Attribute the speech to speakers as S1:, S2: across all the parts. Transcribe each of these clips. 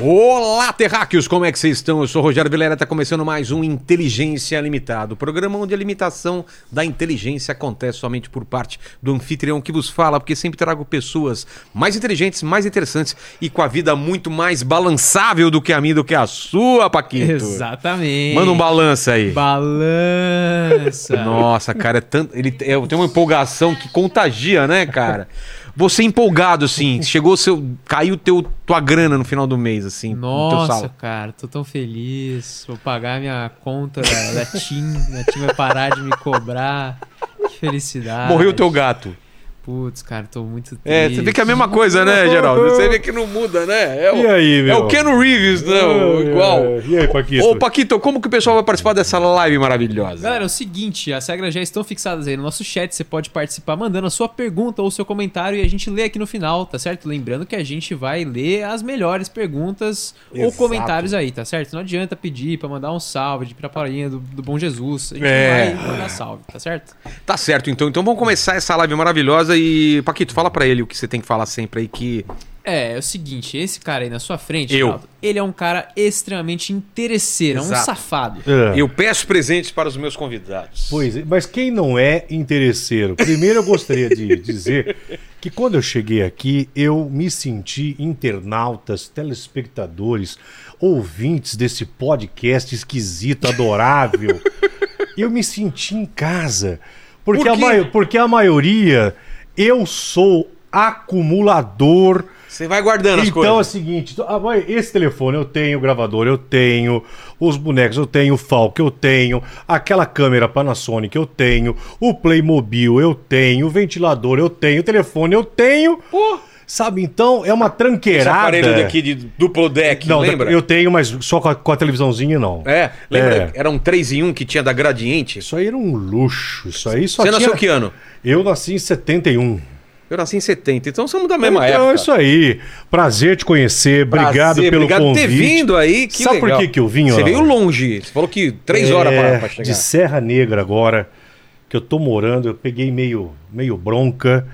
S1: Olá, terráqueos, como é que vocês estão? Eu sou o Rogério Vilera, está começando mais um Inteligência Limitada, o programa onde a limitação da inteligência acontece somente por parte do anfitrião que vos fala, porque sempre trago pessoas mais inteligentes, mais interessantes e com a vida muito mais balançável do que a minha, do que a sua, Paquito.
S2: Exatamente.
S1: Manda um balanço aí.
S2: Balança.
S1: Nossa, cara, é tanto. Ele é, tem uma empolgação que contagia, né, cara? Você empolgado, assim, chegou seu. Caiu teu, tua grana no final do mês, assim, no teu
S2: Nossa,
S1: saldo.
S2: cara, tô tão feliz. Vou pagar minha conta da, da TIM. A TIM vai parar de me cobrar. Que felicidade.
S1: Morreu o teu gato.
S2: Putz, cara, tô muito triste.
S1: É, você vê que é a mesma coisa, né, Geraldo? Você vê que não muda, né? É o,
S3: E aí, meu? é,
S1: É o Ken Reeves, não, igual.
S3: E aí, Paquito?
S1: Ô, Paquito, como que o pessoal vai participar dessa live maravilhosa?
S2: Galera, é o seguinte, as regras já estão fixadas aí no nosso chat, você pode participar mandando a sua pergunta ou seu comentário e a gente lê aqui no final, tá certo? Lembrando que a gente vai ler as melhores perguntas ou
S1: Exato.
S2: comentários aí, tá certo? Não adianta pedir pra mandar um salve, de pra parinha do, do Bom Jesus, a gente
S1: É.
S2: vai mandar salve, tá certo?
S1: Tá certo, então. Então vamos começar essa live maravilhosa e. Paquito, fala pra ele o que você tem que falar sempre aí que.
S2: É, é o seguinte, esse cara aí na sua frente,
S1: Eu.
S2: Geraldo, ele é um cara extremamente interesseiro, é um
S1: Exato.
S2: safado.
S3: É.
S1: Eu peço presentes para os meus convidados.
S3: Pois é, mas quem não é interesseiro? Primeiro eu gostaria de dizer que quando eu cheguei aqui, eu me senti internautas, telespectadores, ouvintes desse podcast esquisito, adorável. Eu me senti em casa. Porque,
S1: Por
S3: a,
S1: quê?
S3: maio- porque a maioria, eu sou acumulador.
S1: Você vai guardando as
S3: Então é o
S1: coisas.
S3: seguinte, tu- ah, vai, esse telefone eu tenho, o gravador eu tenho, os bonecos eu tenho, o Falco eu tenho, aquela câmera Panasonic eu tenho, o Playmobil eu tenho, o ventilador eu tenho, o telefone eu tenho. Sabe, então é uma
S1: Esse
S3: tranqueirada.
S1: aparelho daqui de duplo deck,
S3: é. não,
S1: lembra?
S3: eu tenho, mas só com a, com a televisãozinha não.
S1: É, lembra?
S3: É.
S1: Era um 3 em 1 que tinha da Gradiente.
S3: Isso aí era um luxo, isso aí só
S1: você
S3: tinha...
S1: nasceu que ano?
S3: Eu nasci em 71.
S1: Eu nasci em 70, então somos da mesma
S3: então
S1: época.
S3: é isso aí. Prazer te conhecer, obrigado
S1: Prazer,
S3: pelo
S1: obrigado
S3: convite.
S1: por ter vindo aí. Que
S3: Sabe por
S1: legal.
S3: que que eu vim,
S1: Você
S3: Ronaldo?
S1: veio longe. Você falou que três
S3: É,
S1: horas pra, pra chegar.
S3: De Serra Negra agora, que eu tô morando, eu peguei meio, meio bronca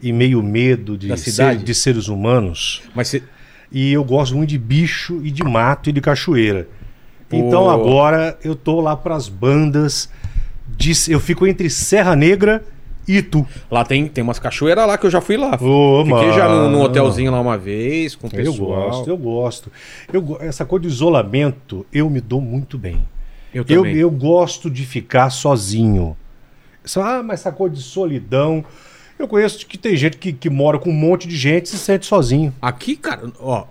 S3: e meio medo de,
S1: Da cidade?
S3: de seres humanos.
S1: Mas você...
S3: E eu gosto muito de bicho e de mato e de cachoeira. Então
S1: Pô.
S3: agora eu tô lá pras bandas. de- eu fico entre Serra Negra e Itu.
S1: lá tem, tem umas cachoeiras lá que eu já fui lá.
S3: Ô,
S1: Fiquei já num, num
S3: mano.
S1: hotelzinho lá uma vez com o
S3: Eu
S1: pessoal.
S3: gosto, eu gosto. Eu, go- essa coisa de isolamento, eu me dou muito bem.
S1: Eu
S3: Eu,
S1: também.
S3: eu gosto de ficar sozinho. Só, Ah, mas essa coisa de solidão. Eu conheço que tem gente que, que mora com um monte de gente e se sente sozinho.
S1: Aqui, cara, ó,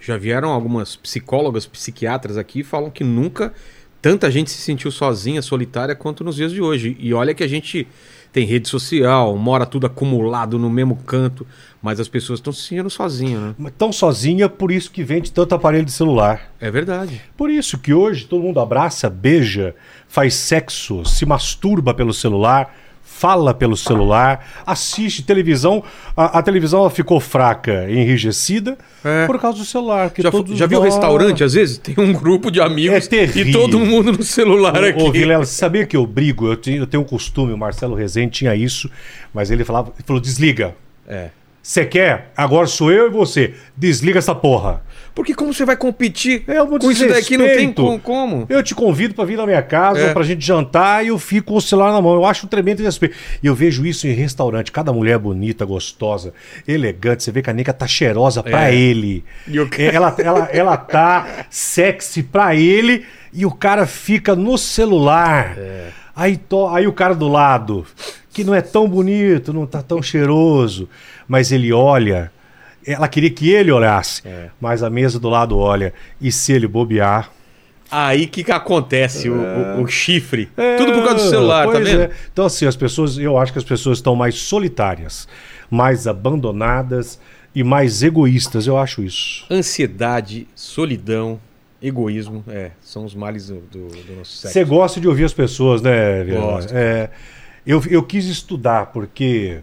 S1: já vieram algumas psicólogas, psiquiatras aqui e falam que nunca tanta gente se sentiu sozinha, solitária quanto nos dias de hoje. E olha que a gente tem rede social, mora tudo acumulado no mesmo canto, mas as pessoas estão se sentindo sozinhas, né?
S3: Mas Tão sozinha, por isso que vende tanto aparelho de celular.
S1: É verdade.
S3: Por isso que hoje todo mundo abraça, beija, faz sexo, se masturba pelo celular, fala pelo celular, assiste televisão. A, a televisão ela ficou fraca, enrijecida,
S1: É.
S3: por causa do celular. que
S1: Já, fu-
S3: todos
S1: já viu o
S3: nós-
S1: restaurante? Às vezes tem um grupo de amigos
S3: É terrível.
S1: e todo mundo no celular
S3: Ô, ô,
S1: aqui.
S3: Vilela, você sabia que eu brigo? Eu tenho, eu tenho um costume, o Marcelo Rezende tinha isso, mas ele falava, ele falou: desliga.
S1: É.
S3: Você quer? Agora sou eu e você. Desliga essa porra.
S1: Porque como você vai competir
S3: É um
S1: com isso daqui? Não tem
S3: desrespeito.
S1: com- como.
S3: Eu te convido pra vir na minha casa
S1: É.
S3: ou pra gente jantar e eu fico com o celular na mão. Eu acho um tremendo respeito. E eu vejo isso em restaurante. Cada mulher bonita, gostosa, elegante. Você vê que a Nica tá cheirosa pra
S1: É.
S3: ele.
S1: E o cara-
S3: Ela, ela, ela tá sexy pra ele e o cara fica no celular.
S1: É.
S3: Aí, to... Aí o cara do lado, que não é tão bonito, não tá tão cheiroso, mas ele olha. Ela queria que ele olhasse,
S1: É.
S3: mas a mesa do lado olha. E se ele bobear.
S1: Aí que, que acontece o, o- o chifre.
S3: É,
S1: Tudo por causa do celular, tá
S3: pois
S1: vendo?
S3: é. Então, assim, as pessoas, eu acho que as pessoas estão mais solitárias, mais abandonadas e mais egoístas, eu acho isso.
S1: Ansiedade, solidão, egoísmo, é, são os males do, do- do nosso sexo.
S3: Você gosta de ouvir as pessoas, né, Leandro?
S1: Gosto.
S3: É, eu, eu quis estudar, porque,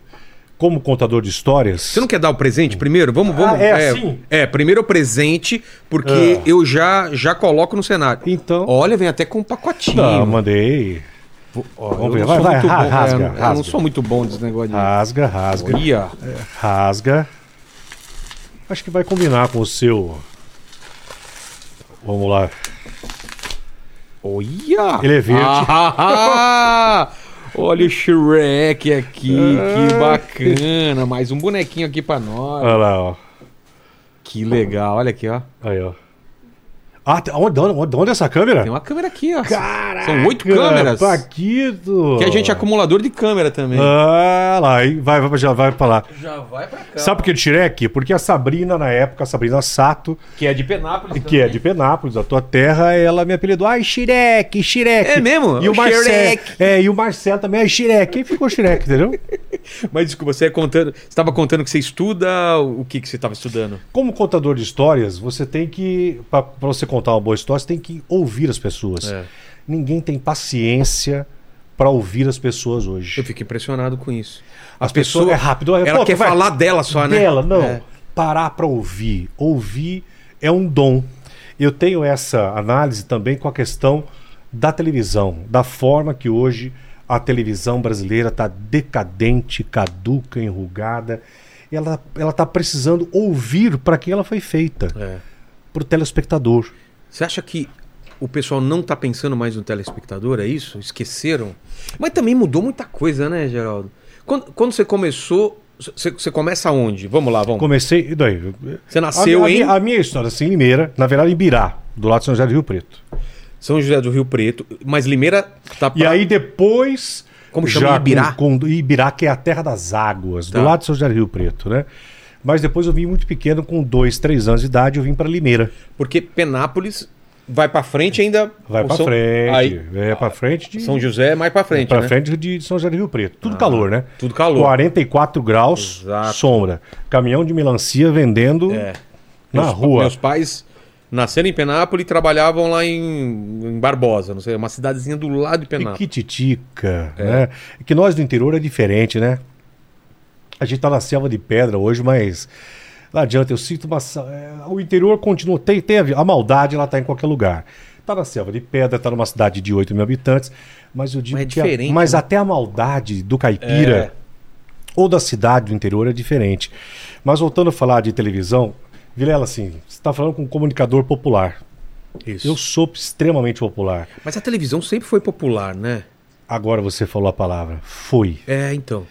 S3: como contador de histórias.
S1: Você não quer dar o presente primeiro? Vamos, vamos.
S3: Ah, é assim?
S1: é, primeiro o presente, porque
S3: Ah.
S1: eu já já coloco no cenário.
S3: Então.
S1: Olha, vem até com um pacotinho.
S3: Não, Ah, mandei.
S1: Ó, eu
S3: Vamos ver,
S1: não
S3: vai,
S1: sou
S3: vai,
S1: muito
S3: ra-
S1: bom- é,
S3: rasga,
S1: eu não- Eu não
S3: rasga.
S1: sou muito bom desse negócio de.
S3: Rasga, rasga.
S1: Olha.
S3: Rasga. Acho que vai combinar com o seu Vamos lá.
S1: Olha!
S3: Ele é verde.
S1: Ah, olha o Shrek aqui, que
S3: Ah.
S1: bacana. Mais um bonequinho aqui pra nós.
S3: Olha lá, ó.
S1: Que legal, olha aqui, ó.
S3: Aí, ó. Ah, tem- onde, onde, onde- onde é essa câmera?
S1: Tem uma câmera aqui, ó.
S3: Caraca, Tá
S1: São oito câmeras.
S3: Paquito.
S1: Que a gente é acumulador de câmera também.
S3: Ah, lá, hein? vai, vai, já vai pra lá.
S2: Já vai pra cá.
S3: Sabe por que eu tirei aqui? Porque a Sabrina, na época, a Sabrina Sato,
S1: Que é de Penápolis.
S3: que é de Penápolis, a tua terra, ela me apelidou. Ai, Xirek, Xirek.
S1: É mesmo?
S3: E o,
S1: O
S3: Marcelo.
S1: Xirek.
S3: É, e o Marcelo também é Xirek. E ficou Xirek, entendeu?
S1: Mas desculpa, você é contando. Você estava contando que você estuda o que, que você estava estudando?
S3: Como contador de histórias, você tem que. Para você contar uma boa história, você tem que ouvir as pessoas.
S1: É.
S3: Ninguém tem paciência para ouvir as pessoas hoje.
S1: Eu fico impressionado com isso.
S3: As pessoas. É rápido. é-
S1: Ela
S3: pô,
S1: quer
S3: vai-
S1: falar dela só, né?
S3: Dela, não.
S1: É.
S3: Parar para ouvir. Ouvir é um dom. Eu tenho essa análise também com a questão da televisão, da forma que hoje a televisão brasileira está decadente, caduca, enrugada. E Ela ela está precisando ouvir para quem ela foi feita,
S1: É.
S3: para o telespectador.
S1: Você acha que o pessoal não tá pensando mais no telespectador, é isso? Esqueceram? Mas também mudou muita coisa, né, Geraldo? Quando, quando você começou, você, você começa onde? Vamos lá, vamos.
S3: Comecei. e Daí,
S1: Você nasceu
S3: a, a
S1: em
S3: Minha, a minha história, assim, em Limeira, na verdade em Birá, do lado de São José do Rio Preto.
S1: São José do Rio Preto, mas Limeira tá pra...
S3: E aí depois.
S1: Como chama?
S3: já
S1: Ibirá?
S3: Com, com- Ibirá, que é a terra das águas,
S1: Tá.
S3: do lado de São José do Rio Preto, né? Mas depois eu vim muito pequeno, com dois, três anos de idade, eu vim para Limeira.
S1: Porque Penápolis vai pra frente ainda.
S3: Vai
S1: o
S3: para
S1: São-
S3: frente.
S1: Aí,
S3: é para frente de.
S1: São José é mais pra frente,
S3: Pra
S1: né? Ah,
S3: frente de São José do Rio Preto. Tudo calor, né?
S1: tudo calor.
S3: 44 graus,
S1: Exato.
S3: sombra. Caminhão de melancia vendendo
S1: É.
S3: na
S1: Meus-
S3: rua.
S1: Meus pais nasceram em Penápolis e trabalhavam lá em, em Barbosa, não sei, é uma cidadezinha do lado de Penápolis.
S3: Piquititica,
S1: É.
S3: né? Que nós do interior é diferente, né? A gente tá na selva de pedra hoje, mas não adianta, eu sinto uma... sa- é, O interior continua, tem, tem a... vi- a maldade, ela tá em qualquer lugar. Tá na selva de pedra, tá numa cidade de 8 mil habitantes, mas eu digo
S1: Mas é
S3: que... a-
S1: diferente,
S3: Mas
S1: né?
S3: até a maldade do caipira
S1: É.
S3: ou da cidade do interior é diferente. Mas voltando a falar de televisão, Vilela, assim, você tá falando com um comunicador popular.
S1: Isso.
S3: Eu sou extremamente popular.
S1: Mas a televisão sempre foi popular, né?
S3: Agora você falou a palavra. Foi.
S1: É, então.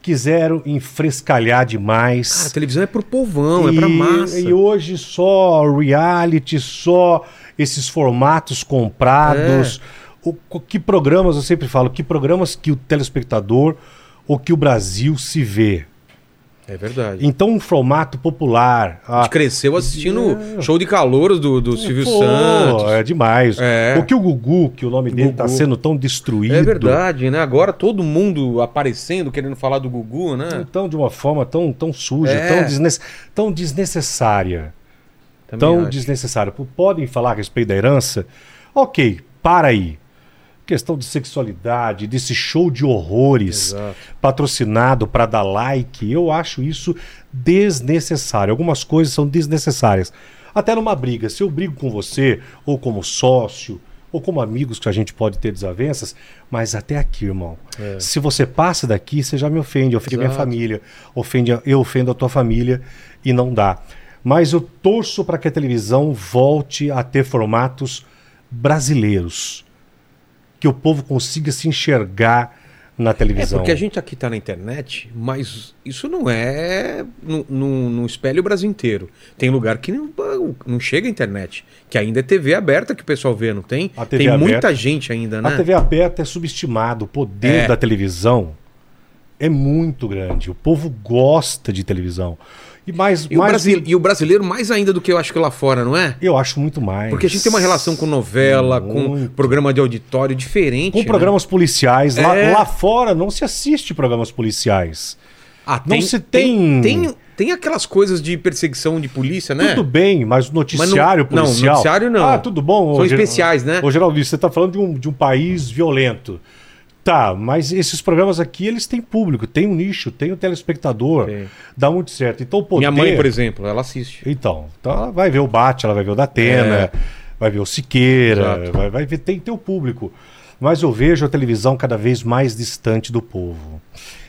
S3: quiseram enfrescalhar
S1: Cara, a
S3: demais.
S1: televisão é pro povão, é pra
S3: E-
S1: massa.
S3: E hoje só reality, só esses formatos comprados.
S1: É.
S3: O- co- que programas, eu sempre falo, que programas que o telespectador ou que o Brasil se vê.
S1: É verdade.
S3: Então, um formato popular.
S1: A
S3: A,
S1: gente cresceu assistindo
S3: É.
S1: show de calouros do, do Silvio
S3: Pô,
S1: Santos.
S3: É demais.
S1: É.
S3: O que o Gugu, que o nome dele está
S1: Gugu.
S3: sendo tão destruído.
S1: É verdade, né? Agora todo mundo aparecendo, querendo falar do Gugu, né?
S3: Então, de uma forma tão, tão suja,
S1: É.
S3: tão, desnece- tão desnecessária.
S1: Também
S3: tão
S1: acho.
S3: desnecessário. P- Podem falar a respeito da herança? Ok, para aí. Questão de sexualidade, desse show de horrores
S1: Exato.
S3: patrocinado para dar like, eu acho isso desnecessário. Algumas coisas são desnecessárias. Até numa briga, se eu brigo com você, ou como sócio, ou como amigos que a gente pode ter desavenças, mas até aqui, irmão. Se você passa daqui, você já me ofende, ofende a minha
S1: É. Exato.
S3: família, ofende a- eu ofendo a tua família e não dá. Mas eu torço para que a televisão volte a ter formatos brasileiros, que o povo consiga se enxergar na
S1: É
S3: televisão.
S1: porque a gente aqui tá na internet, mas isso não é. Não, não, não espelha o Brasil inteiro. Tem lugar que não, não chega a internet, que ainda é TV aberta que o pessoal vê, não tem?
S3: A TV
S1: Tem muita
S3: aberta.
S1: gente ainda, né?
S3: A TV aberta é subestimada. O poder
S1: É.
S3: da televisão é muito grande. O povo gosta de televisão. E mais,
S1: E, o
S3: mais
S1: brasi- e o brasileiro mais ainda do que eu acho que lá fora, não é?
S3: eu acho muito mais.
S1: Porque a gente tem uma relação com novela, com
S3: Muito.
S1: programa de auditório diferente.
S3: com
S1: né?
S3: programas policiais. Lá,
S1: É.
S3: lá fora não se assiste programas policiais.
S1: Ah,
S3: não se tem-
S1: tem. Tem, tem aquelas coisas de perseguição de polícia, né?
S3: Tudo bem, mas o noticiário
S1: não- não,
S3: policial.
S1: noticiário não.
S3: Ah, tudo bom.
S1: São
S3: ô, Ger-
S1: especiais, né?
S3: Ô, Geraldo, você está falando de um, de um país violento. Tá, mas esses programas aqui, eles têm público, tem um nicho, tem o telespectador.
S1: Tem.
S3: Dá muito certo. Então, o poder...
S1: Minha mãe, por exemplo, ela assiste.
S3: Então, então ela vai ver o Bate, ela vai ver o Datena,
S1: É.
S3: vai ver o Siqueira,
S1: Exato.
S3: vai, vai ver, tem teu público. Mas eu vejo a televisão cada vez mais distante do povo.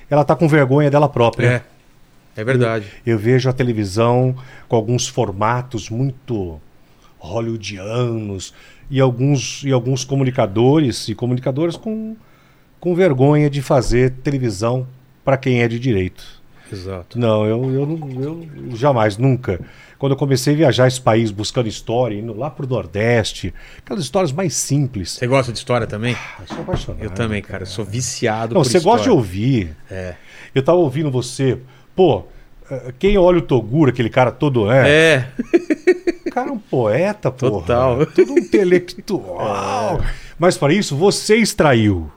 S3: Ela tá com vergonha dela própria.
S1: É. É verdade.
S3: Eu vejo a televisão com alguns formatos muito hollywoodianos e alguns, e alguns comunicadores e comunicadoras com, com vergonha de fazer televisão para quem é de direito.
S1: Exato.
S3: Não, eu, eu, não- eu jamais, nunca. Quando eu comecei a viajar esse país buscando história, indo lá pro Nordeste, aquelas histórias mais simples.
S1: Você gosta de história também?
S3: Ah, eu sou apaixonado.
S1: Eu também, cara. Eu sou viciado
S3: Não,
S1: por
S3: você gosta de
S1: história.
S3: ouvir.
S1: É.
S3: Eu tava ouvindo você. Pô, eh, quem olha o Toguro, aquele cara todo. É,
S1: É,
S3: O cara é um poeta, porra.
S1: Total. É.
S3: Todo um intelectual. Mas para isso, você extraiu.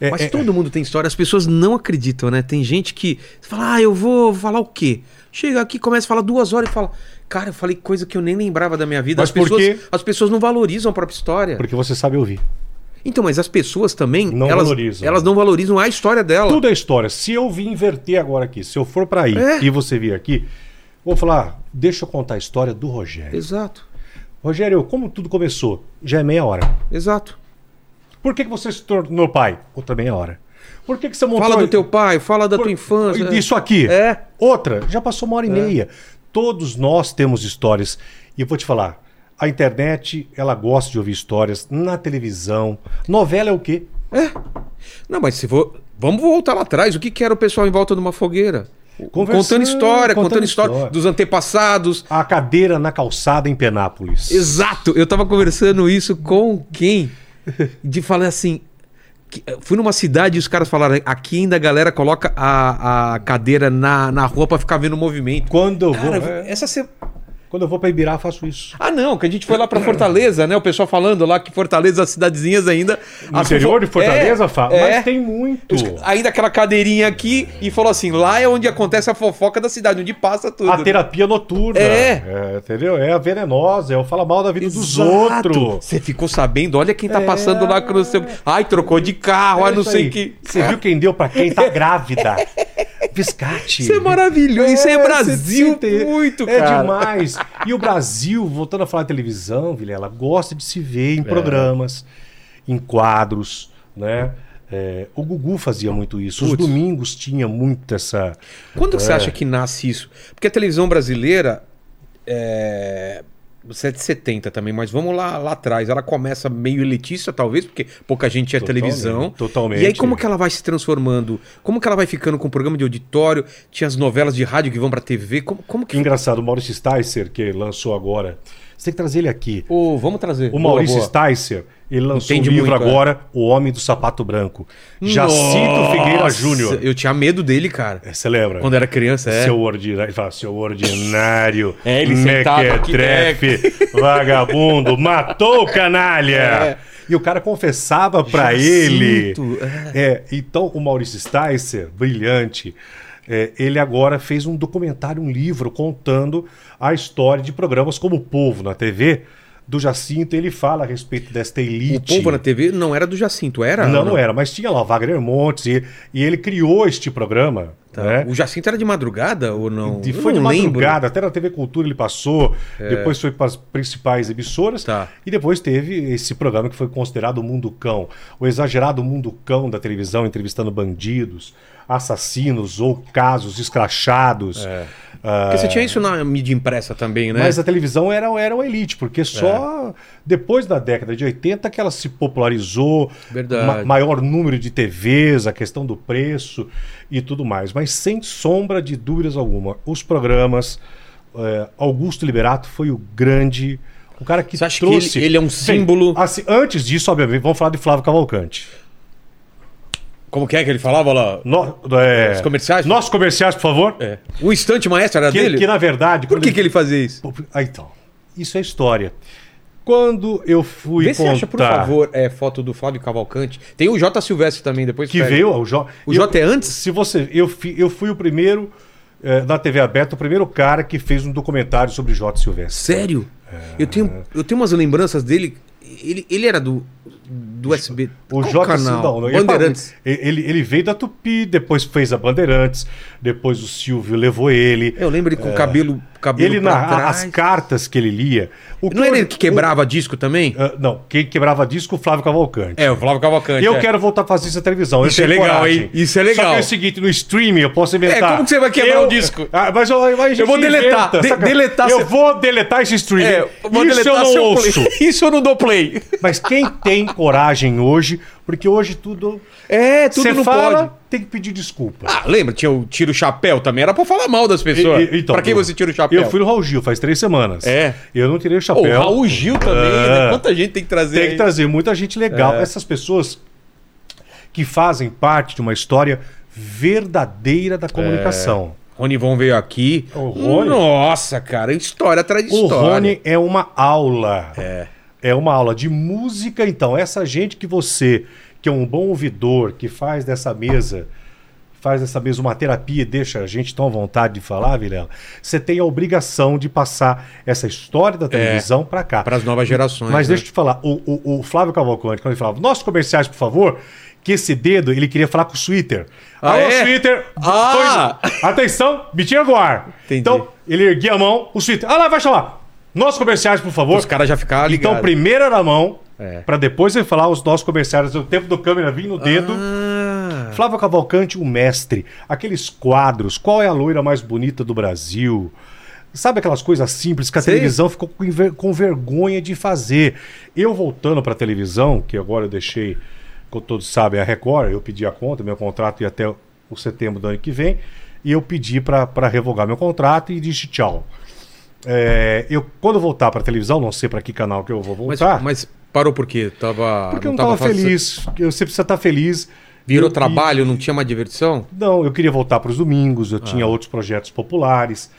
S3: É,
S1: mas
S3: é,
S1: todo mundo tem história. As pessoas não acreditam, né? Tem gente que fala, ah, eu vou falar o quê? Chega aqui, começa a falar duas horas e fala, cara, eu falei coisa que eu nem lembrava da minha vida.
S3: Mas
S1: as,
S3: por
S1: pessoas,
S3: quê?
S1: as pessoas não valorizam a própria história.
S3: Porque você sabe ouvir.
S1: Então, mas as pessoas também,
S3: Não
S1: elas,
S3: valorizam.
S1: elas não valorizam a história dela.
S3: Tudo é história. Se eu vir inverter agora aqui, se eu for para aí
S1: É.
S3: e você vir aqui, vou falar, ah, deixa eu contar a história do Rogério.
S1: Exato,
S3: Rogério, como tudo começou? Já é meia hora.
S1: exato.
S3: Por que, que você se tornou pai? Outra meia hora. Por que, que você montou...
S1: Fala do teu pai, fala da
S3: é- Por-
S1: tua infância.
S3: Isso aqui.
S1: É.
S3: Outra, já passou uma hora e meia. Todos nós temos histórias. E eu vou te falar, a internet, ela gosta de ouvir histórias na televisão. Novela é o quê?
S1: Não, mas se for. Vamos voltar lá atrás. O que, que era o pessoal em volta de uma fogueira?
S3: Conversando,
S1: Contando história, contando,
S3: contando
S1: história,
S3: história.
S1: dos antepassados.
S3: A cadeira na calçada em Penápolis.
S1: Exato. Eu tava conversando isso com quem? De falar assim. que- fui numa cidade e os caras falaram: aqui ainda a galera coloca a, a cadeira na, na rua pra ficar vendo o movimento.
S3: Quando eu vou,
S1: Cara,
S3: é,
S1: essa se...
S3: quando eu vou para Ibirá, eu faço isso.
S1: Ah, não, que a gente foi lá pra Fortaleza, né? O pessoal falando lá que Fortaleza, as cidadezinhas ainda.
S3: No
S1: as-
S3: interior de Fortaleza,
S1: Ah, É,
S3: Fá,
S1: é.
S3: mas tem muito.
S1: Os- ainda aquela cadeirinha aqui e falou assim: lá é onde acontece a fofoca da cidade, onde passa tudo.
S3: A terapia noturna.
S1: É.
S3: É, entendeu? É a venenosa, é o fala mal da vida dos
S1: Exato.
S3: outros.
S1: Você ficou sabendo, olha quem tá passando lá com o seu. Ai, trocou de carro, ai,
S3: É
S1: Ah, não
S3: isso
S1: sei
S3: aí.
S1: o que.
S3: Você viu quem deu pra quem tá grávida? Piscate.
S1: Isso é maravilhoso, isso é Brasil
S3: você- você-
S1: muito,
S3: é
S1: cara.
S3: demais. E o Brasil, voltando a falar de televisão, Vilela, gosta de se
S1: É.
S3: ver em programas, em quadros, né? É, o Gugu fazia muito isso. Os
S1: Putz.
S3: domingos tinha muito essa.
S1: Quando
S3: É.
S1: que você acha que nasce isso? Porque a televisão brasileira é. 770 também, mas vamos lá, lá atrás. Ela começa meio elitista, talvez, porque pouca gente tinha
S3: Totalmente,
S1: televisão.
S3: totalmente.
S1: E aí, como que ela vai se transformando? Como que ela vai ficando com o programa de auditório? Tinha as novelas de rádio que vão pra TV. Como, como
S3: Que
S1: que.
S3: engraçado, o Maurício Sticer, que lançou agora. Você tem que trazer ele aqui.
S1: Ô, vamos trazer.
S3: O
S1: Boa,
S3: Maurício
S1: boa.
S3: Sticer, ele lançou
S1: Entende
S3: um livro
S1: muito, é.
S3: agora, O Homem do Sapato Branco. Jacinto
S1: Nossa,
S3: Figueira Júnior.
S1: Eu tinha medo dele, cara.
S3: É, Você lembra?
S1: Quando era criança, é.
S3: Seu ordinário. Ele fala, seu ordinário.
S1: É, ele sentado aqui,
S3: mequetrefe, vagabundo, matou o canalha.
S1: É.
S3: E o cara confessava pra ele.
S1: Jacinto,
S3: É, então o Maurício Sticer, brilhante, é, ele agora fez um documentário, um livro contando a história de programas como O Povo na TV. Do Jacinto, ele fala a respeito desta elite.
S1: O povo na TV não era do Jacinto, era?
S3: Não, não era, mas tinha lá o Wagner Montes e, e ele criou este programa.
S1: Tá.
S3: Né?
S1: O Jacinto era de madrugada ou não?
S3: E
S1: Eu
S3: foi de
S1: não
S3: madrugada, até na TV Cultura ele passou, depois foi para as principais emissoras,
S1: Tá.
S3: e depois teve esse programa que foi considerado o Mundo Cão, o exagerado Mundo Cão da televisão, entrevistando bandidos, assassinos ou casos escrachados.
S1: É.
S3: Ah,
S1: Porque você tinha isso na mídia impressa também, né? É.
S3: Mas a televisão era, era uma elite, porque só depois da década de 80 que ela se popularizou,
S1: Verdade.
S3: maior número de TVs, a questão do preço e tudo mais. Mas sem sombra de dúvidas alguma, os programas, eh, Augusto Liberato foi o grande, o cara que
S1: Você acha que
S3: trouxe...
S1: ele- ele é um
S3: Bem,
S1: símbolo?
S3: assim, antes disso, obviamente, vamos falar de Flávio Cavalcante.
S1: Como que é que ele falava lá?
S3: No- eh,
S1: Os comerciais?
S3: Nossos comerciais, por favor.
S1: É. O instante maestro era
S3: Que,
S1: dele?
S3: que, na verdade...
S1: Por
S3: quando
S1: que, que ele fazia isso?
S3: Pô, Ah, então. Isso é história. Quando eu fui
S1: Vê se
S3: contar
S1: acha, por favor, é, foto do Flávio Cavalcante. Tem o J. Silvestre também, depois
S3: que
S1: pega.
S3: veio o Jó.
S1: O
S3: eu-
S1: Jota é antes?
S3: Se você, eu, fi- eu fui o primeiro eh, na TV aberta, o primeiro cara que fez um documentário sobre J Silvestre.
S1: Sério? Eu, tenho, eu tenho umas lembranças dele. Ele, ele era do, do SB.
S3: O
S1: Qual
S3: J
S1: canal?
S3: não, não, ele-
S1: Bandeirantes.
S3: Ele, ele, veio da Tupi, depois fez a Bandeirantes, depois o Silvio levou ele.
S1: Eu lembro ele com o cabelo cabelo
S3: É. Ele
S1: pra
S3: narra
S1: trás.
S3: as cartas que ele lia. O
S1: Não
S3: eu-
S1: era ele que quebrava disco também?
S3: Ah, não, quem quebrava disco, o Flávio Cavalcante.
S1: É, o Flávio Cavalcante.
S3: Eu
S1: é.
S3: quero voltar a fazer isso na televisão. eu
S1: Isso é
S3: tenho
S1: legal,
S3: coragem.
S1: hein? Isso é legal.
S3: Só que é o seguinte, no streaming eu posso inventar.
S1: É, como que você vai quebrar
S3: Eu-
S1: o disco?
S3: Ah, mas eu, mas a gente
S1: Eu vou deletar, de-
S3: saca?
S1: deletar
S3: Eu
S1: seu-
S3: vou deletar esse streaming.
S1: É, vou
S3: isso eu
S1: deletar
S3: não
S1: seu
S3: ouço.
S1: play. Isso eu não dou play.
S3: Mas quem tem coragem hoje, porque hoje tudo.
S1: É, tudo
S3: Você
S1: não
S3: fala,
S1: pode.
S3: tem que pedir desculpa.
S1: Ah, lembra? Tinha o tiro chapéu também. Era pra falar mal das pessoas.
S3: E- e- então,
S1: pra quem
S3: eu-
S1: você tira o chapéu?
S3: Eu fui no Raul Gil faz três semanas.
S1: É.
S3: Eu não tirei o
S1: Pô,
S3: chapéu.
S1: o Raul Gil também,
S3: É.
S1: né? Quanta gente tem que trazer.
S3: Tem que
S1: aí? É.
S3: trazer muita gente legal. Essas pessoas que fazem parte de uma história verdadeira da comunicação.
S1: Rony Von veio aqui.
S3: O Rony?
S1: Nossa, cara, história atrás de
S3: O
S1: história.
S3: Rony é uma aula. É. É uma aula de música, então. Essa gente que você, que é um bom ouvidor, que faz dessa mesa, faz dessa mesa uma terapia e deixa a gente tão à vontade de falar, Vilela, você tem a obrigação de passar essa história da televisão pra cá.
S1: Para as É, novas gerações.
S3: Mas
S1: né?
S3: deixa eu te falar, o, o- o Flávio Cavalcante, quando ele falava, nossos comerciais, por favor, que esse dedo, ele queria falar com o Twitter.
S1: Ah,
S3: Alô,
S1: é?
S3: Twitter!
S1: Ah!
S3: Pois- atenção, me tira do ar.
S1: Entendi.
S3: Então, ele erguia a mão, o Twitter. Ah lá, vai chamar. Nossos comerciais, por favor.
S1: Os caras já ficaram ligados.
S3: Então, primeiro era a mão,
S1: É.
S3: pra depois ele falar os nossos comerciais. O tempo do câmera vinha no dedo.
S1: Ah,
S3: Flávio Cavalcante, o mestre. Aqueles quadros, qual é a loira mais bonita do Brasil? Sabe aquelas coisas simples que a
S1: Sei.
S3: televisão ficou com ver- com vergonha de fazer. Eu voltando para televisão, que agora eu deixei, como todos sabem, a Record, eu pedi a conta, meu contrato ia até o setembro do ano que vem, e eu pedi para revogar meu contrato e disse tchau. É, eu, quando eu voltar para televisão, não sei para que canal que eu vou
S1: mas,
S3: voltar,
S1: mas parou por quê? Tava,
S3: Tá. porque eu não estava
S1: fazendo-
S3: feliz. Eu, você precisa estar feliz.
S1: Virou
S3: Eu- e-
S1: trabalho, não tinha mais diversão?
S3: não, eu queria voltar para os domingos, eu
S1: Ah.
S3: tinha outros projetos populares.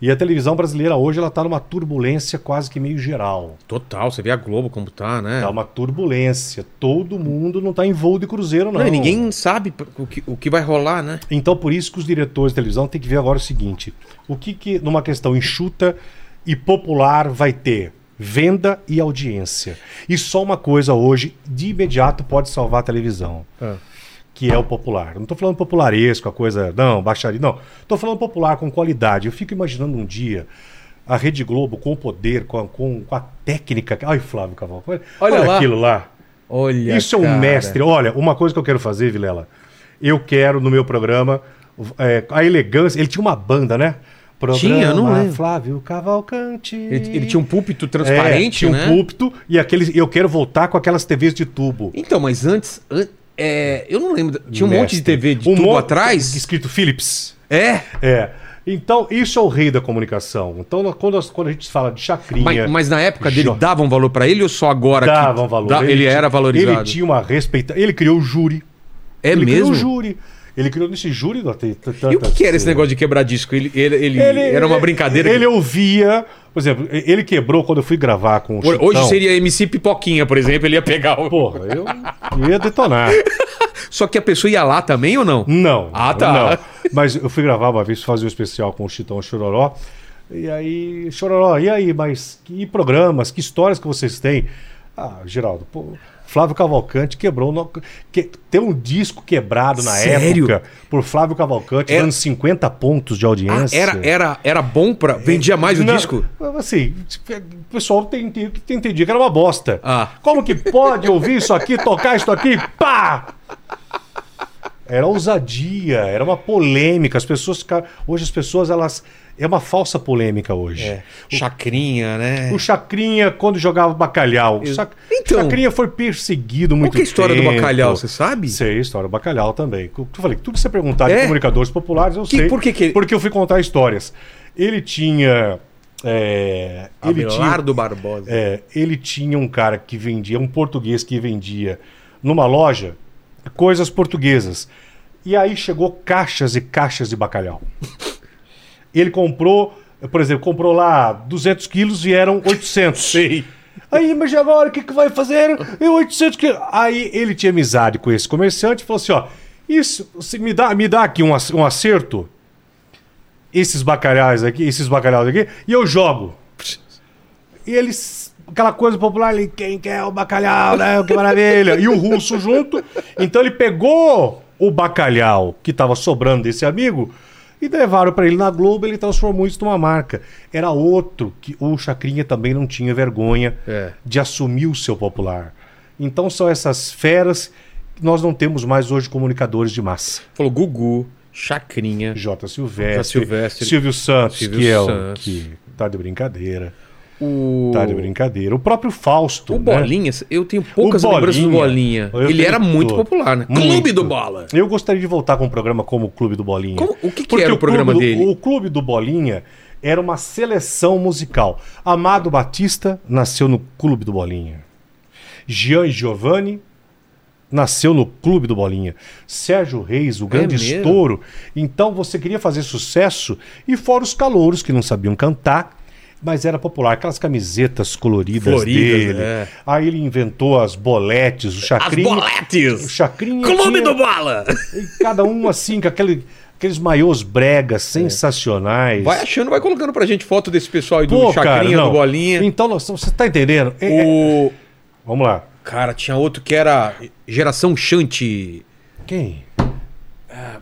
S3: E a televisão brasileira hoje ela está numa turbulência quase que meio geral.
S1: Total, você vê a Globo como tá, né?
S3: Está uma turbulência. Todo mundo não está em voo de cruzeiro, não.
S1: Não, e ninguém sabe o que, o que vai rolar, né?
S3: Então, por isso que os diretores de televisão têm que ver agora o seguinte: o que, que numa questão enxuta e popular vai ter? Venda e audiência. E só uma coisa hoje, de imediato, pode salvar a televisão. que é o popular. Não tô falando popularesco, a coisa, não, baixaria, não. Tô falando popular com qualidade. Eu fico imaginando um dia a Rede Globo com o poder, com a, com, com a técnica. Ai, Flávio Cavalcante,
S2: Olha lá.
S3: aquilo lá.
S2: Olha,
S3: Isso é um
S2: cara.
S3: mestre. Olha, uma coisa que eu quero fazer, Vilela. Eu quero no meu programa é, a elegância. Ele tinha uma banda, né? Programa
S1: Tinha, eu não lembro.
S3: Flávio Cavalcante.
S1: Ele, ele tinha um púlpito
S3: É,
S1: transparente,
S3: tinha um
S1: né?
S3: púlpito e aqueles. Eu quero voltar com aquelas TVs de tubo.
S1: Então, mas antes. an- é, eu não lembro. Tinha um monte de
S3: Mestre.
S1: TV de tubo
S3: monte-
S1: atrás?
S3: Escrito Philips.
S1: É.
S3: É. Então, isso é o rei da comunicação. Então, nós- quando, nós- quando a gente fala de chacrinha,
S1: Mas, mas na época dele
S3: Jo-
S1: davam valor pra ele ou só agora que-
S3: davam valor.
S1: dá- ele,
S3: tinha-
S1: era valorizado.
S3: Ele tinha uma respeita. Ele criou o júri.
S1: é
S3: ele criou
S1: mesmo?
S3: o júri. Ele criou esse júri. Não, tem t-
S1: E o que,
S3: tantas-
S1: que era esse negócio de quebrar disco? Ele, ele- ele- era uma brincadeira. que-
S3: Ele é ouvia. Por exemplo, ele quebrou quando eu fui gravar com o
S1: Ho- Hoje
S3: Chitão.
S1: seria MC Pipoquinha, por exemplo, ele ia pegar o.
S3: Porra, eu ia detonar.
S1: Só que a pessoa ia lá também ou não?
S3: Não.
S1: Ah, tá.
S3: não. Mas eu fui gravar uma vez, fazer um especial com o Chitão Chororó. E aí, Chororó, e aí, mas que programas, que histórias que vocês têm? Ah, Geraldo, pô, Flávio Cavalcante quebrou. No... Que... Tem um disco quebrado na
S1: Sério?
S3: época por Flávio Cavalcante,
S1: Era-
S3: dando 50 pontos de
S1: Ah,
S3: audiência.
S1: era, era, era bom pra. Vendia mais o
S3: Não,
S1: disco?
S3: Assim, o pessoal tem, tem, tem entendido que era uma bosta.
S1: Ah.
S3: Como que pode ouvir isso aqui, tocar isso aqui, pá! Era ousadia, era uma polêmica. As pessoas ficaram. Hoje as pessoas, elas. É uma falsa polêmica hoje.
S1: É. Chacrinha, né?
S3: O Chacrinha, quando jogava bacalhau. O Chac-
S1: Então.
S3: Chacrinha foi perseguido muito
S1: Qual que é a história do
S3: tempo.
S1: bacalhau, você sabe?
S3: Sei, a história do bacalhau também. Eu falei, tudo que você perguntar de
S1: É?
S3: comunicadores populares, eu
S1: Que-
S3: sei.
S1: por que que ele-
S3: Porque eu fui contar histórias. Ele tinha. é, ele tinha,
S1: Abelardo Barbosa.
S3: é, ele tinha um cara que vendia, um português que vendia numa loja coisas portuguesas. E aí chegou caixas e caixas de bacalhau. Ele comprou, por exemplo, comprou lá 200 quilos, vieram 800.
S1: Sei.
S3: Aí, mas agora, o que, que vai fazer? Eu 800 que... Aí ele tinha amizade com esse comerciante e falou assim, ó... Isso, se me dá, me dá aqui um, ac- um acerto. Esses bacalhais aqui, esses bacalhau aqui, e eu jogo. E eles... Aquela coisa popular ali, quem quer o bacalhau, né? Que maravilha. E o russo junto. Então ele pegou o bacalhau que tava sobrando desse amigo E levaram pra ele na Globo, ele transformou isso numa marca. Era outro que o Chacrinha também não tinha vergonha
S1: É.
S3: de assumir o seu popular. Então são essas feras que nós não temos mais hoje comunicadores de massa.
S1: Falou Gugu, Chacrinha.
S3: J.
S1: J.
S3: Silvestre,
S1: Silvestre.
S3: Silvio Santos,
S1: Silvio
S3: que é o
S1: Santos.
S3: que tá de brincadeira,
S1: O,
S3: tá de brincadeira. O próprio Fausto,
S1: o
S3: né?
S1: Bolinhas, eu tenho poucas
S3: O
S1: lembranças do Bolinha.
S3: Eu
S1: Ele
S3: tenho
S1: era muito
S3: todo.
S1: popular, né?
S3: Muito.
S1: Clube do Bola.
S3: Eu gostaria de voltar com um programa como o Clube do Bolinha.
S1: Como- o que que
S3: Porque
S1: era o programa
S3: Clube do-
S1: dele?
S3: O Clube do Bolinha era uma seleção musical. Amado Batista nasceu no Clube do Bolinha. Gian e Giovanni nasceu no Clube do Bolinha. Sérgio Reis, o grande
S1: É mesmo?
S3: estouro. Então você queria fazer sucesso e fora os calouros que não sabiam cantar. Mas era popular, aquelas camisetas coloridas
S1: Floridas,
S3: dele.
S1: é.
S3: Aí ele inventou as boletes, o chacrinho. O
S1: boletes!
S3: chacrinha tinha-
S1: Bola!
S3: e cada um assim, com aquele- aqueles maiôs bregas sensacionais.
S1: É. Vai achando, vai colocando pra gente foto desse pessoal aí do
S3: Pô, cara,
S1: Chacrinha, do
S3: não.
S1: Bolinha.
S3: Então, nós- você tá entendendo? É, é-
S1: O...
S3: Vamos lá.
S1: Cara, tinha outro que era Geração Chante,
S3: Quem?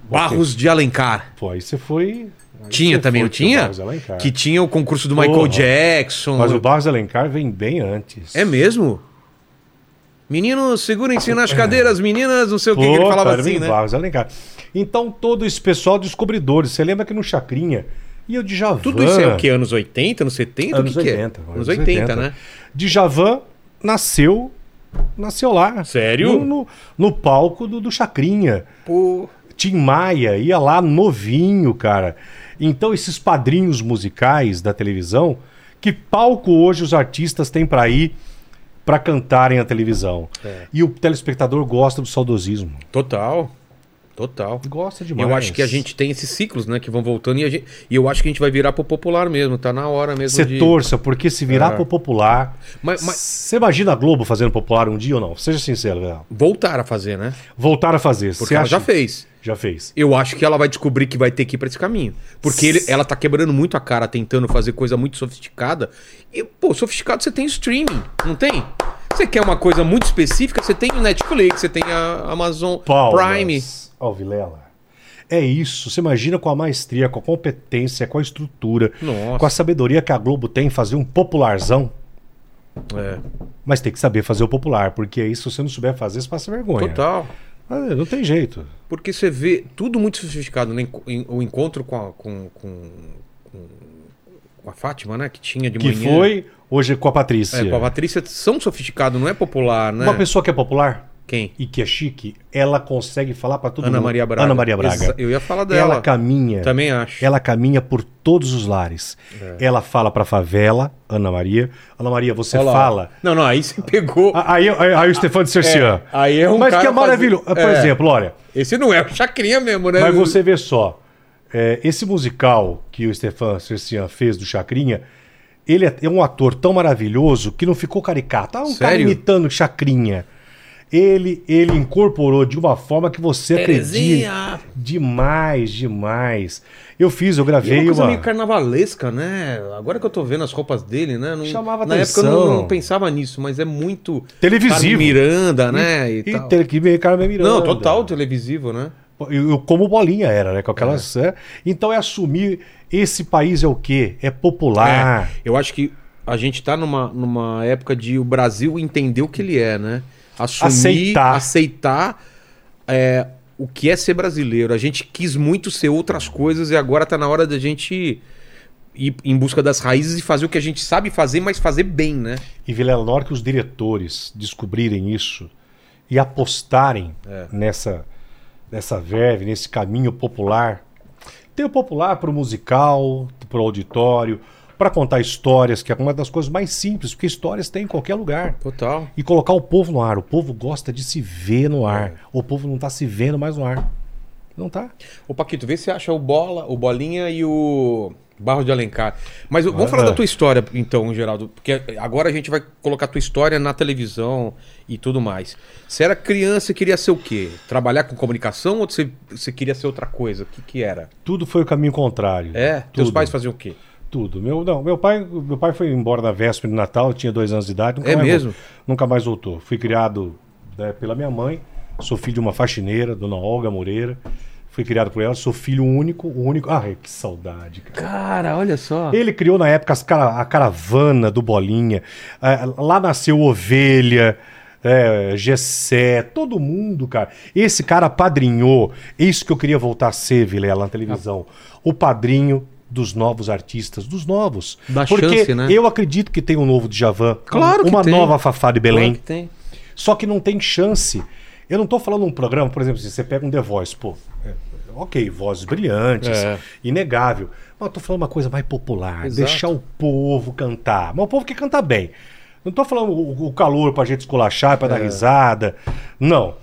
S1: Barros de Alencar.
S3: Pô, aí você foi... aí
S1: Tinha
S3: você
S1: também,
S3: foi
S1: não tinha?
S3: pro Barros Alencar.
S1: Que tinha o concurso do Michael
S3: Porra.
S1: Jackson.
S3: Mas o Barros Alencar vem bem antes.
S1: É mesmo? Meninos, segurem-se nas cadeiras, meninas, não sei o que, que ele
S3: Pô,
S1: falava
S3: cara, é
S1: assim,
S3: vem
S1: né?
S3: Barros Alencar. Então, todo esse pessoal descobridores. Você lembra que no Chacrinha... E o Djavan...
S1: Tudo isso é o quê? Anos 80, anos 70?
S3: Anos
S1: o que que
S3: 80.
S1: é? Anos 80, né?
S3: Djavan nasceu... Nasceu lá.
S1: Sério?
S3: No, no- no palco do- do Chacrinha.
S1: Pô,
S3: Tim Maia ia lá novinho, cara. Então esses padrinhos musicais da televisão, que palco hoje os artistas têm pra ir pra cantarem a televisão.
S1: É.
S3: E o telespectador gosta do saudosismo.
S1: total. Total.
S3: Gosta demais.
S1: Eu acho que a gente tem esses ciclos, né? Que vão voltando e, a gente- e eu acho que a gente vai virar pro popular mesmo. Tá na hora mesmo
S3: Você
S1: de... É.
S3: torça, porque se virar pro popular.
S1: Mas- mas-
S3: Você imagina a Globo fazendo popular um dia ou não? Seja sincero, velho.
S1: Voltar a fazer, né?
S3: Voltar a fazer.
S1: Porque
S3: Você
S1: ela
S3: acha?
S1: já fez.
S3: Já fez.
S1: Eu acho que ela vai descobrir que vai ter que ir pra esse caminho. Porque ele- ela tá quebrando muito a cara, tentando fazer coisa muito sofisticada. E, pô, sofisticado você tem streaming, não tem? Você quer uma coisa muito específica, você tem o Netflix, você tem a Amazon
S3: Palmas
S1: Prime.
S3: ao Vilela. É isso. Você imagina com a maestria, com a competência, com a estrutura,
S1: Nossa.
S3: com a sabedoria que a Globo tem em fazer um popularzão.
S1: É,
S3: Mas tem que saber fazer o popular, porque aí se você não souber fazer, você passa vergonha.
S1: total.
S3: Ah, Não tem jeito.
S1: Porque você vê tudo muito sofisticado, né? Enco- em- O encontro com a, com, com, com- com a Fátima, né? Que tinha de
S3: Que
S1: manhã.
S3: foi hoje com a Patrícia.
S1: É, com a Patrícia são sofisticados, não é popular, né?
S3: Uma pessoa que é popular
S1: Quem?
S3: e que é chique, ela consegue falar pra todo
S1: Ana
S3: mundo.
S1: Maria Braga.
S3: Ana Maria Braga.
S1: Exa- Eu ia falar dela.
S3: Ela caminha.
S1: Também acho. É.
S3: Ela caminha por todos os lares. Ela fala pra favela, Ana Maria. Ana Maria, você
S1: Olha lá.
S3: fala.
S1: Não, não, aí você pegou.
S3: Ah, Aí, aí, aí o Stefano de Cercian.
S1: É, aí é um
S3: Mas que
S1: cara
S3: é maravilhoso.
S1: fazer-
S3: Por
S1: é.
S3: exemplo, olha,
S1: Esse não é o chacrinha mesmo, né?
S3: mas você vê só. é, esse musical que o Stefano Cercian fez do Chacrinha, ele é- é um ator tão maravilhoso que não ficou caricato. Ah, um cara
S1: Sério?
S3: imitando Chacrinha. Ele, ele incorporou de uma forma que
S1: É,
S3: você
S1: Terezinha!
S3: acredita. Demais, demais. Eu fiz, eu
S1: E é
S3: gravei
S1: uma coisa
S3: uma.
S1: meio carnavalesca, né? Agora que eu tô vendo as roupas dele, né? Não-
S3: Chamava
S1: Na
S3: atenção.
S1: época eu não, não pensava nisso, mas é muito.
S3: Televisivo.
S1: Carmen Miranda, né? E,
S3: E
S1: tal.
S3: teve que ver Carmen Miranda.
S1: Não, total televisivo, né?
S3: Eu, eu como bolinha era, né? Com aquelas. é. Então é assumir esse país é o quê? É popular.
S1: É, eu acho que a gente tá numa, numa época de o Brasil entender o que ele é, né? Assumir,
S3: Aceitar.
S1: aceitar é, o que é ser brasileiro. A gente quis muito ser outras coisas e agora tá na hora da gente ir em busca das raízes e fazer o que a gente sabe fazer, mas fazer bem, né?
S3: E Vilela, na hora que os diretores descobrirem isso e apostarem
S1: É.
S3: nessa, nessa verve, nesse caminho popular. Tem o popular pro musical, pro auditório, para contar histórias, que é uma das coisas mais simples, porque histórias tem em qualquer lugar.
S1: Total.
S3: E colocar o povo no ar. O povo gosta de se ver no
S1: É.
S3: ar. O povo não tá se vendo mais no ar. Não tá?
S1: Ô Paquito, vê se acha o Bola, o Bolinha e o Barro de Alencar. Mas eu- vamos
S3: Ah.
S1: falar da tua história, então, Geraldo, porque agora a gente vai colocar a tua história na televisão e tudo mais. Você era criança e queria ser o quê? Trabalhar com comunicação ou você, você queria ser outra coisa? O que, que era?
S3: Tudo foi o caminho contrário.
S1: É? Teus
S3: Tudo.
S1: pais faziam o quê?
S3: Tudo. Meu, não, meu, pai, meu pai foi embora na véspera de Natal, eu tinha dois anos de idade. Nunca
S1: É
S3: mais
S1: mesmo?
S3: voltou. nunca mais voltou. Fui criado né, pela minha mãe, sou filho de uma faxineira, dona Olga Moreira. Fui criado por ela, sou filho único, o único. Ai, que saudade, cara.
S1: Cara, olha só.
S3: Ele criou na época as cara- a caravana do Bolinha. Ah, lá nasceu Ovelha, é, Gessé, todo mundo, cara. Esse cara padrinhou. Isso que eu queria voltar a ser, Vilela, na televisão. O padrinho dos novos artistas, dos novos.
S1: Dá
S3: Porque
S1: chance, né?
S3: eu acredito que tem um novo Djavan. um,
S1: Claro que
S3: Uma
S1: tem.
S3: nova Fafá de
S1: Claro
S3: Belém.
S1: é que tem.
S3: Só que não tem chance. Eu não tô falando um programa, por exemplo, se você pega um The Voice, pô. é, ok, vozes brilhantes,
S1: É.
S3: inegável. Mas eu tô falando uma coisa mais popular,
S1: Exato.
S3: deixar o povo cantar. Mas o povo que canta bem. Não tô falando o, o calor pra gente esculachar,
S1: É.
S3: pra dar risada. Não.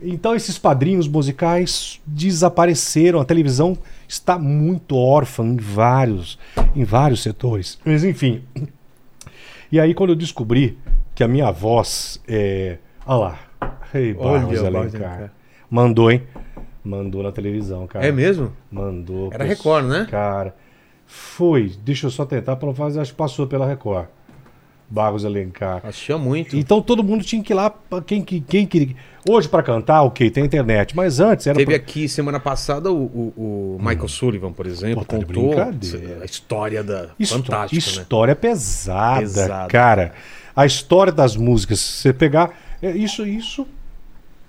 S3: Então esses padrinhos musicais desapareceram. A televisão está muito órfã em vários, em vários setores. Mas enfim, e aí, quando eu descobri que a minha voz é. Olha lá. Ei, Barros
S1: Olha, Barros
S3: Alencar.
S1: Alencar.
S3: Mandou, hein? Mandou na televisão, cara.
S1: É mesmo?
S3: Mandou.
S1: Era Record, né?
S3: Cara. Foi. Deixa eu só tentar pra não fazer. Acho que passou pela Record. Barros Alencar.
S1: Achou muito.
S3: Então todo mundo tinha que ir lá. pra Quem, que- quem, queria. Hoje, pra cantar, ok, tem internet. Mas antes era.
S1: Teve
S3: pra-
S1: aqui semana passada o, o- o Michael Sullivan, por exemplo,
S3: Pô, tá de
S1: contou
S3: brincadeira.
S1: a história da
S3: Histó-
S1: fantástica, né?
S3: História pesada,
S1: Pesada.
S3: cara. A história das músicas, se você pegar. é, Isso, isso.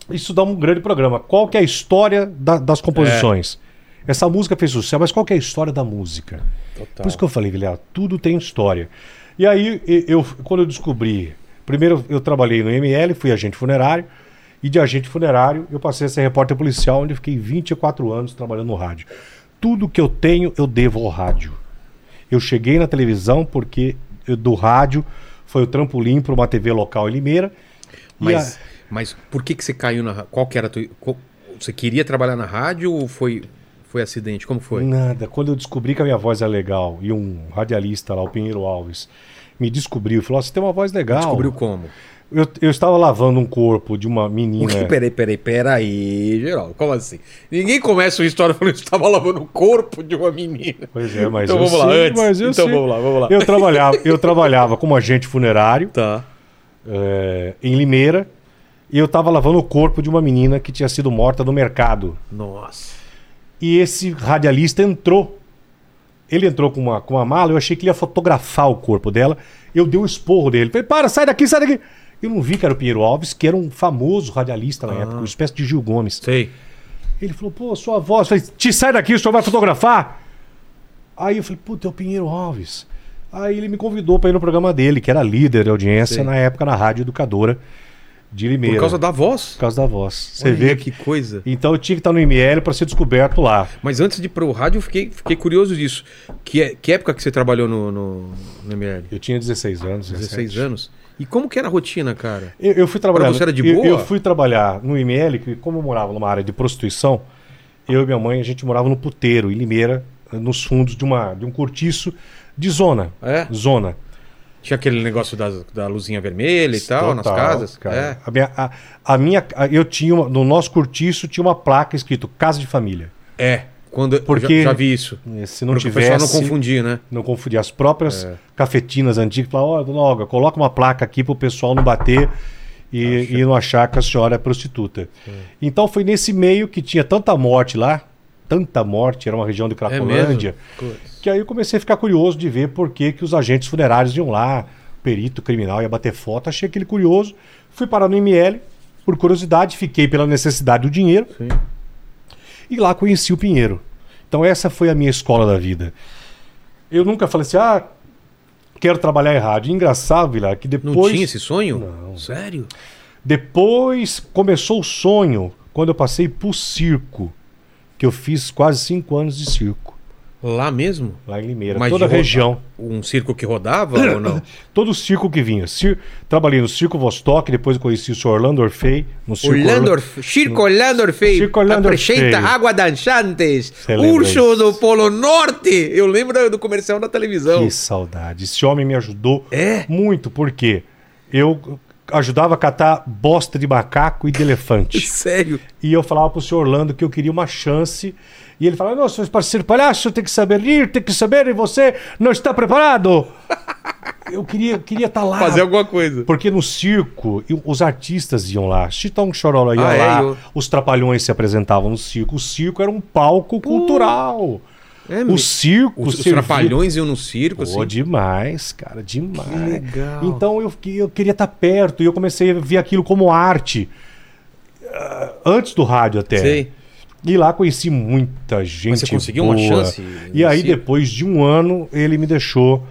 S3: Isso dá um grande programa. Qual que é a história da- das composições? Essa música fez sucesso, mas qual que é a história da música?
S1: É. Total.
S3: Por isso que eu falei, Guilherme, tudo tem história. E aí, e- eu, quando eu descobri. Primeiro, eu trabalhei no ML, fui agente funerário. E de agente funerário, eu passei a ser repórter policial, onde eu fiquei 24 anos trabalhando no rádio. Tudo que eu tenho, eu devo ao rádio. Eu cheguei na televisão porque eu- do rádio foi o trampolim para uma TV local em Limeira. E
S1: Mas,
S3: a-
S1: mas por que, que você caiu na. ra- Qual que era a tua- qual- Você queria trabalhar na rádio ou foi, foi acidente? Como foi?
S3: Nada. Quando eu descobri que a minha voz é legal e um radialista lá, o Pinheiro Alves, me descobriu e falou: "Ó, você tem uma voz legal.
S1: Descobriu como?
S3: Eu, eu estava lavando um corpo de uma
S1: O que?
S3: menina.
S1: Peraí, peraí, peraí, Geraldo. Como assim? Ninguém começa uma história falando que você estava lavando o corpo de uma menina.
S3: Pois é, mas
S1: então
S3: eu
S1: vamos lá,
S3: sei,
S1: antes.
S3: mas eu
S1: então
S3: sei.
S1: vamos lá, vamos lá.
S3: Eu trabalhava, eu trabalhava como agente funerário
S1: Tá.
S3: eh, em Limeira e eu estava lavando o corpo de uma menina que tinha sido morta no mercado.
S1: Nossa.
S3: E esse radialista entrou. Ele entrou com uma, com uma mala, eu achei que ele ia fotografar o corpo dela. Eu dei um esporro nele. Falei, para, sai daqui, sai daqui. Eu não vi que era o Pinheiro Alves, que era um famoso radialista
S1: Ah.
S3: na época, uma espécie de Gil Gomes.
S1: Sei.
S3: Ele falou, pô, sua voz. Eu falei, te sai daqui, o senhor vai fotografar? Aí eu falei, puta, é o Pinheiro Alves. Aí ele me convidou pra ir no programa dele, que era líder de audiência
S1: Sei.
S3: na época na Rádio Educadora de Limeira.
S1: Por causa da voz.
S3: Por causa da voz. Você
S1: Olha
S3: vê que.
S1: que coisa.
S3: Então eu tinha que estar no ML pra ser descoberto lá.
S1: Mas antes de ir pro rádio, eu fiquei, fiquei curioso disso. Que, é- que época que você trabalhou no, no, no ML?
S3: Eu tinha 16 anos.
S1: 16
S3: 17.
S1: anos. E como que era a rotina, cara?
S3: Eu, eu fui trabalhar.
S1: Pra você era de
S3: eu-
S1: boa?
S3: Eu, fui trabalhar no IML, que como eu morava numa área de prostituição, eu e minha mãe, a gente morava no puteiro, em Limeira, nos fundos de, uma, de um cortiço de zona.
S1: É?
S3: Zona.
S1: Tinha aquele negócio da, da luzinha vermelha e tal, nas
S3: Total,
S1: casas?
S3: cara.
S1: É.
S3: A minha, a- a minha- a- eu tinha uma- no nosso cortiço tinha uma placa escrito casa de família.
S1: É. Quando, eu
S3: Porque-
S1: já, já vi isso.
S3: Eh, Se não
S1: Porque
S3: tivesse,
S1: o pessoal não confundir, né?
S3: não confundir as próprias cafetinas antigas, falar, ó, dona Olga, coloca uma placa aqui pro pessoal não bater e, e não achar que a senhora é prostituta. Então foi nesse meio que tinha tanta morte lá, tanta morte, era uma região de
S1: É
S3: Cracolândia.
S1: mesmo? Putz.
S3: Que aí eu comecei a ficar curioso de ver por que, que os agentes funerários iam lá, perito criminal ia bater foto, achei aquele curioso, fui parar no ML, por curiosidade, fiquei pela necessidade do dinheiro.
S1: Sim.
S3: E lá conheci o Pinheiro. Então essa foi a minha escola da vida. Eu nunca falei assim, ah, quero trabalhar em rádio. Engraçado, Vilar, que
S1: Não
S3: depois.
S1: tinha esse sonho?
S3: Não.
S1: Sério?
S3: Depois começou o sonho quando eu passei pro circo. Que eu fiz quase cinco anos de circo,
S1: Lá mesmo?
S3: lá em Limeira,
S1: Mas
S3: toda a
S1: de rodar?
S3: região.
S1: Um circo que rodava ou não?
S3: Todo o circo que vinha. Cir... Trabalhei no Circo Vostok, depois eu conheci o senhor Orlando Orfei. No circo
S1: Orlando
S3: Orla-
S1: Orfe- Circo Orlando Orfei
S3: Circo Orlando
S1: apresenta
S3: Orfei.
S1: Água Dançantes,
S3: lembra
S1: Urso
S3: isso?
S1: do Polo Norte. Eu lembro do comercial da televisão.
S3: Que saudade. Esse homem me ajudou
S1: É?
S3: muito, porque eu ajudava a catar bosta de macaco e de elefante.
S1: Sério.
S3: e eu falava pro senhor Orlando que eu queria uma chance. E ele falava: Não, seu parceiro palhaço, tem que saber rir, tem que saber, e você não está preparado. Eu queria estar queria tá lá.
S1: Fazer alguma coisa.
S3: Porque no circo, eu- os artistas iam lá. Chitão Chororó ia
S1: Ah, é,
S3: lá.
S1: eu-
S3: Os trapalhões se apresentavam no circo. O circo era um palco cultural.
S1: É,
S3: O circo.
S1: os, os
S3: servia-
S1: trapalhões iam no circo,
S3: Pô,
S1: assim.
S3: demais, cara, demais.
S1: Que legal.
S3: Então eu, fiquei- eu queria estar perto e eu comecei a ver aquilo como arte. Ah, Antes do rádio até.
S1: Sei.
S3: E lá conheci muita gente.
S1: Mas você conseguiu
S3: boa.
S1: uma chance?
S3: E aí,
S1: Sim.
S3: depois de um ano, ele me deixou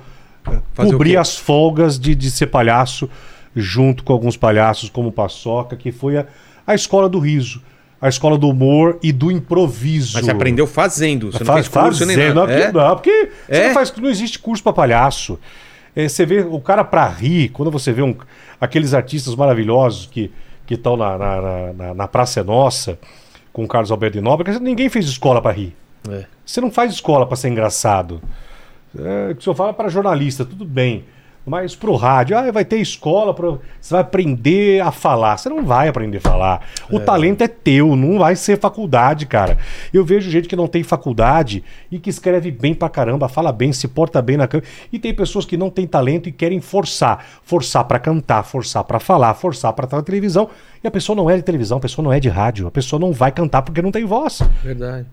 S3: eh,
S1: Fazer o
S3: cobrir
S1: quê?
S3: as folgas de, de ser palhaço, junto com alguns palhaços como o Paçoca, que foi a, a escola do riso, a escola do humor e do improviso.
S1: Mas você aprendeu fazendo, você não
S3: Faz-
S1: fez curso nem
S3: fazendo,
S1: nada.
S3: aqui
S1: É?
S3: Não, porque você
S1: É?
S3: não, faz- não existe curso pra palhaço. É, você vê o cara pra rir, quando você vê um- aqueles artistas maravilhosos que estão na, na, na- na- na Praça é Nossa, com o Carlos Alberto de Nóbrega, ninguém fez escola pra rir.
S1: É.
S3: Você não faz escola pra ser engraçado. É, que o senhor fala pra jornalista, tudo bem. Mas pro rádio, ah, vai ter escola, pro- você vai aprender a falar. Você não vai aprender a falar. O talento é teu, não vai ser faculdade, cara. Eu vejo gente que não tem faculdade e que escreve bem pra caramba, fala bem, se porta bem na câmera. E tem pessoas que não têm talento e querem forçar. Forçar pra cantar, forçar pra falar, forçar pra estar na televisão. E a pessoa não é de televisão, a pessoa não é de rádio, a pessoa não vai cantar porque não tem voz.
S1: Verdade.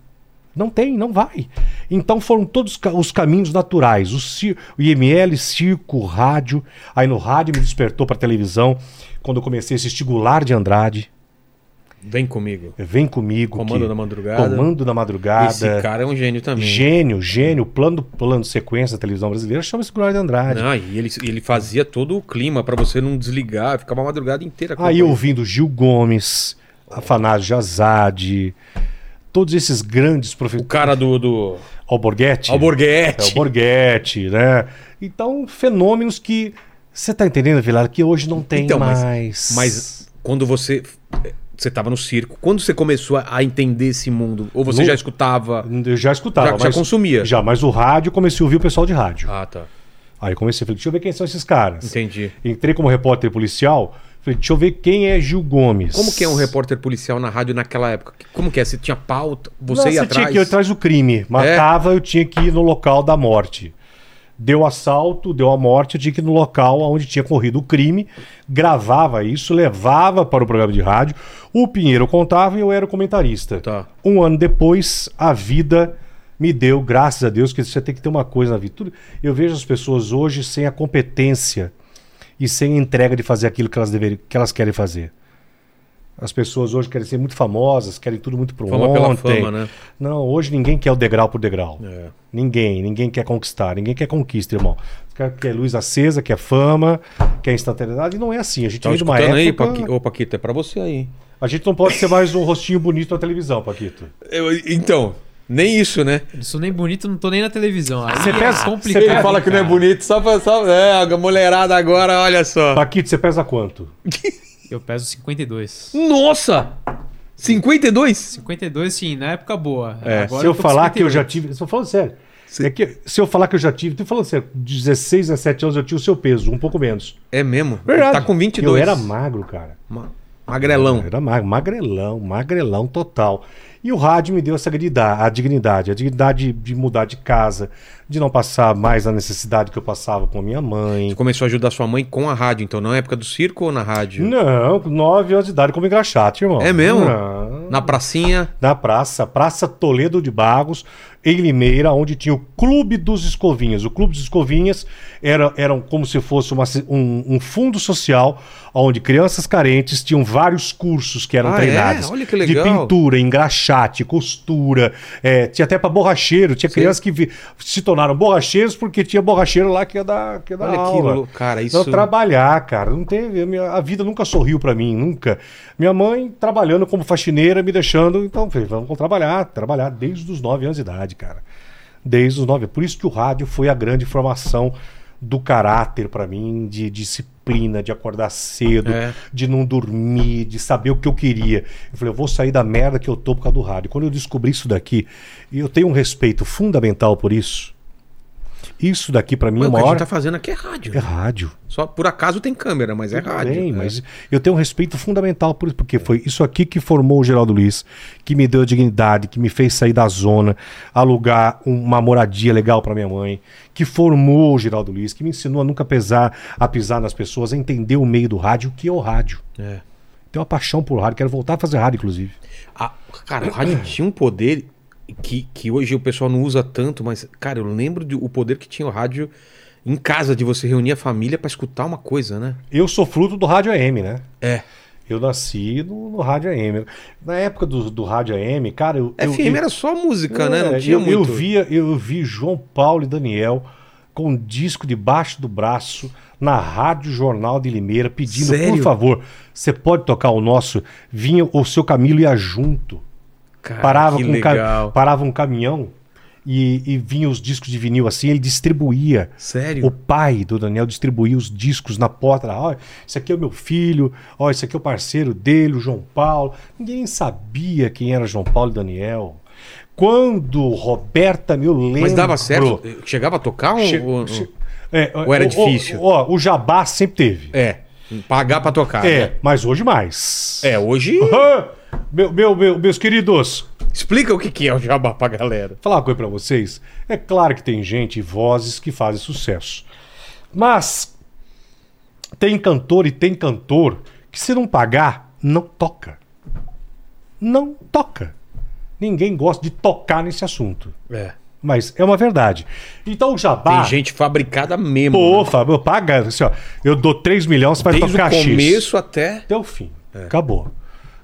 S3: Não tem, não vai. Então foram todos ca- os caminhos naturais. O, ci- o IML, circo, rádio. Aí no rádio me despertou para televisão. Quando eu comecei a assistir Goulart de Andrade,
S1: Vem comigo.
S3: Vem Comigo.
S1: Comando da Madrugada.
S3: Comando da Madrugada.
S1: Esse cara é um gênio também.
S3: Gênio, gênio. Plano, plano de sequência da televisão brasileira chama-se Goulart de Andrade.
S1: Não, e ele, ele fazia todo o clima pra você não desligar, ficava a madrugada inteira.
S3: Aí
S1: acompanhando.
S3: ouvindo Gil Gomes, Afanásio Jazade, todos esses grandes
S1: O
S3: professores.
S1: cara do, do
S3: Alborguete. É o
S1: Alborguete.
S3: Borghetti, né? Então, fenômenos que. Você tá entendendo, Vilar, que hoje não tem
S1: Então, mas-
S3: mais.
S1: Mas quando você. Você tava no circo. Quando você começou a a entender esse mundo? Ou você
S3: No-
S1: já escutava?
S3: Eu já escutava.
S1: Já- já
S3: mas-
S1: consumia.
S3: Já, mas o rádio comecei a ouvir o pessoal de rádio.
S1: Ah, tá.
S3: Aí comecei, falei, deixa eu ver quem são esses caras.
S1: Entendi.
S3: Entrei como repórter policial, falei, deixa eu ver quem é Gil Gomes.
S1: Como que é um repórter policial na rádio naquela época? Como que é? Você tinha pauta? Você
S3: Não,
S1: ia
S3: tinha
S1: atrás? É?
S3: que ir atrás do crime. Matava, eu tinha que ir no local da morte. Deu assalto, deu a morte, eu tinha que ir no local onde tinha corrido o crime, gravava isso, levava para o programa de rádio. O Pinheiro contava e eu era o comentarista.
S1: Tá.
S3: Um ano depois, a vida me deu, graças a Deus, que você tem que ter uma coisa na vida. Tudo- Eu vejo as pessoas hoje sem a competência e sem a entrega de fazer aquilo que elas, deveriam, que elas querem fazer. As pessoas hoje querem ser muito famosas, querem tudo muito pro
S1: Fama pela
S3: ontem.
S1: fama, né?
S3: Não, hoje ninguém quer o degrau por degrau.
S1: É.
S3: Ninguém, ninguém quer conquistar, ninguém quer conquista, irmão. Os caras Quer luz acesa, quer fama, quer instantaneidade, e não é assim. A gente
S1: Tá
S3: vem de uma
S1: escutando
S3: época...
S1: aí, Paqui... Ô, Paquito, é pra você aí. hein?
S3: A gente não pode ser mais um rostinho bonito na televisão, Paquito.
S1: Eu- então, nem isso, né?
S2: Não sou nem bonito, não tô nem na televisão. Aí
S3: Você
S2: é
S3: pensa-
S2: complicado,
S3: você fala
S2: cara.
S1: é bonito, só pra. Só, é, a mulherada agora, olha só.
S3: Paquito, você pesa quanto?
S2: Eu peso 52.
S1: Nossa! 52?
S2: 52, sim, na época boa.
S1: É,
S2: Agora
S3: se eu
S2: tô com
S3: falar que eu
S2: 58.
S3: já tive... Estou falando sério.
S1: Sim.
S3: É que, se eu falar que eu já tive... Estou falando sério. 16, 17 anos eu tinha o seu peso, um pouco menos.
S1: É mesmo?
S3: Verdade.
S1: Tá com 22.
S3: Eu era magro, cara.
S1: Ma- Magrelão.
S3: Era ma- magrelão, magrelão total. E o rádio me deu essa dignidade, a dignidade, a dignidade de mudar de casa, de não passar mais a necessidade que eu passava com a minha mãe.
S1: Você começou a ajudar sua mãe com a rádio, então, na época do circo ou na rádio?
S3: Não, com 9 anos de idade como engraxate, irmão.
S1: É mesmo?
S3: Não.
S1: Na pracinha.
S3: Na praça, Praça Toledo de Bagos, em Limeira, onde tinha o Clube dos Escovinhas. O Clube dos Escovinhas era, eram como se fosse uma ci- um, um fundo social onde crianças carentes tinham vários cursos que eram
S1: Ah, é?
S3: treinados.
S1: Olha que legal.
S3: De pintura, engraxate, costura. é, tinha até para borracheiro. Tinha crianças que vi- se tornaram borracheiros porque tinha borracheiro lá que ia dar, que ia dar
S1: Olha que
S3: aula. Então,
S1: lou- cara, isso-
S3: Não, trabalhar, cara. Não teve. A, minha- a vida nunca sorriu pra mim, nunca. Minha mãe trabalhando como faxineira, me deixando. Então, falei, vamos trabalhar, trabalhar desde os 9 anos de idade, cara. Desde os 9. Por isso que o rádio foi a grande formação do caráter pra mim, de disciplina, de acordar cedo,
S1: É.
S3: de não dormir, de saber o que eu queria. Eu falei, eu vou sair da merda que eu tô por causa do rádio. Quando eu descobri isso daqui, e eu tenho um respeito fundamental por isso, Isso daqui pra mim
S1: Mas o
S3: é o
S1: que a
S3: maior.
S1: gente tá fazendo aqui é rádio.
S3: É rádio.
S1: Só por acaso tem câmera, mas é
S3: Tudo
S1: rádio.
S3: bem,
S1: né?
S3: mas eu tenho um respeito fundamental por isso, porque foi isso aqui que formou o Geraldo Luiz, que me deu a dignidade, que me fez sair da zona, alugar um, uma moradia legal para minha mãe, que formou o Geraldo Luiz, que me ensinou a nunca pesar, a pisar nas pessoas, a entender o meio do rádio, o que é o rádio.
S1: É.
S3: Tenho uma paixão por rádio, quero voltar a fazer rádio, inclusive.
S1: A- cara, o rádio tinha um poder que, que hoje o pessoal não usa tanto, mas, cara, eu lembro do o poder que tinha o rádio em casa, de você reunir a família pra escutar uma coisa, né?
S3: Eu sou fruto do rádio AM, né?
S1: É.
S3: Eu nasci no, no rádio AM. Na época do, do rádio AM, cara, eu. eu-
S1: FM
S3: eu-
S1: era só música, né?
S3: É,
S1: Não tinha
S3: eu,
S1: muito.
S3: eu via, eu vi João Paulo e Daniel com um disco debaixo do braço na Rádio Jornal de Limeira pedindo,
S1: Sério?
S3: por favor, você pode tocar o nosso? Vinha o seu Camilo ia junto.
S1: Cara,
S3: parava,
S1: Ah, que
S3: com um ca-
S1: legal.
S3: parava um caminhão e, e vinha os discos de vinil assim, ele distribuía.
S1: Sério?
S3: O pai do Daniel distribuía os discos na porta. Ó, esse aqui é o meu filho, ó, esse aqui é o parceiro dele, o João Paulo. Ninguém sabia quem era João Paulo e Daniel. Quando Roberta, eu lembro.
S1: Mas dava certo? Chegava a tocar um.
S3: Che-
S1: um-
S3: che- é,
S1: Ou era difícil?
S3: Ó, o Jabá sempre teve.
S1: É. Pagar pra tocar.
S3: É,
S1: né?
S3: mas hoje mais.
S1: É, hoje.
S3: Ah, meu, meu, meu- meus queridos,
S1: Explica o que que é o jabá pra galera.
S3: falar uma coisa pra vocês. É claro que tem gente e vozes que fazem sucesso. Mas tem cantor e tem cantor que se não pagar, não toca. Não toca. Ninguém gosta de tocar nesse assunto.
S1: É.
S3: Mas é uma verdade. Então o
S1: Tem
S3: Jabá...
S1: gente fabricada mesmo.
S3: Pô,
S1: né?
S3: Fábio, paga. Assim, ó, eu dou 3 milhões, você vai
S1: Desde o
S3: tocar X
S1: começo até.
S3: até o fim. Acabou.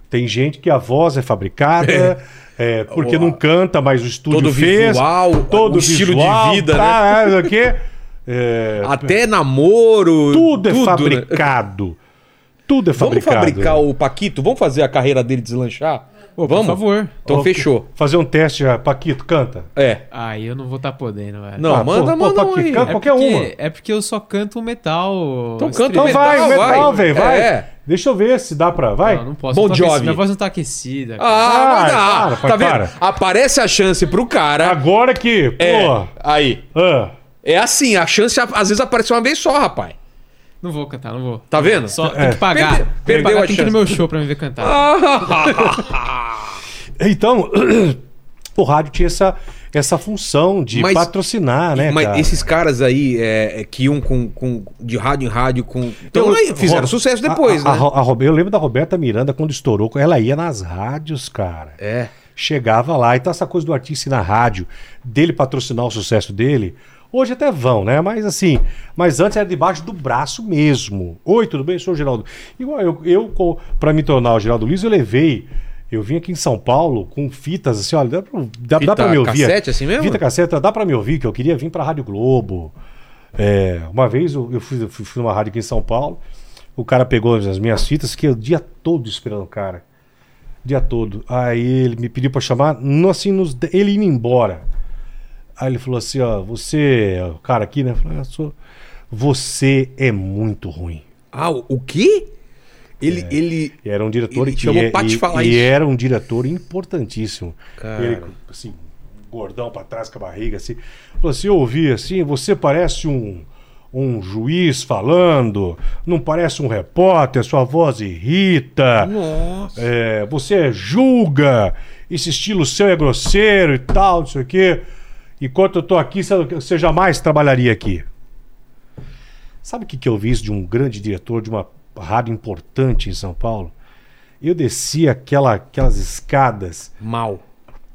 S3: Tem gente que a voz é fabricada, é, porque
S1: O-
S3: não canta, mas o estúdio
S1: todo
S3: fez.
S1: visual,
S3: todo
S1: o estilo de
S3: visual,
S1: vida, né?
S3: tá, é, não sei o quê. É,
S1: Até namoro.
S3: tudo é
S1: né?
S3: fabricado. Tudo é
S1: Vamos
S3: fabricado.
S1: fabricar o Paquito? Vamos fazer a carreira dele deslanchar?
S2: Pô,
S1: Vamos?
S2: por favor.
S1: Então
S3: Ok.
S1: fechou.
S3: Fazer um teste, já. Paquito, canta.
S1: É.
S2: Aí eu não vou estar podendo, velho.
S1: Não,
S3: Ah,
S1: manda,
S3: pô, pô,
S1: manda um
S3: Paquito,
S1: aí.
S3: canta
S1: É,
S3: qualquer
S2: porque,
S3: uma.
S2: É porque eu só canto metal.
S1: Então canta
S2: extremo.
S3: Então vai,
S1: metal,
S3: metal,
S1: vai.
S3: velho, vai.
S1: É.
S3: Deixa eu ver se dá pra. Vai.
S2: Não, não posso.
S1: Bon
S2: eu tô aquecida,
S1: Jovi.
S2: Minha voz não tá aquecida. cara.
S1: Ah, mas dá.
S3: para,
S1: tá
S3: para,
S1: vendo? Aparece a chance pro cara.
S3: Agora que, pô.
S1: É. Aí.
S3: ah,
S1: É assim, a chance às vezes aparece uma vez só, rapaz.
S2: Não vou cantar, não vou.
S1: Tá vendo?
S2: Só tem que pagar.
S1: Perde-
S2: Tem que
S1: perdeu
S2: pagar,
S1: a
S2: tem que ir no
S1: chance. Ah,
S2: meu show pra me ver cantar.
S3: Então, o rádio tinha essa, essa função de
S1: Mas-
S3: patrocinar, né?
S1: Mas
S3: cara?
S1: esses caras aí é, é, que iam com, com- de rádio em rádio com. Então
S3: Eu-
S1: aí, fizeram
S3: Ro-
S1: sucesso
S3: a-
S1: depois,
S3: a- a
S1: né?
S3: Ro- a Robe- eu lembro da Roberta Miranda quando estourou, ela ia nas rádios, cara.
S1: É.
S3: Chegava lá, então essa coisa do artista ir na rádio, dele patrocinar o sucesso dele, hoje até vão, né? Mas assim, mas antes era debaixo do braço mesmo. Oi, tudo bem? Sou o Geraldo. Igual eu, eu co- pra me tornar o Geraldo Luiz, eu levei. Eu vim aqui em São Paulo com fitas assim, olha, dá pra, dá,
S1: Fita
S3: dá pra me ouvir.
S1: cassete, assim mesmo?
S3: Fita cassete, dá pra me ouvir, que eu queria vir pra Rádio Globo. É, uma vez eu, eu fui, eu fui fui numa rádio aqui em São Paulo, o cara pegou as minhas fitas, que eu o dia todo esperando o cara. O dia todo. Aí ele me pediu pra chamar, no, assim, nos, de- ele indo embora. Aí ele falou assim: ó, você, é o cara aqui, né? Eu falei, "Ah, sou. Você é muito ruim.
S1: Ah, o, o quê? Ele. ele...
S3: E Era um diretor
S1: Ele chamou
S3: e,
S1: pra te
S3: e-
S1: falar
S3: e
S1: isso.
S3: era um diretor importantíssimo.
S1: Cara.
S3: Ele, assim, gordão pra trás com a barriga, assim. Falou assim: eu ouvi assim, você parece um, um juiz falando, não parece um repórter, sua voz irrita.
S1: Nossa.
S3: É, você julga, esse estilo seu é grosseiro e tal, não sei o quê. Enquanto eu tô aqui, você- você jamais trabalharia aqui. Sabe o que, que eu vi isso de um grande diretor de uma rádio importante em São Paulo? Eu desci aquela, aquelas escadas.
S1: Mal.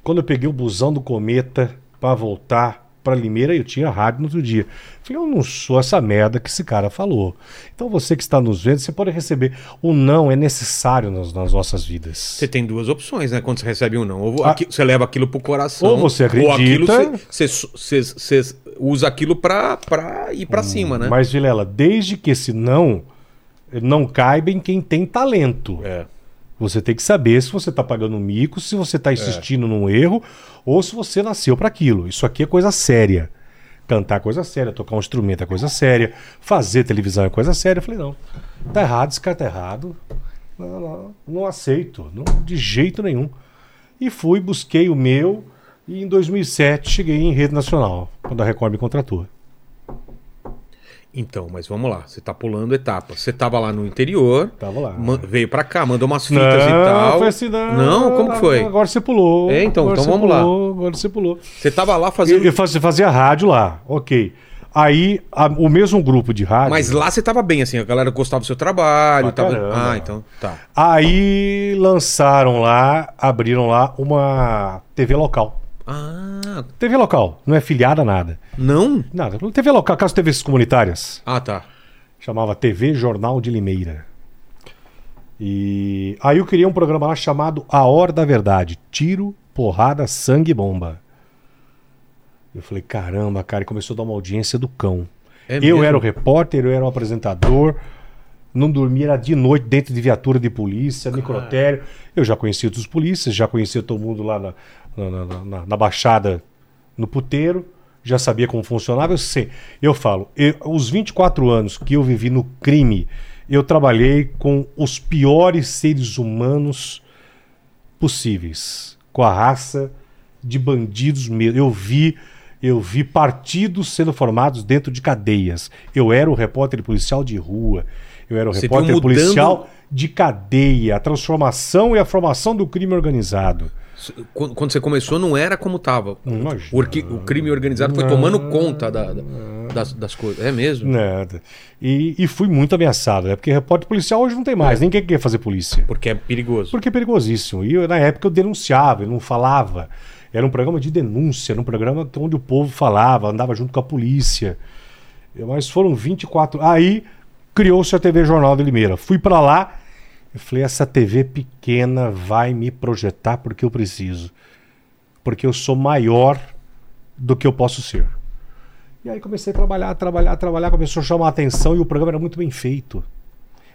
S3: Quando eu peguei o busão do Cometa pra voltar pra Limeira, eu tinha rádio no outro dia. Falei, eu não sou essa merda que esse cara falou. Então você que está nos vendo, você pode receber. O não é necessário nas, nas nossas vidas.
S1: Você tem duas opções, né? Quando você recebe um não. Ou
S3: Ah.
S1: aqui- você leva aquilo pro coração.
S3: Ou você
S1: Ou aquilo
S3: acredita.
S1: você, você- você- você usa aquilo pra, pra ir pra cima, né?
S3: Hum, Mas, Vilela, desde que esse não não caiba em quem tem talento.
S1: É.
S3: Você tem que saber se você está pagando um mico, se você
S1: É.
S3: está insistindo num erro ou se você nasceu para aquilo. Isso aqui é coisa séria. Cantar é coisa séria, tocar um instrumento é coisa séria, fazer televisão é coisa séria. Eu falei, não, tá errado, esse cara tá errado. Não, não, não, não aceito, não, de jeito nenhum. E fui, busquei o meu e em 2007 cheguei em rede nacional, quando a Record me contratou.
S1: Então, mas vamos lá. Você tá pulando etapas. Você tava lá no interior.
S3: Tava lá.
S1: man- Veio pra cá, mandou umas fitas e tal.
S3: foi assim, não.
S1: Não? Como que foi?
S3: Agora você pulou.
S1: É, então,
S3: agora
S1: então
S3: você
S1: vamos lá.
S3: pulou, Agora você pulou.
S1: Você tava lá
S3: Eu,
S1: fazendo.
S3: eu fazia, fazia rádio lá, ok. Aí, a- o mesmo grupo de rádio.
S1: Mas lá você tava bem, assim. A galera gostava do seu trabalho.
S3: Pra
S1: tava-
S3: caramba.
S1: Ah, então. Tá.
S3: Aí lançaram lá, abriram lá uma TV local.
S1: Ah.
S3: TV local, não é filiada a nada.
S1: Não?
S3: Nada. TV local, aquelas TVs comunitárias.
S1: Ah, tá.
S3: Chamava TV Jornal de Limeira. E aí eu criei um programa lá chamado A Hora da Verdade. Tiro, porrada, sangue e bomba. Eu falei, caramba, cara, e começou a dar uma audiência do cão.
S1: É
S3: eu
S1: mesmo?
S3: era o repórter, eu era o apresentador. Não dormia, era de noite dentro de viatura de polícia, necrotério. Eu já conhecia todos os polícias, já conhecia todo mundo lá na, na, na- na- na Baixada, no puteiro. Já sabia como funcionava. Eu sei. Eu falo, eu- os 24 anos que eu vivi no crime, eu trabalhei com os piores seres humanos possíveis com a raça de bandidos mesmo. Eu vi, eu vi partidos sendo formados dentro de cadeias. Eu era o repórter policial de rua. Eu era o
S1: Você viu
S3: repórter
S1: mudando-
S3: policial de cadeia, a transformação e a formação do crime organizado.
S1: S- Quando quando você começou, não era como tava.
S3: Imagina.
S1: O, orqui- o crime organizado foi tomando conta da- da- das, das coisas. É mesmo?
S3: Nada. E, e fui muito ameaçado, né? Porque repórter policial hoje não tem
S1: É.
S3: mais, ninguém quer fazer polícia.
S1: Porque é perigoso.
S3: Porque é perigosíssimo. E eu, na época eu denunciava, eu não falava. Era um programa de denúncia, era um programa onde o povo falava, andava junto com a polícia. Eu- Mas foram 24. Aí criou-se a TV Jornal de Limeira. Fui pra lá e falei: essa TV pequena vai me projetar porque eu preciso. Porque eu sou maior do que eu posso ser. E aí comecei a trabalhar, trabalhar, trabalhar, começou a chamar a atenção e o programa era muito bem feito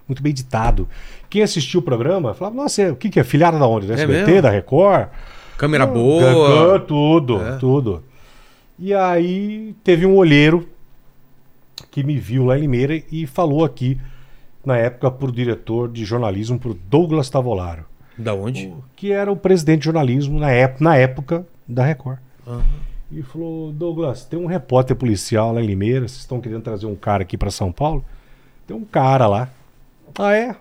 S3: muito bem editado. Quem assistiu o programa falava, nossa, é- o que, que é? Filhada da onde? Da
S1: É
S3: SBT,
S1: mesmo?
S3: da Record?
S1: Câmera
S3: Gagã,
S1: boa.
S3: tudo,
S1: É.
S3: tudo. E aí teve um olheiro que me viu lá em Limeira e falou aqui, na época, pro diretor de jornalismo, pro Douglas Tavolaro,
S1: Da onde?
S3: que era o presidente de jornalismo na época, na época da Record. E falou, Douglas, tem um repórter policial lá em Limeira, vocês estão querendo trazer um cara aqui para São Paulo? Tem um cara lá. Ah, é?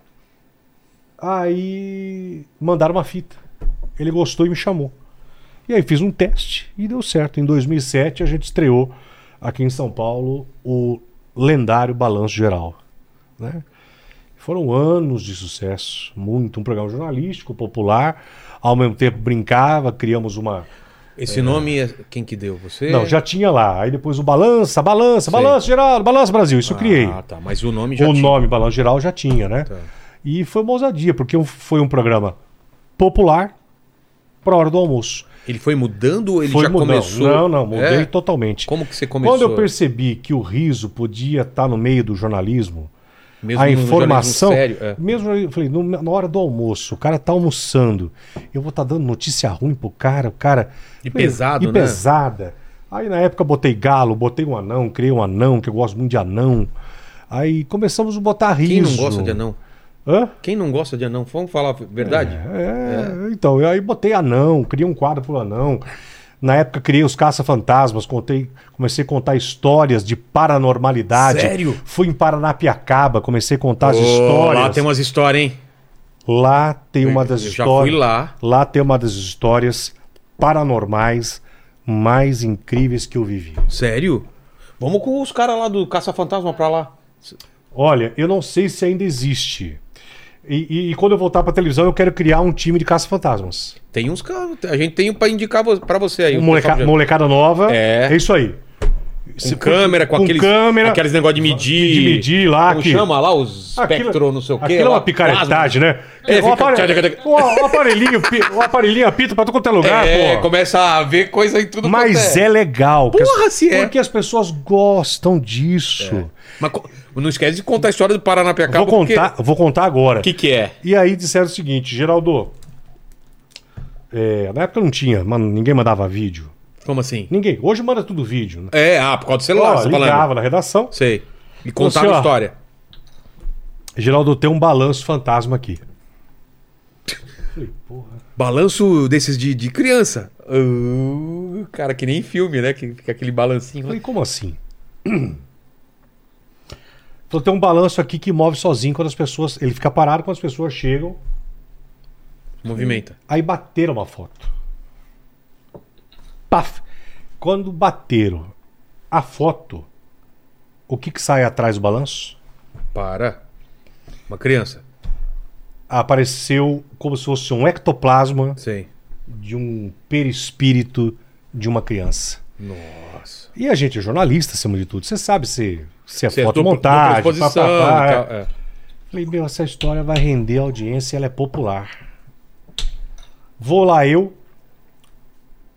S3: Aí mandaram uma fita. Ele gostou e me chamou. E aí fiz um teste e deu certo. Em 2007 a gente estreou aqui em São Paulo o lendário Balanço Geral. Né? Foram anos de sucesso, muito. Um programa jornalístico, popular, ao mesmo tempo brincava, criamos uma...
S1: Esse nome é quem que deu? Você?
S3: Não, já tinha lá. Aí depois o Balança, Balança,
S1: Sei.
S3: Balança Geral, Balança Brasil, isso eu criei.
S1: Ah, tá. Mas o nome já
S3: O
S1: tinha.
S3: nome Balanço Geral já tinha, né?
S1: Tá.
S3: E foi uma ousadia, porque um- foi um programa popular para hora do almoço.
S1: Ele foi mudando ou ele
S3: foi
S1: já
S3: mudando.
S1: começou?
S3: Não, não, mudei
S1: É?
S3: totalmente.
S1: Como que você começou?
S3: Quando eu percebi que o riso podia estar no meio do jornalismo,
S1: Mesmo
S3: a
S1: no jornalismo
S3: informação.
S1: Sério, é.
S3: Mesmo eu falei, no- na hora do almoço, o cara tá almoçando. Eu vou estar dando notícia ruim pro cara, o cara.
S1: E pesado,
S3: e
S1: né?
S3: pesada. Aí na época eu botei galo, botei um anão, criei um anão, que eu gosto muito de anão. Aí começamos a botar riso.
S1: Quem não gosta de anão?
S3: Hã?
S1: Quem não gosta de anão? Vamos falar a verdade?
S3: É, então, eu aí botei anão, criei um quadro pro anão. Na época criei os caça-fantasmas, contei, comecei a contar histórias de paranormalidade.
S1: Sério?
S3: Fui em Paranapiacaba, comecei a contar as
S1: Ô,
S3: histórias.
S1: Lá tem umas histórias, hein?
S3: Lá tem uma
S1: Eu
S3: das
S1: já
S3: histórias.
S1: fui lá.
S3: Lá tem uma das histórias paranormais mais incríveis que eu vivi.
S1: Sério? Vamos com os caras lá do Caça-Fantasma pra lá.
S3: Olha, eu não sei se ainda existe. E, e- e quando eu voltar pra televisão, eu quero criar um time de caça-fantasmas.
S1: Tem uns caras. A gente tem um pra indicar vo- pra você aí. o
S3: Moleca-
S1: um pessoal já-
S3: molecada nova.
S1: É.
S3: isso aí.
S1: Com câmera, com,
S3: com
S1: aqueles,
S3: câmera,
S1: aqueles negócios de medir.
S3: de medir lá,
S1: Como
S3: que-
S1: chama lá os espectro,
S3: Aquilo-
S1: não sei o quê.
S3: Aquilo é
S1: lá,
S3: uma picaretagem, né?
S1: É,
S3: o,
S1: fica-
S3: apare- o- o um aparelhinho, pi- o aparelhinho apita pra todo quanto é lugar,
S1: plasma. É,
S3: pô.
S1: começa a ver coisa em tudo
S3: Mas
S1: quanto
S3: é legal. que
S1: Porra, se é.
S3: Porque as pessoas gostam disso.
S1: Mas co- não esquece de contar a história do Paranapiacaba.
S3: Vou contar, vou contar agora.
S1: O que, que é?
S3: E aí disseram o seguinte, Geraldo. é, na época não tinha, mano, ninguém mandava vídeo.
S1: Como assim?
S3: Ninguém. Hoje manda tudo vídeo. Né?
S1: É, ah, por causa do celular,
S3: Ó,
S1: você tá falando.
S3: ligava na redação.
S1: Sei. E contava
S3: Você, ó.
S1: a história.
S3: Geraldo tem um balanço fantasma aqui. Falei, porra.
S1: Balanço desses de, de criança. Uh, cara, que nem filme, né? Que fica aquele balancinho. lá.
S3: Falei, como assim? Então tem um balanço aqui que move sozinho quando as pessoas. Ele fica parado quando as pessoas chegam.
S1: Movimenta.
S3: Aí bateram uma foto. Paf! Quando bateram a foto, o que, que sai atrás do balanço?
S1: Para. Uma criança.
S3: Apareceu como se fosse um ectoplasma
S1: Sim.
S3: de um perispírito de uma criança.
S1: Nossa.
S3: E a gente é jornalista, acima de tudo. Você sabe se, se é
S1: Certo,
S3: foto
S1: dupla-
S3: montagem,
S1: dupla exposição
S3: papapá.
S1: e tal, é.
S3: Falei, meu, essa história vai render audiência, ela é popular. Vou lá eu.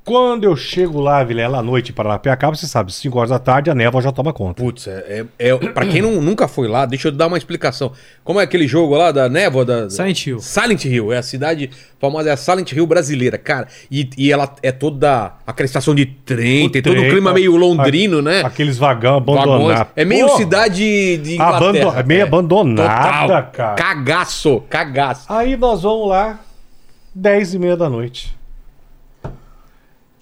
S3: Quando eu chego lá, Vilela, à noite para lá, Piacaba, você sabe, 5 horas da tarde, a névoa já toma conta.
S1: Putz, é, é, é- pra quem não- nunca foi lá, deixa eu dar uma explicação. Como é aquele jogo lá da névoa? Da, da-
S2: Silent Hill.
S1: Silent Hill, é a cidade famosa, é a Silent Hill brasileira, cara. E, e ela é toda aquela estação de trem,
S3: O
S1: tem todo
S3: trem,
S1: um clima
S3: a-
S1: meio londrino, né?
S3: Aqueles vagão
S1: Vagões.
S3: abandonados.
S1: É meio
S3: Porra,
S1: cidade de
S3: abando-
S1: Inglaterra.
S3: meio
S1: é.
S3: abandonada,
S1: Total.
S3: cara. Ah,
S1: Cagaço, cagaço.
S3: Aí nós vamos lá, 10 e meia da noite.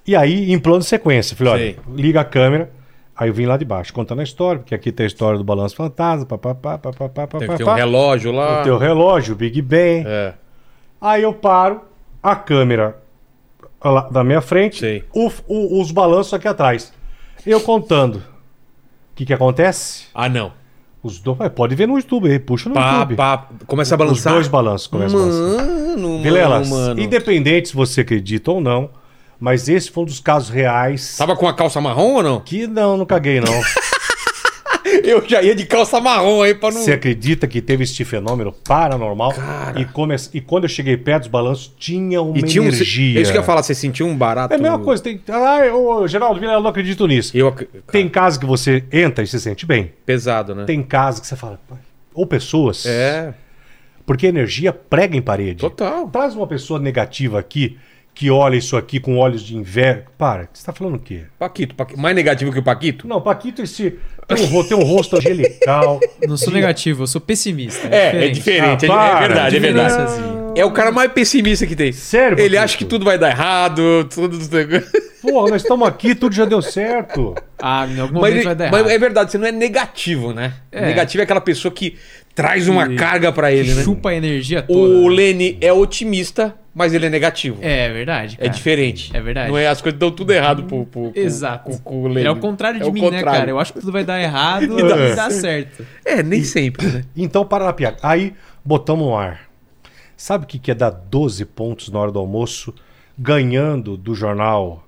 S3: E aí, em plano de sequência, falei,
S1: Sim.
S3: olha, liga a câmera. Aí eu vim lá de baixo, contando a história, porque aqui tem a história do balanço fantasma, papapá, papapá,
S1: Tem,
S3: papapá.
S1: tem um relógio lá.
S3: O teu relógio, o Big Ben.
S1: É.
S3: Aí eu paro, a câmera lá da minha
S1: Sei.
S3: frente, o- o- os balanços aqui atrás. Eu contando. O que, que acontece?
S1: Ah, não.
S3: Os dois. mas Pode ver no YouTube aí, puxa no
S1: Pá,
S3: YouTube.
S1: pá, começa a
S3: Os
S1: balançar.
S3: dois balanços começam a balançar.
S1: Mano,
S3: Vilelas,
S1: mano, mano.
S3: independente se você acredita ou não, mas esse foi um dos casos reais.
S1: Tava com a calça marrom ou não?
S3: Que não, não caguei, não.
S1: Eu já ia de calça marrom aí pra não.
S3: Você acredita que teve este fenômeno paranormal?
S1: Cara.
S3: E, come... e quando eu cheguei perto dos balanços, tinha uma
S1: E tinha um.
S3: energia.
S1: É Isso que eu ia falar, você sentiu um barato.
S3: É a mesma coisa. Tem... Ah, eu, Geraldo Vila, eu não acredito nisso.
S1: Eu ac-
S3: Tem casa que você entra e se sente bem.
S1: Pesado, né?
S3: Tem casa que você fala. "Pai", Ou pessoas.
S1: É,
S3: Porque a energia prega em parede.
S1: total.
S3: Traz uma pessoa negativa aqui que olha isso aqui com olhos de inveja. Para, você tá falando o quê?
S1: Paquito, Paquito. Mais negativo que o Paquito?
S3: Não, Paquito, esse. Tem um, ro- tem um rosto angelical.
S2: Não sou negativo, eu sou pessimista.
S1: É, é diferente. é-
S3: Ah,
S1: é,
S3: para.
S1: verdade, é verdade.
S2: Diferençazinha.
S1: É o cara mais pessimista que tem.
S3: Sério,
S1: Ele
S3: Paquito?
S1: acha que tudo vai dar errado, tudo.
S3: Pô, nós estamos aqui, tudo já deu certo.
S2: Ah, em algum
S1: Mas,
S2: momento vai dar
S1: mas
S2: errado.
S1: é verdade, você não é negativo, né?
S2: É.
S1: Negativo é aquela pessoa que traz uma
S2: Que-
S1: carga pra ele, né?
S2: Chupa a energia
S1: O
S2: toda. né?
S1: Lene é otimista, mas ele é negativo. É,
S2: É verdade, cara.
S1: diferente.
S2: É verdade.
S1: Não é, as coisas dão tudo errado pro, pro, pro-
S2: Exato.
S1: pro- pro Lene.
S2: Ele é o contrário de
S1: É o
S2: mim, né,
S1: contrário.
S2: cara? Eu acho que tudo vai dar errado e
S3: dá
S2: dá, certo.
S1: É, nem sempre, né?
S3: Então, Paranapiá. Aí, botamos no ar. Sabe o que que é dar 12 pontos na hora do almoço, ganhando do jornal,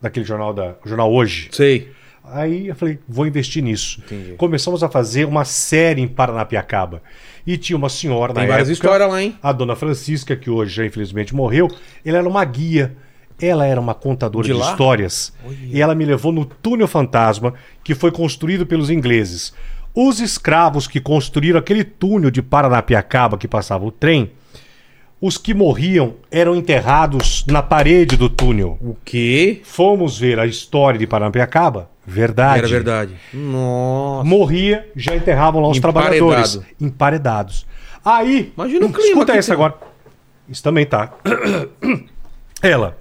S3: daquele jornal da jornal Hoje?
S1: Sei.
S3: Aí eu falei, vou investir nisso. Começamos a fazer uma série em Paranapiacaba. E tinha uma senhora
S1: Tem
S3: na
S1: várias
S3: época,
S1: histórias lá, hein?
S3: a dona Francisca, que hoje já infelizmente morreu, ela era uma guia. Ela era uma contadora
S1: De
S3: de,
S1: lá?
S3: histórias. E ela me levou no túnel fantasma que foi construído pelos ingleses. Os escravos que construíram aquele túnel de Paranapiacaba que passava o trem, os que morriam eram enterrados na parede do túnel.
S1: O quê?
S3: Fomos ver a história de Paranapiacaba, verdade.
S1: Era verdade. Nossa.
S3: Morria, já enterravam lá os
S1: Emparedado.
S3: trabalhadores. Emparedados. Aí,
S1: Imagina o clima
S3: escuta
S1: que
S3: essa
S1: tem.
S3: agora. Isso também tá. Ela.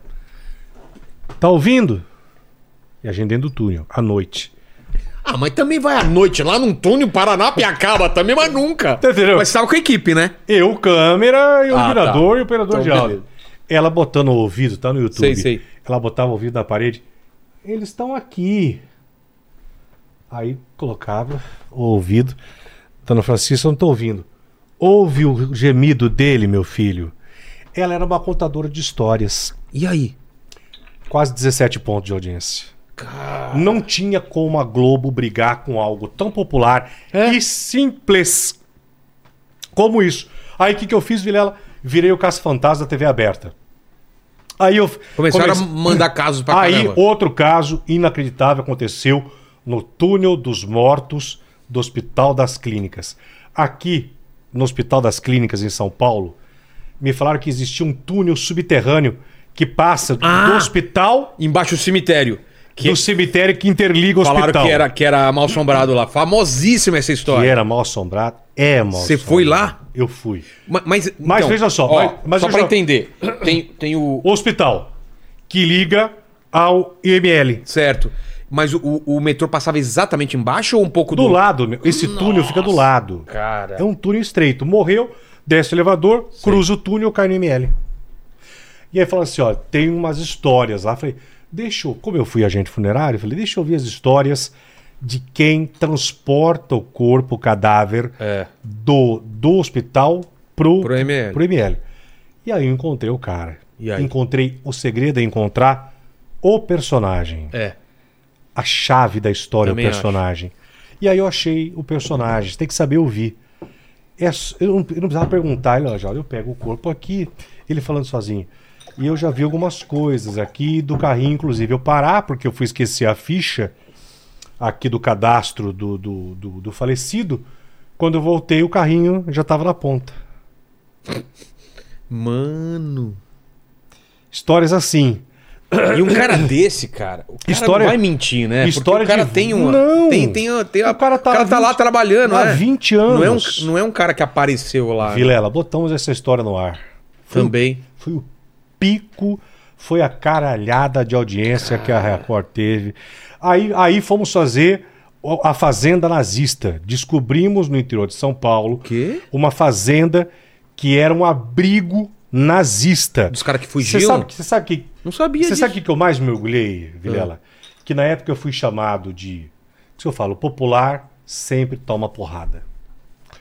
S3: Tá ouvindo? E a gente dentro do túnel, à noite.
S1: Ah, mas também vai à noite lá num túnel Paraná, Piacaba também, mas nunca.
S3: Tá entendendo?
S1: Mas tava com a equipe, né?
S3: Eu, câmera, e o
S1: Ah,
S3: operador
S1: tá.
S3: e o operador
S1: Então,
S3: de áudio.
S1: beleza.
S3: Ela botando o ouvido, tá no YouTube.
S1: Sei, sei.
S3: Ela botava o ouvido na parede. Eles estão aqui. Aí colocava o ouvido. Dona Francisca, eu não tô ouvindo. Ouve o gemido dele, meu filho. Ela era uma contadora de histórias.
S1: E aí?
S3: Quase 17 pontos de audiência. Não tinha como a Globo brigar com algo tão popular
S1: É.
S3: e simples como isso. Aí o que, que eu fiz, Vilela? Virei o caça-fantasma da TV aberta. Aí eu.
S1: Começaram
S3: comecei-
S1: a mandar casos pra
S3: Aí
S1: caramba.
S3: outro caso inacreditável aconteceu no túnel dos mortos do Hospital das Clínicas. Aqui, no Hospital das Clínicas, em São Paulo, me falaram que existia um túnel subterrâneo que passa do
S1: Ah!
S3: hospital
S1: Embaixo do cemitério. Que
S3: do cemitério que interliga o
S1: falaram
S3: hospital.
S1: que era, que era mal assombrado lá. Famosíssima essa
S3: Que
S1: história.
S3: era mal assombrado. É mal
S1: Você foi
S3: assombrado.
S1: lá?
S3: Eu fui.
S1: Ma- Mas, então,
S3: Mas veja só, mas- mas
S1: só
S3: eu
S1: pra
S3: já-
S1: entender, tem, tem o.
S3: Hospital que liga ao IML.
S1: Certo. Mas o, o- o metrô passava exatamente embaixo ou um pouco
S3: Do lado, meu. esse túnel fica do lado.
S1: Cara.
S3: É um túnel estreito. Morreu, desce o elevador, cruza o túnel, cai no ML. E aí falando assim, ó, tem umas histórias lá. Falei, deixa eu, como eu fui agente funerário, falei, deixa eu ver as histórias de quem transporta o corpo, o cadáver
S1: É.
S3: do, do hospital pro,
S1: Pro ML.
S3: pro ML. E aí eu encontrei o cara.
S1: E aí?
S3: Encontrei o segredo é encontrar o personagem
S1: É.
S3: a chave da história,
S1: Também
S3: o personagem. E aí eu achei o personagem, você tem que saber ouvir. É s- eu, não, eu não precisava perguntar, ele, ó, já, olha, eu pego o corpo aqui, ele falando sozinho. E eu já vi algumas coisas aqui do carrinho, inclusive. Eu parar, porque eu fui esquecer a ficha aqui do cadastro do, do, do, do falecido. Quando eu voltei, o carrinho já estava na ponta.
S1: Mano.
S3: Histórias assim.
S1: E um cara desse, cara, o cara
S3: História-
S1: não vai mentir, né?
S3: história
S1: Porque o cara
S3: de-
S1: tem uma.
S3: Não!
S1: Tem, tem, a- tem a-
S3: O cara tá
S1: o cara tá
S3: há
S1: lá
S3: 20
S1: trabalhando,
S3: há
S1: né?
S3: 20
S1: Não é, um,
S3: anos.
S1: não é um cara que apareceu lá. né?
S3: Vilela, botamos essa história no ar. Foi um
S1: Também.
S3: Foi o pico, foi a caralhada de audiência que a Record teve. Aí, aí fomos fazer o- a Fazenda Nazista. Descobrimos no interior de São Paulo
S1: quê?
S3: uma fazenda que era um abrigo nazista.
S1: Dos caras que
S3: Você
S1: fugiam?
S3: sabe, que- você sabe que
S1: Não sabia
S3: você
S1: disso. Ah.
S3: sabe o que que eu mais me orgulhei, Vilela? Que na época eu fui chamado de. O que eu falo? Popular sempre toma porrada.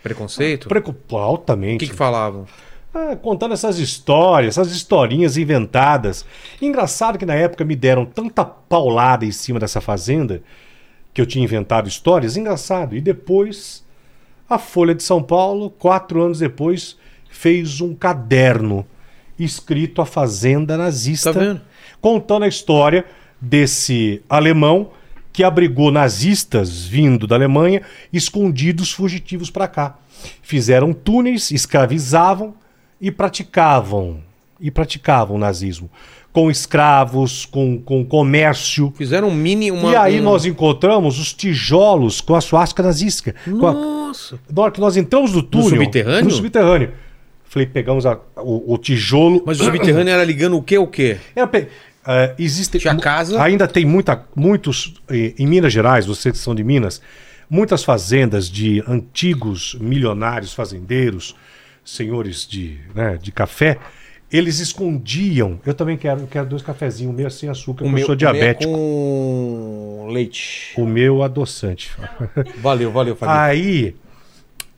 S1: Preconceito?
S3: Preocupa
S1: O
S3: altamente.
S1: que, que falavam?
S3: Ah, contando essas histórias, essas historinhas inventadas. Engraçado que na época me deram tanta paulada em cima dessa fazenda que eu tinha inventado histórias. Engraçado. E depois, a Folha de São Paulo, quatro anos depois, fez um caderno escrito A Fazenda Nazista,
S1: Tá vendo?
S3: contando a história desse alemão que abrigou nazistas vindo da Alemanha, escondidos fugitivos para cá. Fizeram túneis, escravizavam e praticavam e praticavam o nazismo com escravos, com, com comércio.
S1: Fizeram um mini. Uma,
S3: e aí
S1: um-
S3: nós encontramos os tijolos com a suástica nazística, com a,
S1: Nossa.
S3: na hora que nós entramos no túnel.
S1: subterrâneo?
S3: No subterrâneo. Falei, pegamos a- o, o tijolo.
S1: Mas o subterrâneo era ligando o quê, o quê?
S3: Era pe- é, existe
S1: Tinha casa?
S3: Ainda tem muita, muitos. eh, Em Minas Gerais, vocês que são de Minas, muitas fazendas de antigos milionários fazendeiros, senhores de, né, de café. Eles escondiam. Eu também quero, eu quero dois cafezinhos, o meu é sem açúcar, porque eu sou diabético.
S1: é Com leite.
S3: O meu adoçante.
S1: Valeu, valeu, Fabinho.
S3: Aí,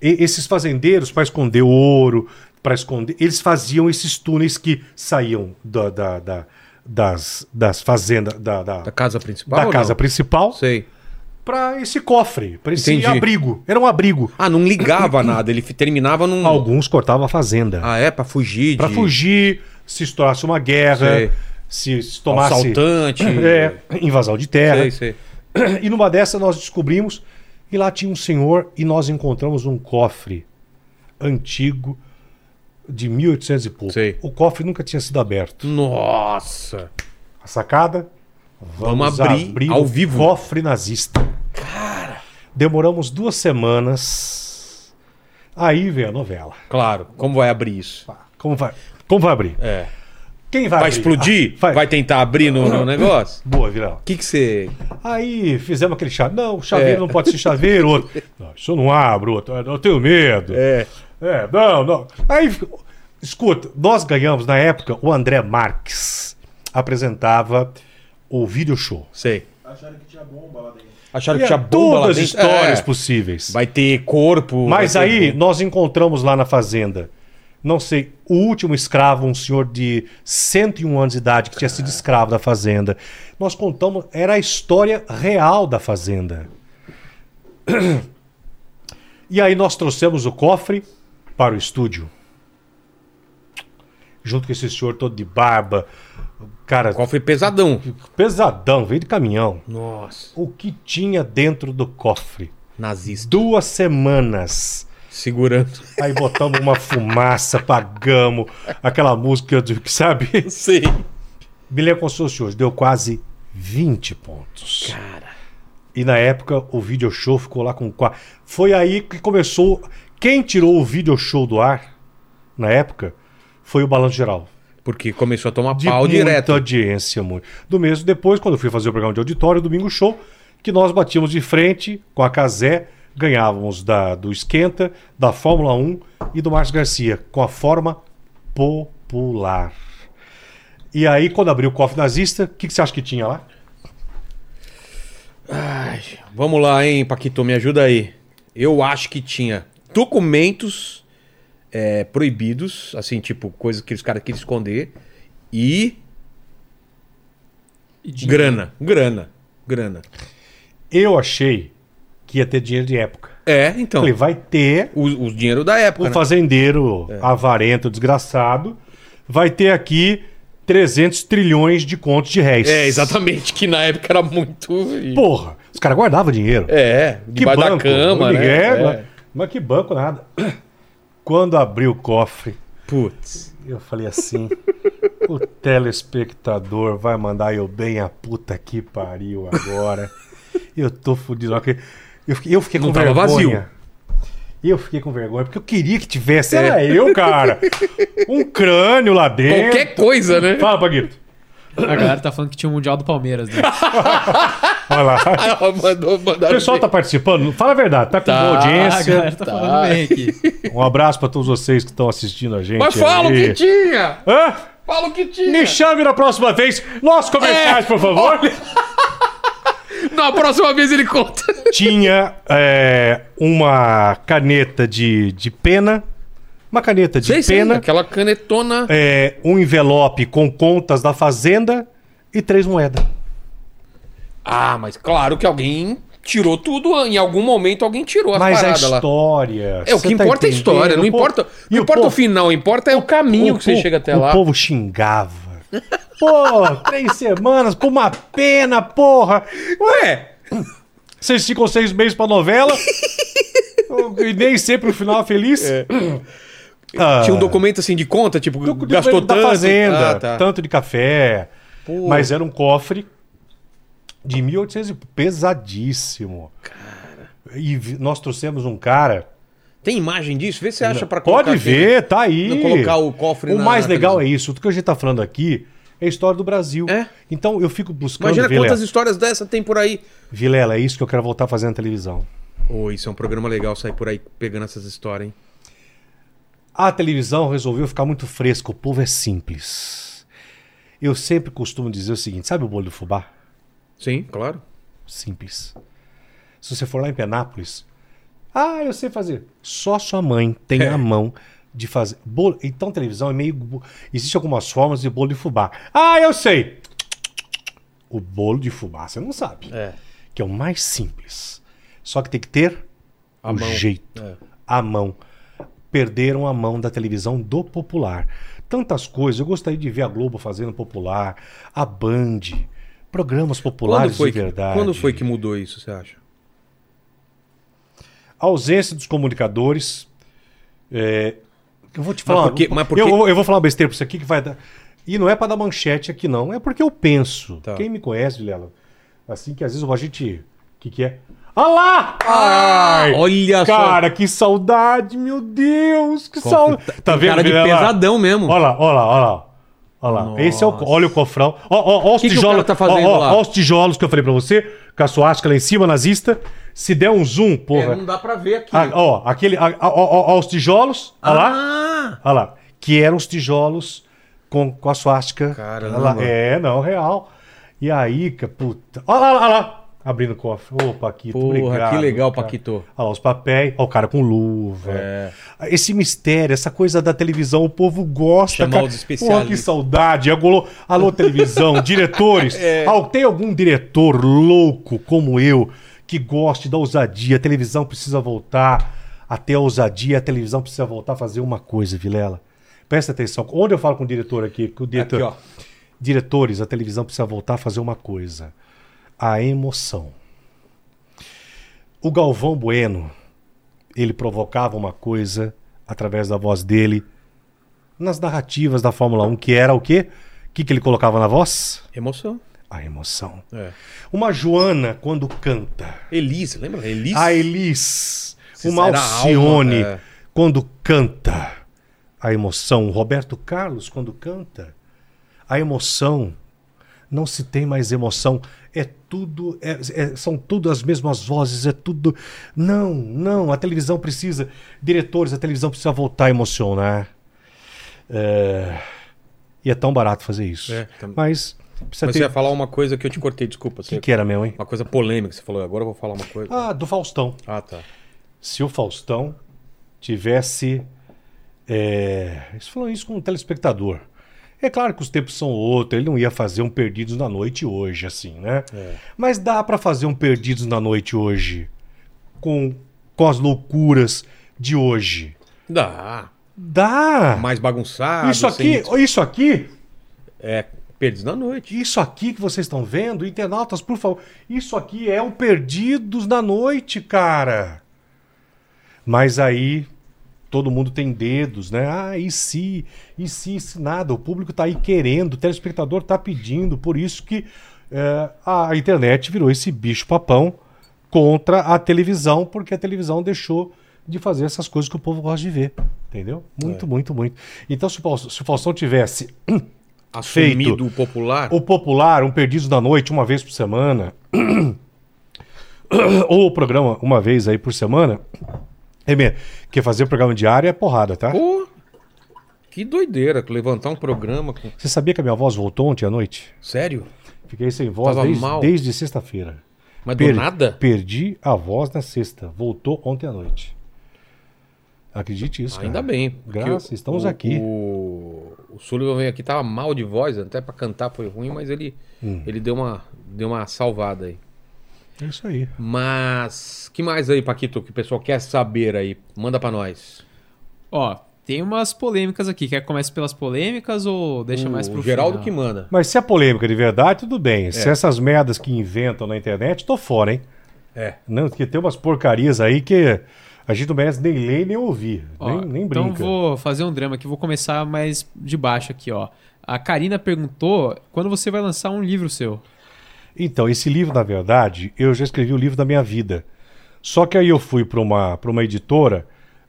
S3: e- esses fazendeiros, para esconder o ouro, para esconder. Eles faziam esses túneis que saíam da, da- da- das, das fazendas, da, da,
S1: da
S3: da
S1: casa principal? ou
S3: casa
S1: não?
S3: principal,
S1: Sei.
S3: para esse cofre, para esse
S1: Entendi.
S3: abrigo. Era um abrigo.
S1: Ah, não ligava nada. Ele fi- terminava num.
S3: Alguns cortavam a fazenda.
S1: Ah, é? Pra fugir.
S3: para
S1: de-
S3: fugir, se estourasse uma guerra,
S1: Sei.
S3: se, se tomasse.
S1: Assaltante.
S3: É, invasão de terra.
S1: Sei, sei.
S3: E numa dessa nós descobrimos e lá tinha um senhor e nós encontramos um cofre antigo de 1800 e pouco.
S1: Sei.
S3: O cofre nunca tinha sido aberto.
S1: Nossa.
S3: A sacada?
S1: Vamos abrir ao
S3: o
S1: vivo.
S3: Cofre nazista. Cara. Demoramos duas semanas. Aí vem a novela.
S1: Claro. Como vai abrir isso?
S3: Pá, Como vai? Como vai abrir?
S1: É.
S3: Quem vai?
S1: Vai
S3: abrir?
S1: explodir?
S3: Ah,
S1: vai.
S3: vai.
S1: tentar abrir no, no negócio?
S3: Boa, Virão.
S1: O que que você.
S3: Aí fizemos aquele chave. Não, o chaveiro
S1: É.
S3: não pode ser chaveiro. Outro. Não, isso eu não abro. Outro. Eu tenho medo.
S1: É.
S3: É, não, não. Aí, escuta, nós ganhamos na época, o André Marques apresentava o video show.
S1: Sei.
S4: Acharam que tinha bomba lá dentro.
S1: Acharam
S3: E
S1: que tinha
S3: é
S1: bomba lá
S3: todas as
S1: dentro.
S3: histórias
S1: É.
S3: possíveis.
S1: Vai ter corpo.
S3: Mas
S1: vai ter-
S3: aí nós encontramos lá na fazenda, não sei, o último escravo, um senhor de 101 anos de idade que tinha sido escravo da fazenda. Nós contamos, era a história real da fazenda. E aí nós trouxemos o cofre para o estúdio. Junto com esse senhor todo de barba, cara,
S1: Qual foi pesadão?
S3: pesadão, veio de caminhão.
S1: Nossa.
S3: O que tinha dentro do cofre?
S1: Nazista.
S3: Duas semanas.
S1: Segurando.
S3: Aí botamos uma fumaça, apagamos aquela música, de- que sabe?
S1: Sei.
S3: Bilhão Consorcios deu quase 20 pontos. Cara. E na época o video show ficou lá com quatro. Foi aí que começou. Quem tirou o video show do ar na época foi o Balanço Geral.
S1: Porque começou a tomar
S3: de
S1: pau
S3: muita
S1: direto.
S3: audiência, muito. Do mesmo depois, quando eu fui fazer o programa de auditório, domingo show, que nós batíamos de frente com a Casé, ganhávamos da, do Esquenta, da Fórmula 1 e do Márcio Garcia, com a forma popular. E aí, quando abriu o cofre nazista, o que, que você acha que tinha lá?
S1: Vamos lá, hein, Paquito, me ajuda aí. Eu acho que tinha documentos é, proibidos, assim, tipo, coisas que os caras queriam esconder, e
S2: E dinheiro.
S1: grana, grana, grana.
S3: Eu achei que ia ter dinheiro de época.
S1: É, então,
S3: Falei, vai ter
S1: o, o dinheiro da
S3: o
S1: época, né?
S3: fazendeiro avarento, desgraçado, vai ter aqui 300 trilhões de contos de réis.
S1: É, exatamente, que na época era muito...
S3: Porra, os caras guardavam dinheiro.
S1: É, debaixo da cama,
S3: Ninguém-
S1: né?
S3: é,
S1: É.
S3: Mas, mas que banco nada. Quando abriu o cofre,
S1: Putz.
S3: eu falei assim: o telespectador vai mandar eu bem a puta que pariu agora. Eu tô fudido. Olha que- Eu fiquei, eu fiquei com
S1: Não tava
S3: vergonha.
S1: vazio.
S3: Eu fiquei com vergonha, porque eu queria que tivesse. Era
S1: É.
S3: eu, cara. Um crânio lá dentro.
S1: Qualquer coisa, né?
S3: Fala, Paguito.
S2: A galera tá falando que tinha o Mundial do Palmeiras, né?
S3: Olha lá.
S1: Ah, mandou,
S3: O
S1: mandaram
S3: pessoal tá participando. Fala a verdade, tá com
S1: Tá,
S3: boa
S2: a
S3: audiência.
S2: galera tá falando bem aqui.
S3: Um abraço pra todos vocês que estão assistindo a gente.
S1: Mas fala o
S3: aí.
S1: que tinha!
S3: Hã?
S1: Fala o que tinha!
S3: Me chame na próxima vez. Nossos comerciais,
S1: É.
S3: por favor.
S1: Na próxima vez ele conta.
S3: Tinha é, uma caneta de, de pena. Uma caneta de pena.
S1: aquela canetona.
S3: é, um envelope com contas da fazenda e três moedas.
S1: Ah, mas claro que alguém tirou tudo. Em algum momento alguém tirou as
S3: Mas a
S1: paradas lá.
S3: história.
S1: É, o que
S3: cê tá
S1: importa é a
S3: entendendo?
S1: história. Não
S3: O povo-
S1: importa,
S3: e
S1: não importa o
S3: povo-
S1: final, importa é o caminho que você
S3: povo-
S1: chega até
S3: o
S1: lá.
S3: povo xingava. Pô, três semanas, por uma pena, porra. Ué, vocês ficam seis meses pra novela e nem sempre o final é feliz. Ah,
S1: Tinha um documento assim de conta, tipo,
S3: do- do-
S1: gastou
S3: da
S1: tanto.
S3: fazenda,
S1: Ah, tá.
S3: tanto de café.
S1: Pô.
S3: Mas era um cofre de 1.800 e pesadíssimo. E vi- nós trouxemos um cara...
S1: Tem imagem disso? Vê se você acha pra colocar.
S3: Pode
S1: aqui.
S3: ver, tá aí.
S1: Não colocar o cofre
S3: O
S1: na-
S3: mais
S1: na
S3: legal é
S1: televisão.
S3: isso. Tudo que a gente tá falando aqui é a história do Brasil.
S1: É.
S3: Então eu fico buscando.
S1: Imagina
S3: Vilela.
S1: quantas histórias dessa tem por aí.
S3: Vilela, é isso que eu quero voltar a fazer na televisão.
S1: Ô, isso é um programa legal sair por aí pegando essas histórias, hein?
S3: A televisão resolveu ficar muito fresca. O povo é simples. Eu sempre costumo dizer o seguinte: sabe o bolo do fubá?
S1: Sim, claro.
S3: Simples. Se você for lá em Penápolis, ah, eu sei fazer. Só sua mãe tem
S1: É.
S3: a mão de fazer. Bolo... Então, televisão é meio. bo- Existem algumas formas de bolo de fubá. Ah, eu sei! O bolo de fubá você não sabe.
S1: É.
S3: Que é o mais simples. Só que tem que ter
S1: A
S3: o
S1: mão.
S3: jeito.
S1: É.
S3: A mão. Perderam a mão da televisão do popular. Tantas coisas. Eu gostaria de ver a Globo fazendo popular, a Band, programas populares
S1: Quando foi,
S3: de
S1: que,
S3: verdade.
S1: quando foi que mudou isso, você acha?
S3: A ausência dos comunicadores. é, eu vou te falar.
S1: por quê? Mas por
S3: eu,
S1: quê?
S3: eu- eu vou falar uma besteira pra você aqui que vai dar. E não é pra dar manchete aqui, não. É porque eu penso.
S1: Tá.
S3: Quem me conhece, Vilela, assim que às vezes a gente. O que, que é? Ah lá! Ai,
S1: Olha só.
S3: cara, que saudade, meu Deus! Que saudade! Tá
S1: Tem
S3: vendo?
S1: Cara de
S3: Vilela?
S1: pesadão mesmo.
S3: Olha lá, olha lá, olha lá. Olha lá.
S1: Nossa.
S3: Esse é o. co- Olha o cofrão. Ó, ó, ó os
S1: Que que o
S3: tijolos.
S1: cara tá fazendo
S3: ó, ó,
S1: lá?
S3: ó os tijolos que eu falei pra você. Com a suástica lá em cima, nazista. Se der um zoom, porra.
S1: É, não dá pra ver aqui.
S3: Ah, ó, aquele. ah, Ó, ó, ó, os tijolos. Olha lá.
S1: Ah!
S3: Olha lá. Que eram os tijolos com, com a suástica.
S1: Caramba.
S3: Olha lá. É, não, real. E aí, que puta. Olha lá, olha lá. Abrindo o cofre. Ô, Paquito,
S1: Porra,
S3: obrigado.
S1: que legal,
S3: cara.
S1: Paquito.
S3: Olha lá, os papéis. Olha o cara com luva.
S1: É.
S3: Esse mistério, essa coisa da televisão, o povo gosta.
S1: Chamar
S3: cara.
S1: os
S3: Porra, que
S1: especialistas.
S3: saudade. Alô, alô televisão, diretores.
S1: É.
S3: Al- Tem algum diretor louco como eu que goste da ousadia? A televisão precisa voltar até a ousadia. A televisão precisa voltar a fazer uma coisa, Vilela. Presta atenção. Onde eu falo com o diretor aqui? Com o diretor.
S1: Aqui, ó.
S3: Diretores, a televisão precisa voltar a fazer uma coisa: a emoção. O Galvão Bueno, ele provocava uma coisa através da voz dele nas narrativas da Fórmula 1, que era o quê? O que, que ele colocava na voz?
S1: Emoção.
S3: A emoção.
S1: É.
S3: Uma Joana quando canta.
S1: Elis, lembra? Elis?
S3: A Elis.
S1: Se
S3: Uma
S1: sair a
S3: Alcione
S1: alma, é.
S3: quando canta. A emoção. O Roberto Carlos quando canta. a emoção. Não se tem mais emoção. É tudo. é- é- são tudo as mesmas vozes, é tudo. Não, não. A televisão precisa. Diretores, a televisão precisa voltar a emocionar. É, E é tão barato fazer isso.
S1: É, tam-
S3: Mas precisa
S1: Mas você
S3: ter.
S1: ia falar uma coisa que eu te cortei, desculpa.
S3: O que,
S1: Você...
S3: que era mesmo, hein?
S1: Uma coisa polêmica, você falou, agora eu vou falar uma coisa.
S3: Ah, do Faustão.
S1: Ah, tá.
S3: se o Faustão tivesse. É, isso falando isso com um telespectador. É claro que os tempos são outros, ele não ia fazer um Perdidos na Noite hoje, assim, né? Mas dá pra fazer um Perdidos na Noite hoje com, com as loucuras de hoje.
S1: Dá.
S3: Dá!
S1: Mais bagunçado.
S3: isso
S1: sem-
S3: aqui, isso aqui,
S1: É, perdidos na noite.
S3: isso aqui que vocês estão vendo, internautas, por favor, isso aqui é o Perdidos na Noite, cara. Mas aí todo mundo tem dedos, né? Ah, e se, e se, e se nada, o público tá aí querendo, o telespectador tá pedindo, por isso que eh, a internet virou esse bicho papão contra a televisão, porque a televisão deixou de fazer essas coisas que o povo gosta de ver, entendeu? Muito, muito, muito. Então se o Faustão- se o Faustão tivesse
S1: Assumido o popular.
S3: o popular, um perdido da noite, uma vez por semana. Ou o programa uma vez aí por semana. É mesmo. Porque fazer programa diário é porrada, tá?
S1: Pô, que doideira, levantar um programa com...
S3: Você sabia que a minha voz voltou ontem à noite?
S1: Sério?
S3: Fiquei sem voz
S1: Tava
S3: desde,
S1: mal.
S3: desde sexta-feira.
S1: Mas
S3: Per-
S1: do nada?
S3: Perdi a voz na sexta. Voltou ontem à noite. Acredite isso,
S1: Ainda
S3: cara.
S1: bem. porque
S3: Graças,
S1: o-
S3: estamos
S1: o-
S3: aqui.
S1: O, o Sullivan veio aqui, tava mal de voz, até pra cantar foi ruim, mas ele,
S3: Hum.
S1: ele deu, uma, deu uma salvada aí.
S3: É isso aí.
S1: Mas, que mais aí, Paquito, que o pessoal quer saber aí? Manda pra nós.
S2: Ó, tem umas polêmicas aqui. Quer que comece pelas polêmicas ou deixa
S1: o,
S2: mais pro
S1: o Geraldo
S2: final?
S1: que manda.
S3: Mas se é polêmica de verdade, tudo bem.
S2: É.
S3: Se essas merdas que inventam na internet, tô fora, hein?
S1: É.
S3: Não, porque tem umas porcarias aí que a gente não merece nem ler nem ouvir.
S2: Ó,
S3: nem, nem
S2: então
S3: brinca.
S2: vou fazer um drama aqui, vou começar mais de baixo aqui, ó. A Karina perguntou quando você vai lançar um livro seu.
S3: Então, esse livro, na verdade, eu já escrevi o livro da minha vida. Só que aí eu fui para uma, pra uma editora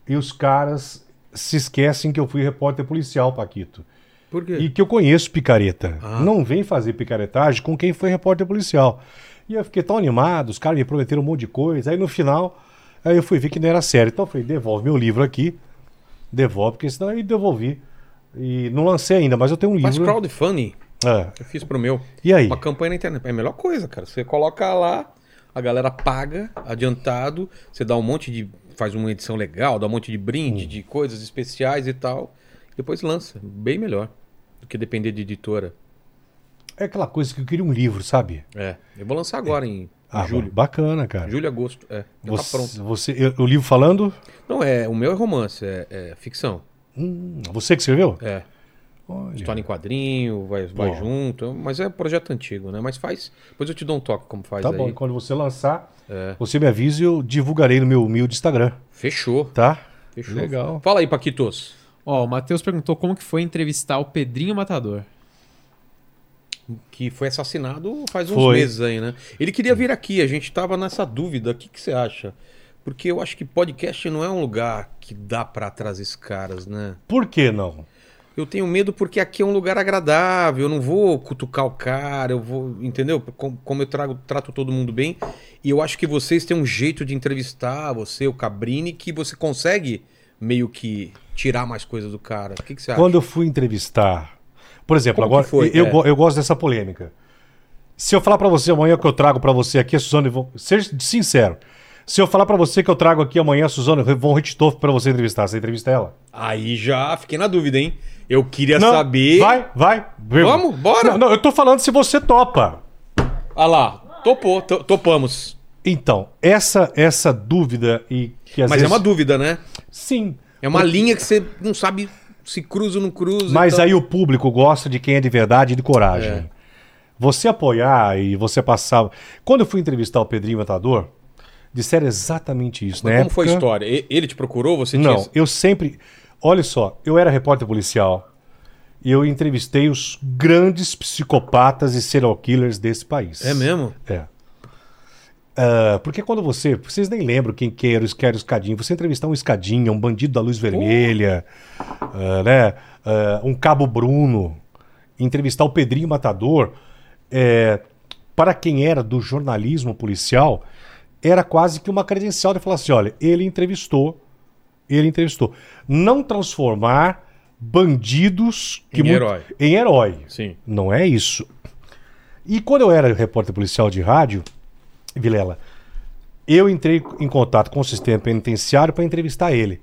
S3: e os caras se esquecem que eu fui repórter policial, Paquito.
S1: Por quê?
S3: E que eu conheço picareta.
S1: É. Ah.
S3: Não vem fazer picaretagem com quem foi repórter policial. E eu fiquei tão animado, os caras me prometeram um monte de coisa. Aí no final, aí eu fui ver que não era sério. Então eu falei, devolve meu livro aqui. Devolve, porque senão eu devolvi. E não lancei ainda, mas eu tenho um
S1: Faz
S3: livro.
S1: crowdfunding.
S3: É.
S1: Eu fiz pro meu.
S3: E aí?
S1: Uma campanha na internet. É a melhor coisa, cara. Você coloca lá, a galera paga, adiantado, você dá um monte de. faz uma edição legal, dá um monte de brinde,
S3: Hum.
S1: de coisas especiais e tal. Depois lança. Bem melhor do que depender de editora.
S3: É aquela coisa que eu queria um livro, sabe?
S1: É. Eu vou lançar agora em
S3: Ah,
S1: julho.
S3: bacana, cara.
S1: Julho, agosto. É. Já tá
S3: Você,
S1: pronto.
S3: você, eu- o livro falando?
S1: Não, é. O meu é romance, é, é ficção.
S3: Hum, você que escreveu?
S1: É.
S3: Olha.
S1: História em quadrinho, vai, vai
S3: Pô.
S1: junto. Mas é projeto antigo, né? Mas faz. Depois eu te dou um toque como faz
S3: Tá
S1: aí.
S3: bom, quando você lançar,
S1: É.
S3: você me avisa e eu divulgarei no meu humilde Instagram,
S1: Fechou.
S3: tá?
S1: Fechou.
S3: Legal.
S1: Fala aí, Paquitos.
S2: Ó, o Matheus perguntou como que foi entrevistar o Pedrinho Matador.
S1: que foi assassinado faz uns
S3: Foi.
S1: meses aí, né? Ele queria vir aqui, a gente tava nessa dúvida. O que, que você acha? Porque eu acho que podcast não é um lugar que dá pra trazer esses caras, né?
S3: Por que não?
S1: Eu tenho medo porque aqui é um lugar agradável, eu não vou cutucar o cara, eu vou, entendeu? Com- Como eu trago, trato todo mundo bem. E eu acho que vocês têm um jeito de entrevistar, você, o Cabrini, que você consegue meio que tirar mais coisas do cara. O que, que você acha?
S3: Quando eu fui entrevistar, por exemplo,
S1: Tá. Como
S3: agora
S1: que foi?
S3: eu,
S1: É.
S3: go- eu gosto dessa polêmica. Se eu falar pra você amanhã que eu trago pra você aqui a Suzana, Von- seja sincero. Se eu falar pra você que eu trago aqui amanhã a Suzana von Richthofen pra você entrevistar, você entrevista ela?
S1: Aí já fiquei na dúvida, hein? Eu queria saber.
S3: Vai, vai.
S1: Vamos, bora.
S3: Não, não, eu tô falando se você topa.
S1: Ah lá, topou, to- topamos.
S3: Então, essa essa dúvida e que às
S1: Mas é
S3: vezes-
S1: uma dúvida, né?
S3: Sim.
S1: É uma linha que você não sabe se cruza ou não cruza.
S3: Mas
S1: então-
S3: aí o público gosta de quem é de verdade e de coragem.
S1: É.
S3: Você apoiar e você passar. Quando eu fui entrevistar o Pedrinho Matador, disseram exatamente isso,
S1: Mas
S3: né?
S1: Como foi a história? E- Ele te procurou? Você
S3: Não,
S1: tinha...
S3: eu sempre. Olha só, eu era repórter policial e eu entrevistei os grandes psicopatas e serial killers desse país.
S1: É mesmo?
S3: É. Ah, porque quando você. Vocês nem lembram quem que era, os- que era o escadinho. Você entrevistar um escadinho,
S1: Oh.
S3: um bandido da luz vermelha, ah, né? Ah, um cabo Bruno. entrevistar o Pedrinho Matador, é, para quem era do jornalismo policial, era quase que uma credencial de falar assim: olha, ele entrevistou, ele entrevistou. Não transformar bandidos
S1: Em herói.
S3: em herói.
S1: Sim.
S3: Não é isso. E quando eu era repórter policial de rádio, Vilela, eu entrei em contato com o sistema penitenciário para entrevistar ele.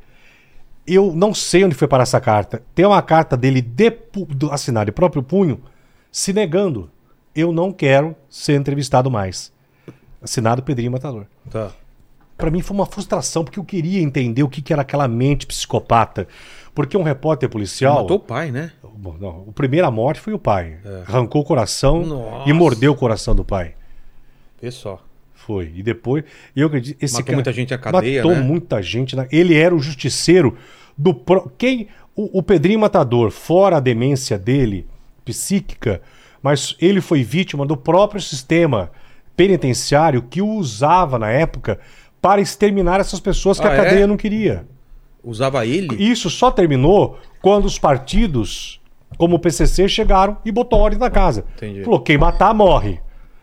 S3: Eu não sei onde foi parar essa carta. Tem uma carta dele de pu- do- assinada de próprio punho, se negando. Eu não quero ser entrevistado mais. Assinado Pedrinho Matador.
S1: Tá.
S3: Pra mim foi uma frustração, porque eu queria entender o que, que era aquela mente psicopata. Porque um repórter policial.
S1: Matou o pai, né?
S3: Bom, não, o primeiro a morte foi o pai. Arrancou o coração
S1: É. Nossa.
S3: e mordeu o coração do pai.
S1: Vê só.
S3: Foi. E depois, eu acredito. Esse
S1: Matou
S3: cara-
S1: muita gente na cadeia,
S3: Matou
S1: né?
S3: muita gente. na- Ele era o justiceiro do. pró- Quem? O, o Pedrinho Matador, fora a demência dele, psíquica, mas ele foi vítima do próprio sistema penitenciário que o usava na época para exterminar essas pessoas que
S1: Ah,
S3: a
S1: é?
S3: cadeia não queria.
S1: Usava ele?
S3: Isso só terminou quando os partidos, como o PCC, chegaram e botou ordem na casa.
S1: Entendi.
S3: Falou, quem matar, morre.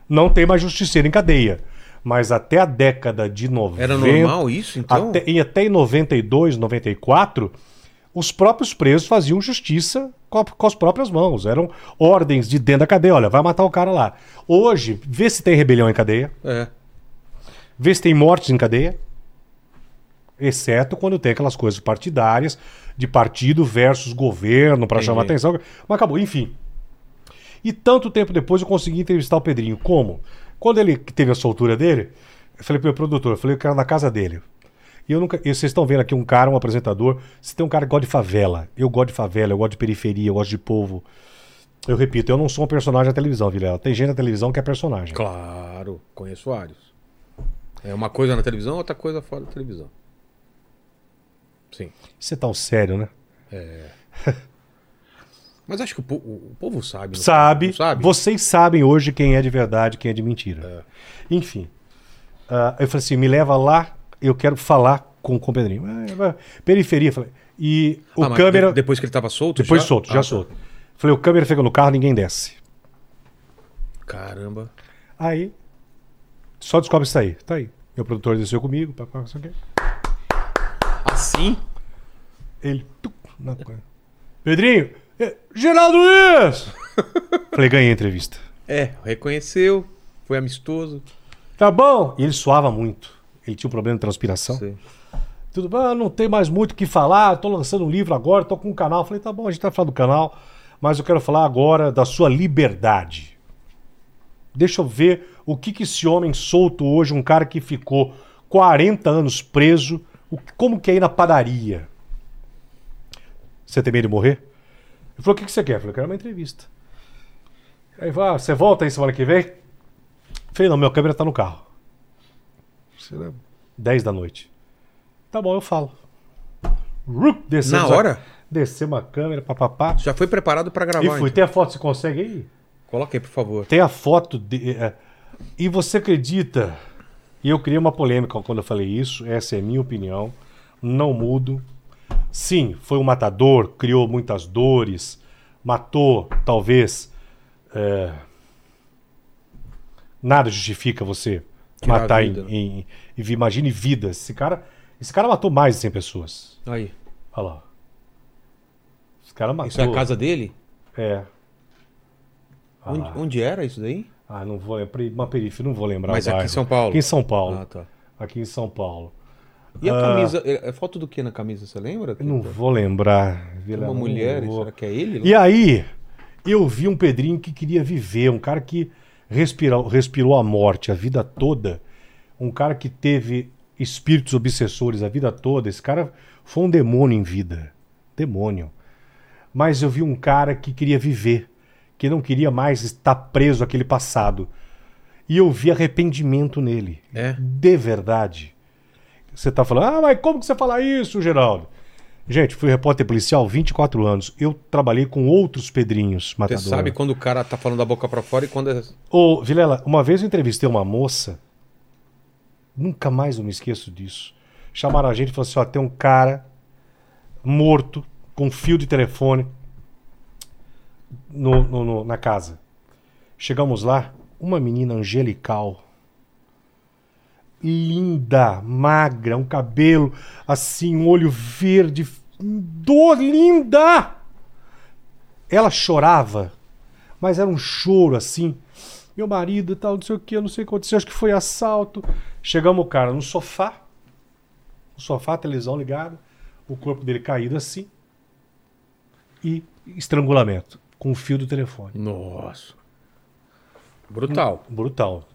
S3: Não tem mais justiceiro em cadeia. Mas até a década de 90...
S1: Era normal isso, então?
S3: Até, e até em 92, 94, os próprios presos faziam justiça com, a- com as próprias mãos. Eram ordens de dentro da cadeia. Olha, vai matar o cara lá. Hoje, vê se tem rebelião em cadeia.
S1: É.
S3: Vê se tem mortes em cadeia. Exceto quando tem aquelas coisas partidárias de partido versus governo para
S1: Entendi.
S3: chamar atenção. Mas acabou, enfim. E tanto tempo depois eu consegui entrevistar o Pedrinho. Como? Quando ele teve a soltura dele, eu falei pro meu produtor, eu falei o cara na casa dele. E eu nunca. e vocês estão vendo aqui um cara, um apresentador. Se tem um cara que gosta de favela, eu gosto de favela, eu gosto de periferia, eu gosto de povo. Eu repito, eu não sou um personagem da televisão, Vilela. Tem gente na televisão que é personagem.
S1: Claro, conheço vários. É uma coisa na televisão, outra coisa fora da televisão. Sim.
S3: Você tá um sério, né?
S1: Mas acho que o, po- o- o povo sabe. não
S3: Sabe,
S1: Não sabe?
S3: Vocês sabem hoje quem é de verdade, quem é de mentira. Enfim. Ah, eu falei assim: me leva lá, eu quero falar com, com o Pedrinho. Ah, vai- Periferia. Falei, e o
S1: Ah, mas
S3: câmera.
S1: de- Depois que ele tava solto?
S3: depois solto, já
S1: Ah, tá.
S3: solto. Falei: o câmera fica no carro, ninguém desce.
S1: Caramba.
S3: Aí. Só descobre isso aí. Tá aí. Meu produtor desceu comigo. pá, pá, não sei o quê.
S2: Assim?
S3: Ele. tuc, na coisa. Pedrinho! eh, Geraldo Luiz! Falei: ganhei a entrevista.
S1: É, reconheceu, foi amistoso.
S3: Tá bom? E ele suava muito. Ele tinha um problema de transpiração.
S1: Sei.
S3: Tudo bem, ah, não tem mais muito o que falar, tô lançando um livro agora, tô com um canal. Falei, tá bom, a gente vai falar do canal, mas eu quero falar agora da sua liberdade. Deixa eu ver o que, que esse homem solto hoje, um cara que ficou 40 anos preso, o- como que é ir na padaria? Você tem medo de morrer? Ele falou, o que, que você quer? Eu falei, eu quero uma entrevista. Aí, vai, "Ah, você volta aí semana que vem? Falei, não, minha câmera tá no carro.
S1: é
S3: Será 10 da noite. Tá bom, eu falo. Rup, descemos
S1: Na
S3: a-
S1: hora?
S3: Descemos a câmera, papapá.
S1: Já foi preparado pra gravar.
S3: E fui.
S1: então.
S3: Tem a foto, você consegue aí?
S1: Coloca aí, por favor.
S3: Tem a foto de. é, E você acredita? E eu criei uma polêmica quando eu falei isso, essa é a minha opinião. Não mudo. Sim, foi um matador, criou muitas dores, matou, talvez. é, Nada justifica você
S1: Tirar a
S3: matar em,
S1: vida. né?
S3: em, em- Imagine vidas. Esse cara, esse cara matou mais de 100 pessoas.
S1: Aí.
S3: Olha lá. Esse cara matou.
S1: Isso é a casa dele?
S3: É. Ah,
S1: Onde, onde era isso daí?
S3: ah, não vou, é peri- uma periferia, não vou lembrar.
S1: Mas
S3: o
S1: aqui em
S3: bairro.
S1: São Paulo?
S3: Aqui em São Paulo.
S1: Ah, tá.
S3: Aqui em São Paulo.
S1: E a
S3: Ah.
S1: camisa? É, é foto do que na camisa, você lembra?
S3: Eu não vou lembrar. Vila,
S1: Uma
S3: não
S1: mulher,
S3: vou.
S1: será que é ele?
S3: E aí, eu vi um Pedrinho que queria viver, um cara que respirou, respirou a morte a vida toda, um cara que teve espíritos obsessores a vida toda. Esse cara foi um demônio em vida. Demônio. Mas eu vi um cara que queria viver, que não queria mais estar preso àquele passado. E eu vi arrependimento nele.
S1: É?
S3: De verdade. Você tá falando, ah, mas como que você fala isso, Geraldo? Gente, fui repórter policial 24 anos. Eu trabalhei com outros Pedrinhos
S1: Você
S3: matadores.
S1: sabe quando o cara tá falando da boca pra fora e quando é.
S3: Ô, Vilela, uma vez eu entrevistei uma moça, nunca mais eu me esqueço disso. Chamaram a gente e falaram assim: ó, tem um cara morto, com fio de telefone, no- no- no- na casa. Chegamos lá, uma menina angelical. Linda, magra, um cabelo assim, um olho verde. Dor linda! Ela chorava, mas era um choro assim. Meu marido e tal, não sei o que, eu não sei o que aconteceu, acho que foi assalto. Chegamos, cara, no sofá. No sofá, a televisão ligada, o corpo dele caído assim. E estrangulamento com o fio do telefone.
S1: Nossa. Brutal.
S3: Brutal.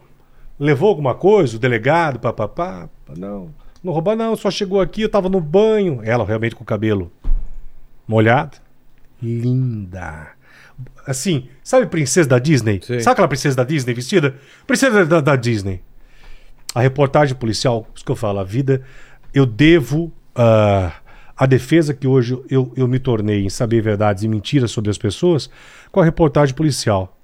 S3: Levou alguma coisa? O delegado, papapá? Não. Não roubar, não. Só chegou aqui, eu tava no banho. Ela realmente com o cabelo molhado. Linda. Assim, sabe princesa da Disney?
S1: Sim.
S3: Sabe aquela princesa da Disney vestida? Princesa da, da Disney. A reportagem policial, isso que eu falo, a vida, eu devo ah, a defesa que hoje eu, eu me tornei em saber verdades e mentiras sobre as pessoas com a reportagem policial.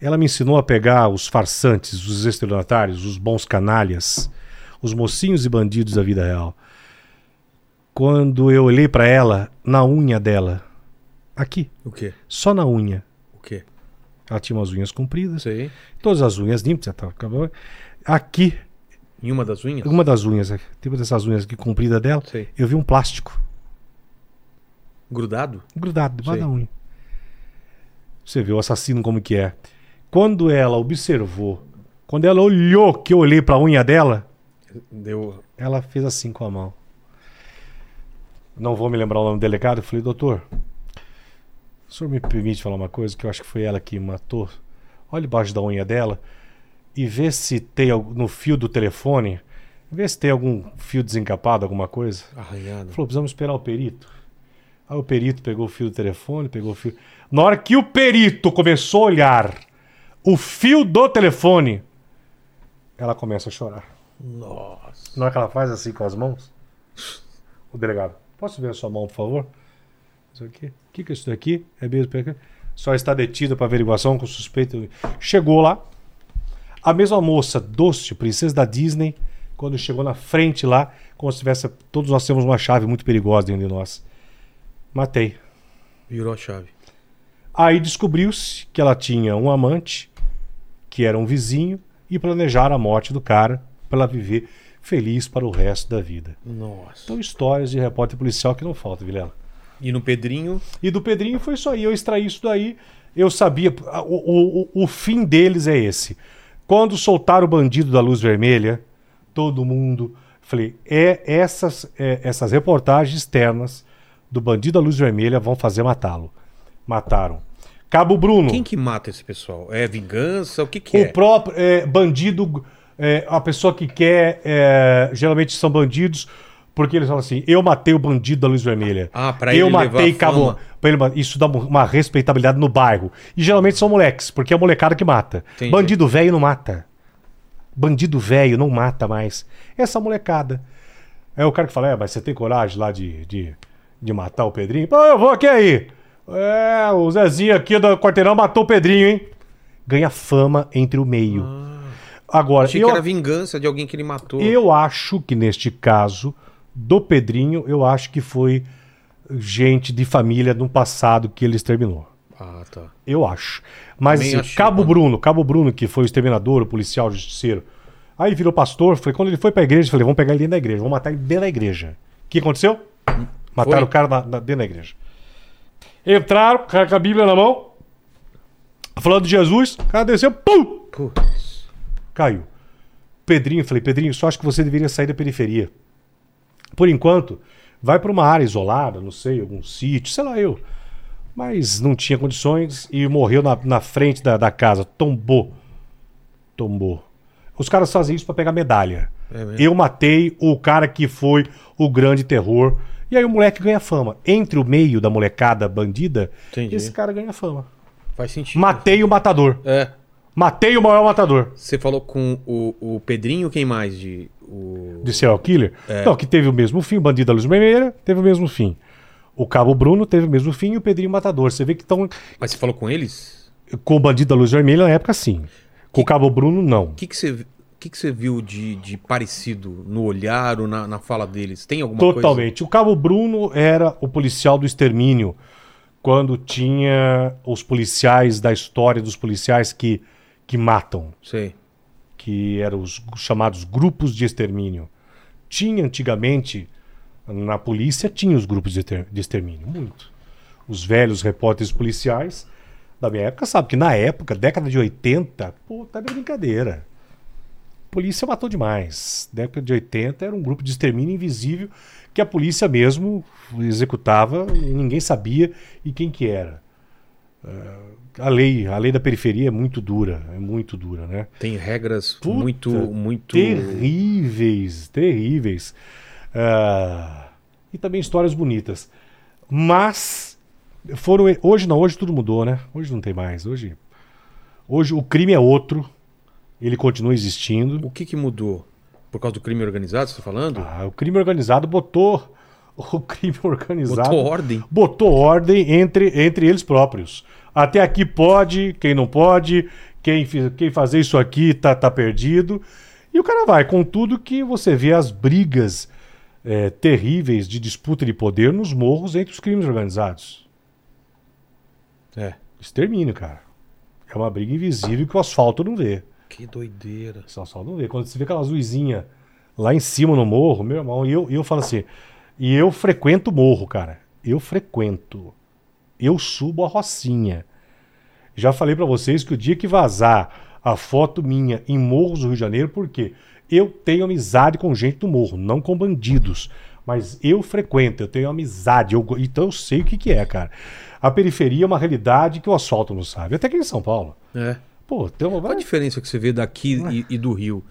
S3: Ela me ensinou a pegar os farsantes, os estelionatários, os bons canalhas, os mocinhos e bandidos da vida real. Quando eu olhei pra ela, na unha dela, aqui,
S1: O quê?
S3: só na unha,
S1: O quê?
S3: ela tinha umas unhas compridas,
S1: Sei.
S3: todas as unhas limpas, já tava acabando. aqui,
S1: Em uma das unhas?
S3: uma das unhas, tem uma dessas unhas aqui comprida dela,
S1: Sei.
S3: eu vi um plástico
S1: Grudado?
S3: grudado debaixo
S1: Sei.
S3: da unha. Você vê o assassino como que é. Quando ela observou, quando ela olhou que eu olhei pra unha dela,
S1: Deu.
S3: Ela fez assim com a mão. Não vou me lembrar o nome do delegado. Eu falei, doutor, o senhor me permite falar uma coisa que eu acho que foi ela que matou. Olha embaixo da unha dela e vê se tem al- no fio do telefone, vê se tem algum fio desencapado, alguma coisa.
S1: Arranhado.
S3: Falou, precisamos esperar o perito. Aí o perito pegou o fio do telefone, pegou o fio. Na hora que o perito começou a olhar o fio do telefone, ela começa a chorar.
S1: Nossa.
S3: Na hora que ela faz assim com as mãos, o delegado, posso ver a sua mão, por favor? Isso aqui. O que, que é isso daqui? É mesmo. pega- Só está detida para averiguação com suspeito. Chegou lá. A mesma moça, doce, princesa da Disney, quando chegou na frente lá, como se tivesse. Todos nós temos uma chave muito perigosa dentro de nós. Matei.
S1: Virou a chave.
S3: Aí descobriu-se que ela tinha um amante, que era um vizinho, e planejaram a morte do cara para ela viver feliz para o resto da vida.
S1: Nossa.
S3: São histórias de repórter policial que não falta, Vilela.
S1: E no Pedrinho.
S3: E do Pedrinho foi isso aí, eu extraí isso daí, eu sabia. O, o- o- o fim deles é esse. Quando soltaram o bandido da luz vermelha, todo mundo. Falei, é essas, é, essas reportagens externas do bandido da luz vermelha vão fazer matá-lo. Mataram. Cabo Bruno.
S1: Quem que mata esse pessoal? É vingança? O que que
S3: o
S1: é?
S3: próprio é, bandido, é, a pessoa que quer, é, geralmente são bandidos, porque eles falam assim: eu matei o bandido da luz vermelha.
S1: Ah, pra
S3: eu
S1: ele
S3: matei
S1: levar a
S3: cabo.
S1: fama.
S3: pra ele ma- isso dá mu- uma respeitabilidade no bairro. E geralmente são moleques, porque é a molecada que mata.
S1: Entendi.
S3: Bandido velho não mata. Bandido velho não mata mais. Essa molecada. É o cara que fala: é, mas você tem coragem lá de, de, de matar o Pedrinho? Pô, eu vou aqui aí. É, o Zezinho aqui do quarteirão matou o Pedrinho, hein? Ganha fama entre o meio. Agora,
S1: Ah, Achei
S3: eu,
S1: que era vingança de alguém que ele matou.
S3: eu acho que neste caso do Pedrinho, eu acho que foi gente de família no passado que ele exterminou.
S1: Ah, tá.
S3: Eu acho. Mas
S1: Também né?
S3: assim,
S1: achei,
S3: Cabo
S1: mano.
S3: Bruno, Cabo Bruno, que foi o exterminador, o policial, o justiceiro. Aí virou pastor, foi quando ele foi pra igreja, eu falei, vamos pegar ele dentro da igreja, vamos matar ele dentro da igreja. O que aconteceu? Mataram
S1: Foi?
S3: o cara na- na- dentro da igreja. Entraram, cara com a Bíblia na mão, falando de Jesus, o cara desceu, pum!
S1: Putz.
S3: Caiu. Pedrinho, falei, Pedrinho, só acho que você deveria sair da periferia. Por enquanto, vai para uma área isolada, não sei, algum sítio, sei lá eu. Mas não tinha condições e morreu na, na frente da, da casa. Tombou. Tombou. Os caras fazem isso para pegar medalha.
S1: É mesmo?
S3: eu matei o cara que foi o grande terror. E aí o moleque ganha fama. Entre o meio da molecada bandida,
S1: Entendi.
S3: esse cara ganha fama.
S1: Faz sentido.
S3: Matei o matador.
S1: É.
S3: Matei o maior matador.
S1: Você falou com o, o Pedrinho, quem mais? De, o...
S3: de serial killer. Não, que teve o mesmo fim, o Bandido da Luz Vermelha teve o mesmo fim. O Cabo Bruno teve o mesmo fim e o Pedrinho Matador. Você vê que estão
S1: Mas você falou com eles?
S3: com o Bandido da Luz Vermelha na época sim. Com o Cabo Bruno não.
S1: O que, que você. O que, que você viu de, de parecido no olhar ou na, na fala deles? Tem alguma coisa?
S3: Totalmente. O Cabo Bruno era o policial do extermínio. Quando quando tinha os policiais da história dos policiais que, que matam,
S1: Sei.
S3: que eram os chamados grupos de extermínio. Tinha antigamente, na polícia, tinha os grupos de, exter- de extermínio, muito. Os velhos repórteres policiais da minha época sabem que na época, década de 80, pô, tá de brincadeira. Polícia matou demais. Década de 80 era um grupo de extermínio invisível que a polícia mesmo executava e ninguém sabia e quem que era. Eh, a lei, a lei da periferia é muito dura, é muito dura, né?
S1: Tem regras
S3: Puta,
S1: muito, muito.
S3: Terríveis, terríveis. Ah, e também histórias bonitas. Mas foram. Hoje não, hoje tudo mudou, né? Hoje não tem mais. Hoje, hoje o crime é outro. Ele continua existindo.
S1: O que, que mudou? Por causa do crime organizado, você está falando?
S3: Ah, o crime organizado botou. O crime organizado.
S1: Botou ordem.
S3: botou ordem entre, entre eles próprios. Até aqui pode, quem não pode, quem, fi- quem fazer isso aqui tá, tá perdido. E o cara vai, contudo que você vê as brigas eh, terríveis de disputa de poder nos morros entre os crimes organizados. Ah.
S1: É.
S3: Extermínio, cara. É uma briga invisível que o asfalto não vê.
S1: Que doideira.
S3: Só, só não vê. Quando você vê aquelas luzinhas lá em cima no morro, meu irmão, e eu, e eu falo assim, e eu frequento o morro, cara. Eu frequento. Eu subo a rocinha. Já falei pra vocês que o dia que vazar a foto minha em morros do Rio de Janeiro, por quê? Eu tenho amizade com gente do morro, não com bandidos. Mas eu frequento, eu tenho amizade, eu go- então eu sei o que, que é, cara. A periferia é uma realidade que o asfalto não sabe. Até aqui em São Paulo.
S1: É.
S3: Pô, tem uma.
S1: Qual a diferença que você vê daqui
S3: é.
S1: e, e do Rio?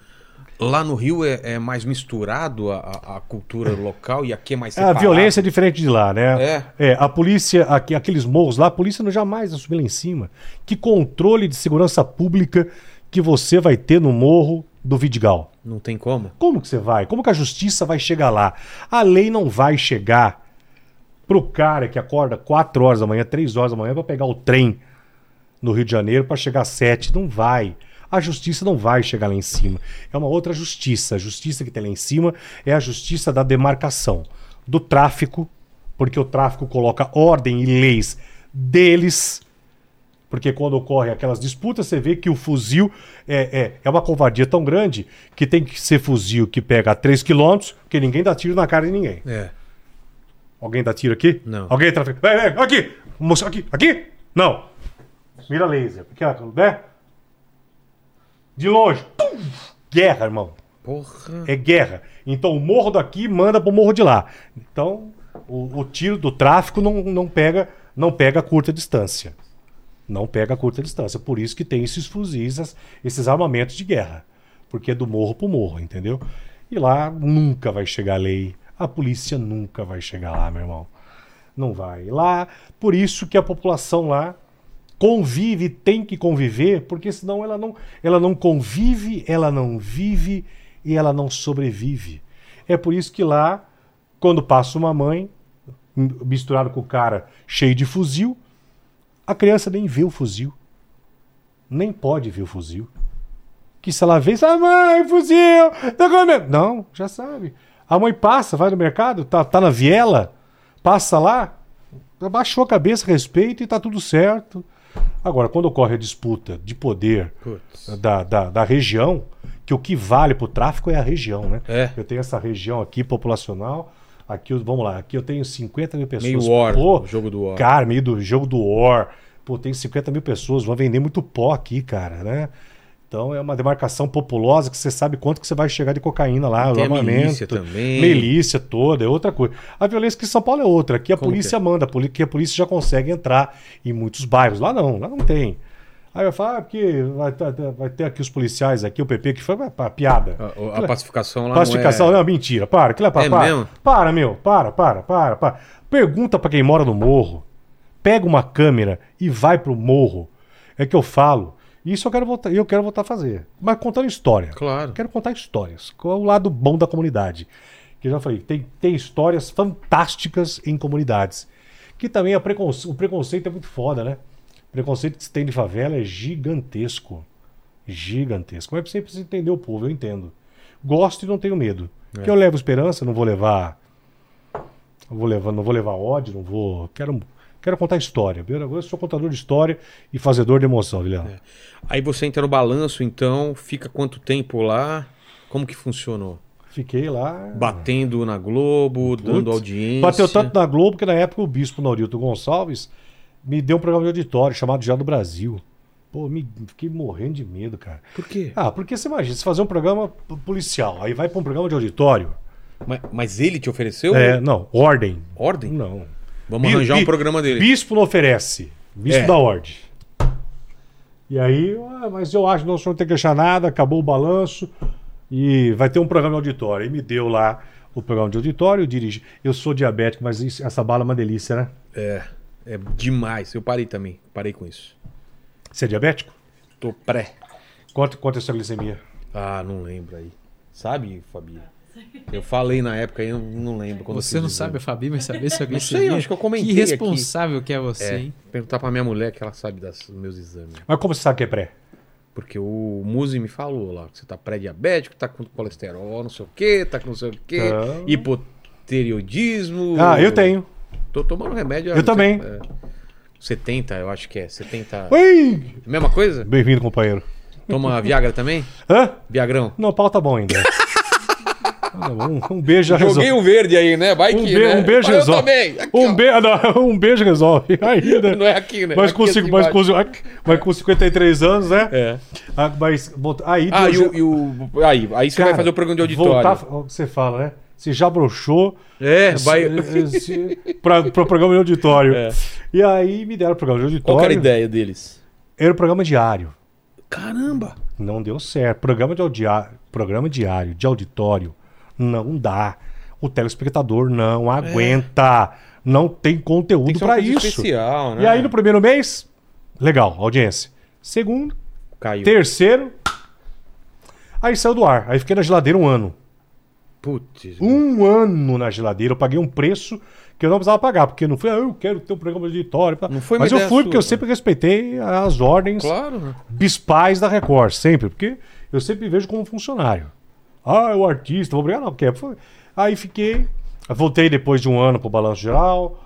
S1: Lá no Rio é, é mais misturado a, a- a cultura local e aqui é mais
S3: É, a
S1: separado.
S3: violência é diferente de lá, né?
S1: É.
S3: a polícia, aqui, aqueles morros lá, a polícia não jamais vai subir lá em cima. Que controle de segurança pública que você vai ter no morro do Vidigal?
S1: Não tem como.
S3: Como que você vai? Como que a justiça vai chegar lá? A lei não vai chegar pro cara que acorda 4 horas da manhã, 3 horas da manhã pra pegar o trem no Rio de Janeiro pra chegar às 7, não vai. A justiça não vai chegar lá em cima. É uma outra justiça. A justiça que tem lá em cima é a justiça da demarcação, do tráfico, porque o tráfico coloca ordem e leis deles. Porque quando ocorrem aquelas disputas, você vê que o fuzil é, é, é uma covardia tão grande que tem que ser fuzil que pega a 3 quilômetros, porque ninguém dá tiro na cara de ninguém.
S1: É.
S3: Alguém dá tiro aqui?
S1: Não.
S3: Alguém trafica. Vem, vem, aqui! Moço, aqui, aqui! Não! Mira laser. Porque, né? De longe. Pum! Guerra, irmão.
S1: Porra.
S3: É guerra. Então o morro daqui manda pro morro de lá. Então o, o tiro do tráfico não, não pega não pega a curta distância. Não pega a curta distância. Por isso que tem esses fuzis, as- esses armamentos de guerra. Porque é do morro pro morro, entendeu? E lá nunca vai chegar a lei. A polícia nunca vai chegar lá, meu irmão. Não vai. Lá, por isso que a população lá convive, tem que conviver, porque senão ela não, ela não convive, ela não vive e ela não sobrevive. É por isso que lá, quando passa uma mãe m- misturada com o cara cheio de fuzil, a criança nem vê o fuzil. Nem pode ver o fuzil. Que se ela vê, ah, mãe, fuzil! tá comendo." Não, já sabe. A mãe passa, vai no mercado, tá, tá na viela, passa lá, abaixou a cabeça, respeito e tá tudo certo. Agora, quando ocorre a disputa de poder
S1: Putz.
S3: da, da, da região, que o que vale pro tráfico é a região, né?
S1: É.
S3: Eu tenho essa região aqui populacional. Aqui, eu- vamos lá, aqui eu tenho 50 mil pessoas.
S1: Meio War,
S3: Pô,
S1: jogo do War.
S3: Cara, meio do jogo do War. Pô, tem 50 mil pessoas, vão vender muito pó aqui, cara, né? Então é uma demarcação populosa que você sabe quanto que você vai chegar de cocaína lá,
S1: Tem a
S3: armamento.
S1: milícia também.
S3: Milícia toda, é outra coisa. A violência que em São Paulo é outra. Aqui a
S1: Como
S3: polícia manda, a poli- que a polícia já consegue entrar em muitos bairros. Lá não, lá não tem. Aí eu falo, ah, porque vai, tá- tá- vai ter aqui os policiais aqui, o PP que foi uma pa- piada. é
S1: A, a- a pacificação lá
S3: Pacificação,
S1: não
S3: não, mentira. Para, aquilo é para,
S1: É
S3: para.
S1: mesmo?
S3: Para, meu, para, para, para, para. Pergunta pra quem mora no morro. Pega uma câmera e vai pro morro. É que eu falo. Isso eu quero voltar, eu quero voltar a fazer. Mas contando história.
S1: Claro.
S3: Quero contar histórias. Qual é o lado bom da comunidade? Que eu já falei, tem, tem histórias fantásticas em comunidades. Que também a preconce- o preconceito é muito foda, né? O preconceito que se tem de favela é gigantesco. Gigantesco. Mas você precisa entender o povo, eu entendo. Gosto e não tenho medo. Que eu levo esperança, não vou levar. Não vou levar, não vou levar ódio, não vou. Quero, Quero contar história. Primeiro, Agora eu sou contador de história e fazedor de emoção, Guilherme.
S1: Aí você entra no balanço, então, fica quanto tempo lá? Como que funcionou?
S3: Fiquei lá.
S1: Batendo na Globo, dando
S3: Putz,
S1: audiência.
S3: Bateu tanto na Globo que na época o bispo Naurilto Gonçalves me deu um programa de auditório chamado Já do Brasil. Pô, me fiquei morrendo de medo, cara.
S1: Por quê?
S3: Ah, porque você imagina, você fazer um programa p- policial, aí vai pra um programa de auditório.
S1: Mas, mas ele te ofereceu
S3: É, não, ordem.
S1: ordem?
S3: Não.
S1: Vamos
S3: Bi-
S1: arranjar um
S3: bi-
S1: programa dele.
S3: Bispo não oferece. Bispo
S1: É.
S3: da ordem. E aí, ah, mas eu acho que não, o senhor não tem que achar nada, acabou o balanço e vai ter um programa de auditório. E me deu lá o programa de auditório, eu dirigi. Eu sou diabético, mas isso- essa bala é uma delícia, né?
S1: É, é demais. Eu parei também, parei com isso.
S3: Você é diabético?
S1: Tô pré.
S3: Quanto, quanto é a sua glicemia?
S1: Ah, não lembro aí. Sabe, Fabi? Eu falei na época aí, eu não lembro. Quando eu
S2: Você
S1: fiz
S2: não
S1: o
S2: sabe, a
S1: exame.
S2: Fabi vai saber se alguém
S1: né? Não sei, eu acho que eu comentei
S2: Que responsável que é você, hein?
S1: Perguntar pra minha mulher que ela sabe das- dos meus exames.
S3: Mas como você sabe que é pré?
S1: Porque o Muzi me falou lá que você tá pré-diabético, tá com colesterol, não sei o quê, tá com não sei o quê,
S3: Então-
S1: hipotireoidismo.
S3: Ah, eu tenho.
S1: Tô tomando remédio.
S3: Eu também.
S1: É, 70, eu acho que é. 70.
S3: Oi!
S1: Mesma coisa?
S3: Bem-vindo, companheiro.
S1: Toma Viagra também?
S3: Hã?
S1: Viagrão.
S3: Não, o pau tá bom ainda. Tá bom, um beijo já resolve.
S1: Joguei o verde aí, né? Vai
S3: Um,
S1: que,
S3: be-
S1: né?
S3: um
S1: Mas
S3: beijo
S1: eu
S3: resolve.
S1: também. Aqui, ó.
S3: um, be- ah, não, um beijo resolve. Ainda.
S1: Não é aqui, né?
S3: Mas
S1: Aqui
S3: com,
S1: assim
S3: cinco- mas,
S1: embaixo.
S3: com, mas com 53 anos, né?
S1: É.
S3: Ah, mas, bot- aí
S1: Ah,
S3: deu
S1: e
S3: já-
S1: o, e o- Aí, aí você
S3: Cara,
S1: vai fazer o programa de auditório.
S3: Voltar, o que você fala, né? Você já broxou
S1: É, vai.
S3: para pro programa de auditório.
S1: É.
S3: E aí me deram o programa de
S1: Qual que era a
S3: auditório.
S1: ideia deles?
S3: Era o programa diário.
S1: Caramba!
S3: Não deu certo. Programa de, audia... programa diário, de auditório, não dá. O telespectador não aguenta. Não tem
S1: É. Tem
S3: conteúdo
S1: que ser
S3: pra
S1: é uma coisa
S3: isso.
S1: especial, né?
S3: E aí no primeiro mês, legal, audiência. Segundo,
S1: Caiu.
S3: terceiro, aí saiu do ar. Aí fiquei na geladeira um ano.
S1: Putz.
S3: Um ano na geladeira, eu paguei um preço que eu não precisava pagar, porque não foi, ah, eu quero ter um programa de auditório.
S1: Não foi uma
S3: Mas eu
S1: ideia
S3: fui, porque
S1: sua,
S3: eu sempre respeitei as ordens
S1: Claro, né?
S3: bispais da Record, sempre, porque eu sempre me vejo como um funcionário. Ah, eu artista, vou brigar, não, porque foi- Aí fiquei, voltei depois de um ano pro Balanço Geral,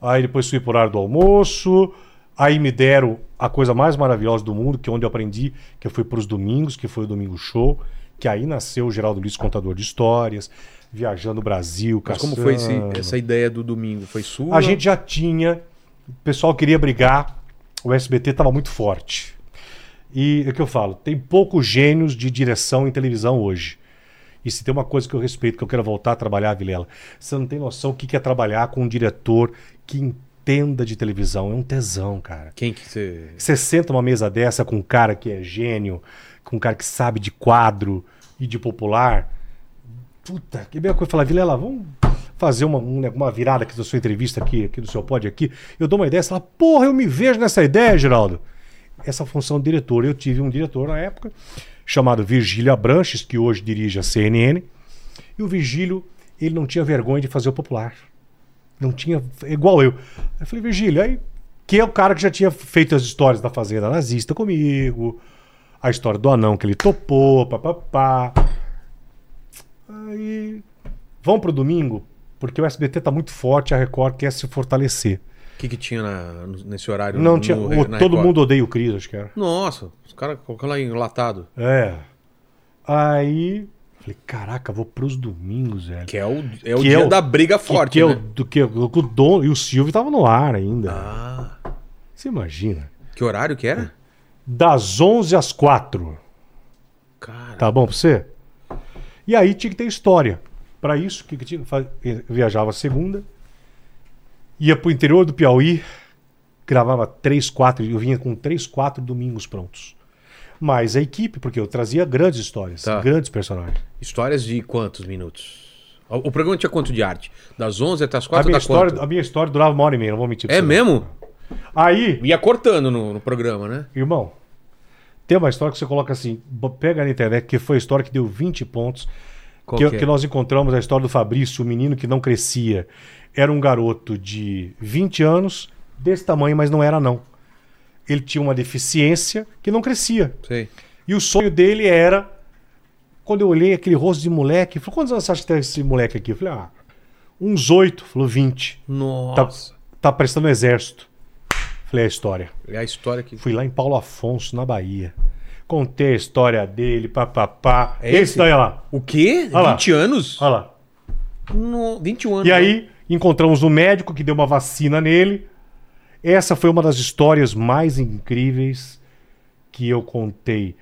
S3: aí depois fui pro horário do almoço, aí me deram a coisa mais maravilhosa do mundo, que é onde eu aprendi, que eu fui pros domingos, que foi o Domingo Show, que aí nasceu o Geraldo Luiz, contador de histórias, viajando o Brasil,
S1: Mas como foi esse-
S3: caçando.
S1: essa ideia do domingo? Foi sua?
S3: A gente já tinha, o pessoal queria brigar, o SBT estava muito forte. E é o que eu falo, tem poucos gênios de direção em televisão hoje. E se tem uma coisa que eu respeito, que eu quero voltar a trabalhar, Vilela, você não tem noção o que que é trabalhar com um diretor que entenda de televisão. É um tesão, cara.
S1: Quem que você.
S3: Você senta numa mesa dessa com um cara que é gênio, com um cara que sabe de quadro e de popular. Puta, que bem coisa. Falar, Vilela, vamos fazer uma, um ne- uma virada aqui da sua entrevista aqui, aqui do seu pod aqui. Eu dou uma ideia, você fala, porra, eu me vejo nessa ideia, Geraldo. Essa função de diretor. Eu tive um diretor na época, chamado Virgílio Abranches, que hoje dirige a CNN. E o Virgílio, ele não tinha vergonha de fazer o popular. Não tinha. Igual eu. Aí eu falei, Virgílio, aí. Que é o cara que já tinha feito as histórias da Fazenda Nazista comigo. A história do anão que ele topou, papapá. Aí. Vamos pro domingo, porque o SBT tá muito forte, a Record quer se fortalecer.
S1: O que, que tinha na- no- nesse horário?
S3: Não
S1: no-
S3: tinha.
S1: no-
S3: o
S1: na
S3: todo
S1: Record?
S3: mundo odeia o Cris, acho que era.
S1: Nossa, os caras colocando lá enlatado.
S3: É. Aí. Falei, caraca, vou pros domingos, velho.
S1: Que é o, é o
S3: Que
S1: dia
S3: é o-
S1: da briga
S3: Que-
S1: forte.
S3: que eu-
S1: né?
S3: do que eu- o Dom e o Silvio estavam no ar ainda.
S1: Ah,
S3: Você imagina?
S1: que horário que era?
S3: Das 11 às 4.
S1: Cara.
S3: Tá bom pra você? E aí tinha que ter história. Pra isso, o que, que tinha? Fa- Eu viajava segunda, ia pro interior do Piauí, gravava três, quatro, eu vinha com três, quatro domingos prontos. Mas a equipe, porque eu trazia grandes histórias,
S1: Tá.
S3: grandes personagens.
S1: Histórias de quantos minutos? O, o programa tinha quanto de arte? Das 11 até as
S3: A
S1: 4 da
S3: minha, história,
S1: quanto?
S3: a minha história durava uma hora e meia, não vou mentir pra
S1: É
S3: você.
S1: mesmo?
S3: Aí,
S1: Ia cortando no, no programa, né?
S3: Irmão, tem uma história que você coloca assim, bo- pega na internet, que foi a história que deu 20 pontos.
S1: Qual
S3: Que,
S1: que é?
S3: que nós encontramos a história do Fabrício, o menino que não crescia. Era um garoto de 20 anos, desse tamanho, mas não era não. Ele tinha uma deficiência que não crescia.
S1: Sei.
S3: E o sonho dele era. Quando eu olhei aquele rosto de moleque, falou: quantos anos você acha que tem esse moleque aqui? Eu falei: ah, uns oito. Falou: 20. Tá-
S1: Nossa.
S3: tá prestando exército. Falei, é a história.
S1: É a história que.
S3: Fui lá em Paulo Afonso, na Bahia. Contei a história dele, papapá.
S1: É
S3: esse?
S1: esse?
S3: daí, olha lá.
S1: O quê?
S3: Olha lá.
S1: 20 anos?
S3: Olha lá.
S1: No... 21 anos. né?
S3: E aí, encontramos um médico que deu uma vacina nele. Essa foi uma das histórias mais incríveis que eu contei.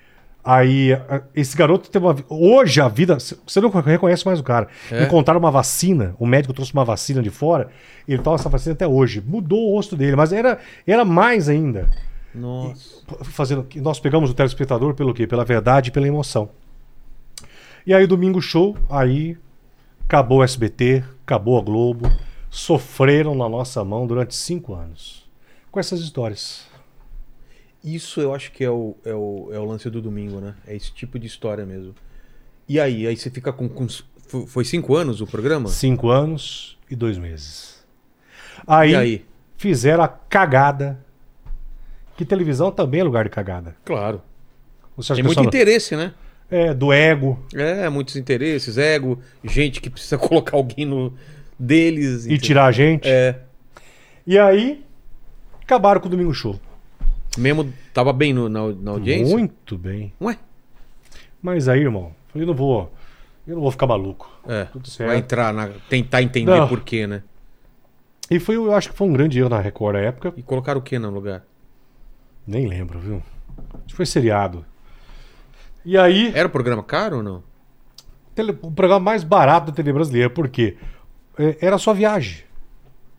S3: Aí, a- esse garoto teve uma. vi- Hoje a vida. c- Você não reconhece mais o cara.
S1: É.
S3: Encontraram uma vacina, o médico trouxe uma vacina de fora, ele tava com essa vacina até hoje. Mudou o rosto dele, mas era, era mais ainda.
S1: Nossa.
S3: P- Fazendo, que nós pegamos o telespectador pelo quê? Pela verdade e pela emoção. E aí, domingo, show, aí acabou o SBT, acabou a Globo, sofreram na nossa mão durante cinco anos. Com essas histórias.
S1: Isso eu acho que é o, é, o, é o lance do domingo, né? É esse tipo de história mesmo. E aí? Aí você fica com. com- fo- Foi cinco anos o programa?
S3: Cinco anos e dois meses.
S1: E
S3: Aí,
S1: aí?
S3: fizeram a cagada. Que televisão também é lugar de cagada.
S1: Claro.
S3: Você acha
S1: Tem
S3: que é
S1: muito
S3: só-
S1: interesse, né?
S3: É, do ego.
S1: É, muitos interesses, ego, gente que precisa colocar alguém no deles.
S3: E
S1: entendeu?
S3: tirar a gente.
S1: É.
S3: E aí, acabaram com o Domingo Show.
S1: Mesmo tava bem no- na, na audiência?
S3: Muito bem.
S1: Ué?
S3: Mas aí, irmão, falei, não vou. Eu não vou ficar maluco.
S1: É.
S3: Tudo certo.
S1: Vai entrar na. tentar entender
S3: Não.
S1: por quê, né?
S3: E foi, eu acho que foi um grande erro na Record na época.
S1: E colocaram o que no lugar?
S3: Nem lembro, viu? Acho que Foi seriado. E aí,
S1: Era o programa caro ou não?
S3: tele- o programa mais barato da TV brasileira, por quê? É, Era só viagem.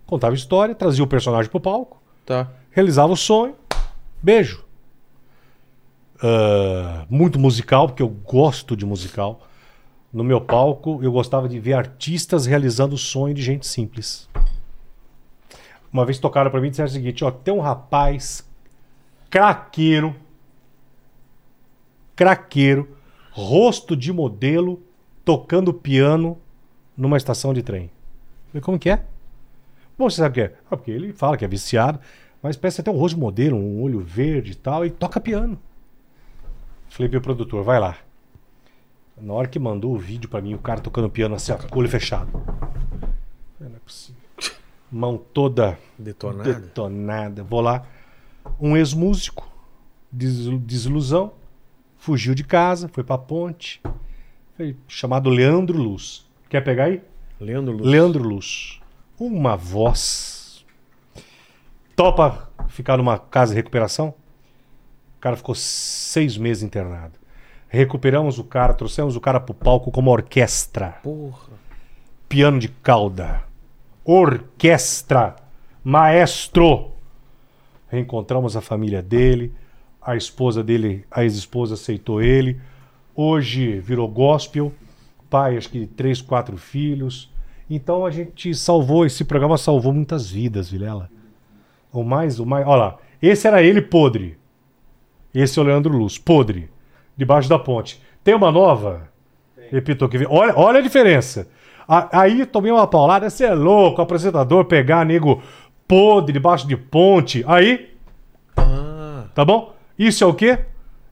S3: Contava história, trazia o personagem pro palco,
S1: Tá.
S3: realizava o sonho. Beijo. Ah, muito musical, porque eu gosto de musical. No meu palco, eu gostava de ver artistas realizando o sonho de gente simples. Uma vez tocaram pra mim e disseram o seguinte: ó, tem um rapaz craqueiro, craqueiro, rosto de modelo, tocando piano numa estação de trem. Eu falei, como que é? Bom, você sabe o que é? Ah, porque ele fala que é viciado, mas parece até um rosto de modelo, um olho verde e tal, e toca piano. Falei pro produtor, vai lá. Na hora que mandou o vídeo pra mim, o cara tocando piano assim, ó, com o olho fechado. Falei, Não é possível. Mão toda
S1: Detonado.
S3: detonada. Vou lá. Um ex-músico, desilu- desilusão, fugiu de casa, foi pra ponte. Falei, Chamado Leandro Luz. Quer pegar aí?
S1: Leandro Luz.
S3: Leandro Luz, uma voz. Topa ficar numa casa de recuperação? O cara ficou seis meses internado. Recuperamos o cara, trouxemos o cara pro palco como orquestra.
S1: Porra.
S3: Piano de cauda. Orquestra. Maestro. Reencontramos a família dele. A esposa dele, a ex-esposa aceitou ele. Hoje virou gospel. Pai, acho que de três, quatro filhos. Então a gente salvou, esse programa salvou muitas vidas, Vilela. O mais, o mais. Olha lá. Esse era ele podre. Esse é o Leandro Luz, podre. Debaixo da ponte. Tem uma nova? Repito que olha, olha a diferença. A- aí tomei uma paulada, você é louco, apresentador pegar nego podre debaixo de ponte. Aí,
S1: Ah.
S3: tá bom? Isso é o quê?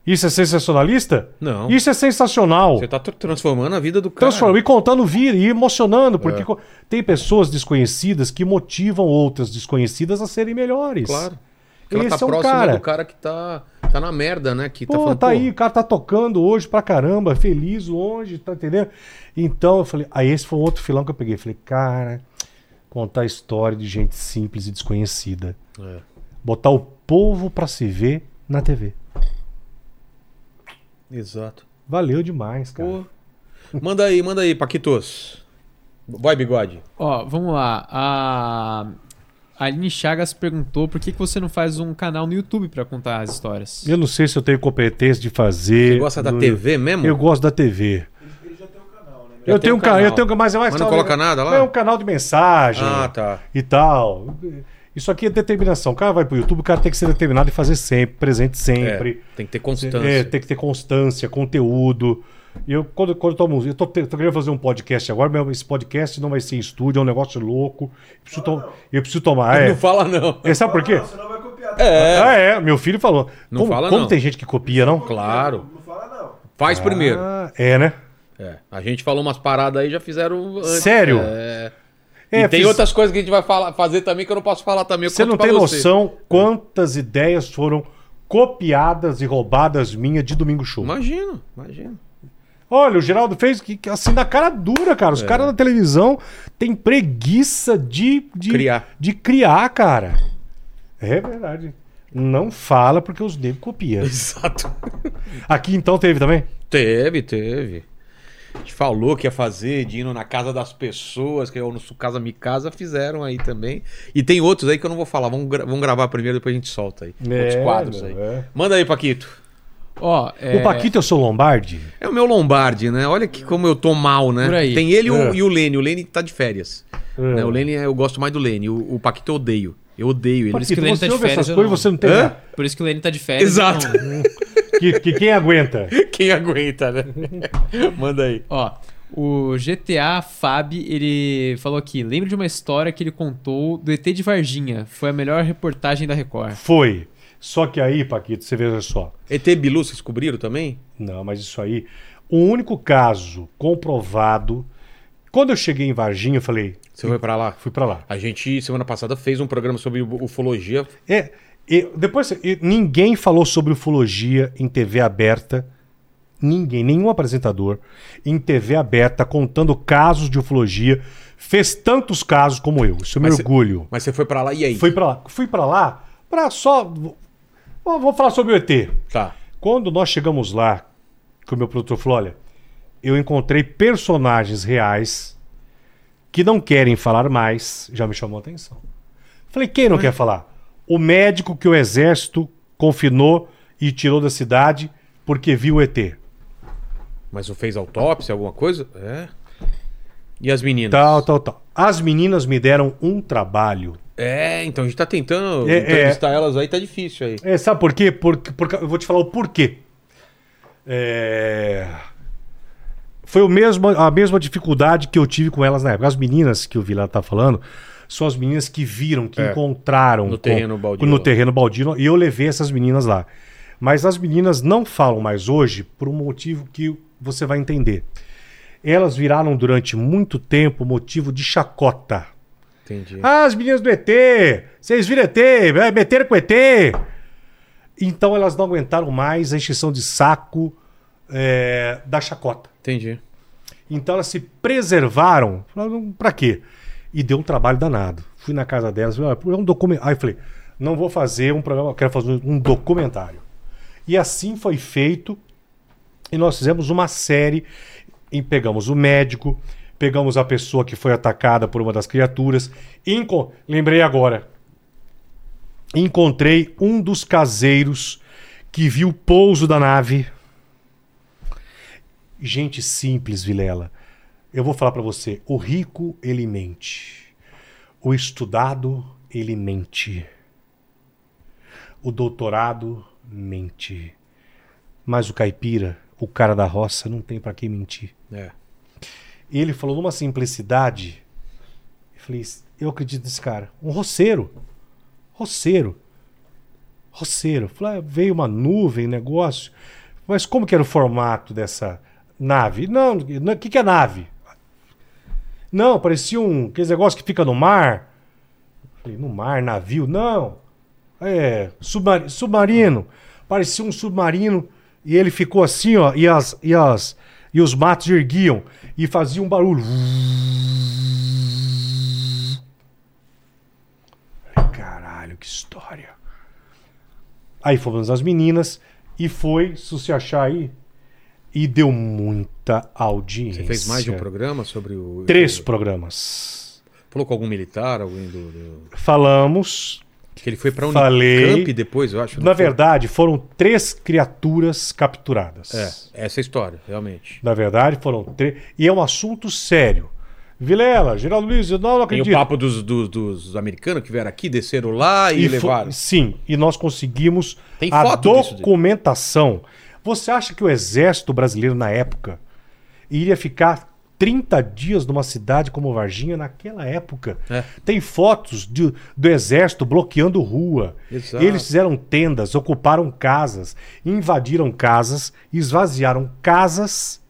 S3: Isso é sensacionalista?
S1: Não.
S3: Isso é sensacional.
S1: Você tá tr- transformando a vida do cara. É.
S3: Transformando e contando vir e emocionando, porque co- tem pessoas desconhecidas que motivam outras desconhecidas a serem melhores.
S1: Claro. Porque ela
S3: Esse
S1: tá
S3: é um
S1: próxima
S3: cara.
S1: do cara que tá, tá na merda, né? Que tá
S3: Pô,
S1: falando,
S3: tá
S1: pô,
S3: aí, o cara tá tocando hoje pra caramba, feliz, longe, tá entendendo? Então eu falei, aí esse foi outro filão que eu peguei. Falei, cara, contar a história de gente simples e desconhecida.
S1: É.
S3: Botar o povo pra se ver na TV.
S1: Exato.
S3: Valeu demais, cara.
S1: Pô. Manda aí, manda aí, Paquitos. Vai, bigode.
S2: Ó, vamos lá. A a Aline Chagas perguntou por que, que você não faz um canal no YouTube pra contar as histórias.
S3: Eu não sei se eu tenho competência de fazer.
S1: Você gosta da
S3: no-
S1: TV mesmo?
S3: Eu gosto da TV.
S4: Ele já tem um canal, né?
S1: Já
S3: eu
S1: tem
S3: tenho
S1: um
S3: um canal,
S1: canal.
S3: eu tenho, mas é mais
S1: Mas não
S3: canal-
S1: coloca nada lá?
S3: É um canal de mensagem.
S1: Ah, tá.
S3: e tal. Isso aqui é determinação. O cara vai pro YouTube, o cara tem que ser determinado e fazer sempre, presente sempre.
S1: É, tem que ter
S3: É,
S1: constância.
S3: tem que ter constância, conteúdo. E eu, quando, quando eu tomo. Eu tô, te- tô querendo fazer um podcast agora, mas esse podcast não vai ser em estúdio, é um negócio louco. Eu preciso, to- eu preciso tomar.
S1: Não
S3: É.
S1: fala, não.
S3: É, sabe por quê?
S4: Não, senão vai copiar.
S1: É.
S3: Ah, é, meu filho falou.
S1: Não
S3: como,
S1: fala,
S3: como
S1: não.
S3: tem gente que copia, não?
S1: Claro.
S4: Não fala não.
S1: Faz primeiro.
S3: Ah, é, né?
S1: É, a gente falou umas paradas aí, já fizeram antes.
S3: Sério?
S1: É,
S3: É,
S1: e tem
S3: fiz-
S1: outras coisas que a gente vai falar- fazer também que eu não posso falar também. Eu
S3: Você
S1: conto
S3: não
S1: pra
S3: tem noção quantas ideias foram copiadas e roubadas minha de Domingo Show.
S1: Imagino, imagino.
S3: Olha, o Geraldo fez que, que assim na cara dura, cara. Os
S2: É.
S3: caras na televisão têm preguiça de, de
S1: Criar.
S3: de criar, cara. É verdade. Não fala porque os negros copiam.
S1: Exato.
S3: Aqui então teve também?
S1: Teve, teve. A gente falou que ia fazer de indo na casa das pessoas, que é o nosso Casa Me Casa, fizeram aí também. E tem outros aí que eu não vou falar. Vamos, gra- vamos gravar primeiro, depois a gente solta aí. outros
S3: É,
S1: quadros aí.
S3: meu, é.
S1: Manda aí, Paquito.
S2: Ó, é,
S3: O Paquito eu sou Lombardi?
S1: É o meu Lombardi, né? Olha que como eu tô mal, né?
S2: Por aí.
S1: Tem ele e o-
S3: É.
S1: e o Lene. O Lene tá de férias.
S3: É.
S1: né? O Lene, eu gosto mais do Lene. O, o Paquito eu odeio. Eu odeio ele.
S2: isso que
S3: Paquito,
S2: o Lênin tá
S3: você
S2: de
S3: ouve
S2: férias,
S3: essas
S2: eu
S3: coisas
S2: não.
S3: você não tem.
S1: Hã?
S3: nada.
S2: por isso que o Lênin tá de férias.
S1: Exato.
S2: então-
S3: Que, que quem aguenta?
S1: Quem aguenta, né? Manda aí.
S2: Ó, o GTA Fab, ele falou aqui, lembro de uma história que ele contou do ET de Varginha. Foi a melhor reportagem da Record.
S3: Foi. Só que aí, Paquito, você veja só.
S1: ET Bilu, vocês cobriram também?
S3: Não, mas isso aí. O único caso comprovado. Quando eu cheguei em Varginha, eu falei,
S1: Você foi pra lá?
S3: fui pra lá.
S1: A gente, semana passada, fez um programa sobre u- ufologia.
S3: É, e depois e ninguém falou sobre ufologia em TV aberta. Ninguém, nenhum apresentador em TV aberta contando casos de ufologia fez tantos casos como eu. Isso é meu
S1: Mas cê-
S3: orgulho.
S1: Mas você foi pra lá e aí?
S3: Fui pra lá, fui para lá para só vou- vou falar sobre o ET.
S1: Tá.
S3: Quando nós chegamos lá, que o meu produtor falou: olha, eu encontrei personagens reais que não querem falar mais, já me chamou a atenção. Falei: quem não quer falar? O médico que o exército confinou e tirou da cidade porque viu o ET.
S1: Mas não fez autópsia, alguma coisa? É. E as meninas?
S3: Tal, tal, tal. As meninas me deram um trabalho.
S1: É, então a gente tá tentando
S3: É,
S1: entrevistar elas aí, tá difícil aí.
S3: É, sabe por quê? Porque, porque, eu vou te falar o porquê. É, Foi o mesmo, a mesma dificuldade que eu tive com elas na época. As meninas que o Vila tá falando são as meninas que viram, que
S1: É.
S3: encontraram.
S1: No terreno baldio.
S3: No terreno baldio. E eu levei essas meninas lá. Mas as meninas não falam mais hoje por um motivo que você vai entender. Elas viraram durante muito tempo motivo de chacota.
S1: Entendi.
S3: Ah, as meninas do ET! Vocês viram ET? É, meteram com ET! Então elas não aguentaram mais a encheção de saco é, da chacota.
S1: Entendi.
S3: Então elas se preservaram. Falaram, pra quê? E deu um trabalho danado. Fui na casa delas, falei, "Olha, é um documentário. Aí eu falei, não vou fazer um programa, eu quero fazer um documentário. E assim foi feito. E nós fizemos uma série. E pegamos o médico, pegamos a pessoa que foi atacada por uma das criaturas. Enco- Lembrei agora. Encontrei um dos caseiros que viu o pouso da nave. Gente simples, Vilela. Eu vou falar pra você, o rico ele mente. O estudado ele mente. O doutorado mente. Mas o caipira, o cara da roça não tem pra quem mentir.
S1: É.
S3: E ele falou numa simplicidade. Eu falei, eu acredito nesse cara. Um roceiro. Roceiro. Roceiro. Eu Falei, ah, veio uma nuvem, negócio. Mas como que era o formato dessa nave? Não, não- o que, que é nave? Não, parecia um. Aquele negócio que fica no mar. Eu Falei, no mar, navio? Não. É, submar- submarino. Parecia um submarino e ele ficou assim, ó, e as e as e os matos erguiam e faziam um barulho. Falei, Caralho, que história. Aí fomos as meninas e foi, se você achar aí, e deu muita audiência.
S1: Você fez mais de um programa sobre o.
S3: é. Três programas.
S1: Falou com algum militar, alguém do. do-
S3: Falamos
S1: Que ele foi pra
S3: Falei.
S1: Unicamp depois, eu acho.
S3: Na
S1: não foi?
S3: verdade, foram três criaturas capturadas.
S1: É, essa é a história, realmente.
S3: Na verdade, foram três. E é um assunto sério. Vilela, Geraldo Luiz, eu não
S1: Tem
S3: acredito.
S1: o papo dos, dos, dos americanos que vieram aqui, desceram lá e,
S3: E fo-
S1: levaram.
S3: Sim, e nós conseguimos
S1: Tem
S3: a
S1: foto disso daí.
S3: documentação. Você acha que o exército brasileiro, na época, iria ficar 30 dias numa cidade como Varginha naquela época?
S1: É.
S3: Tem fotos de- do exército bloqueando rua.
S1: Exato.
S3: Eles fizeram tendas, ocuparam casas, invadiram casas, esvaziaram casas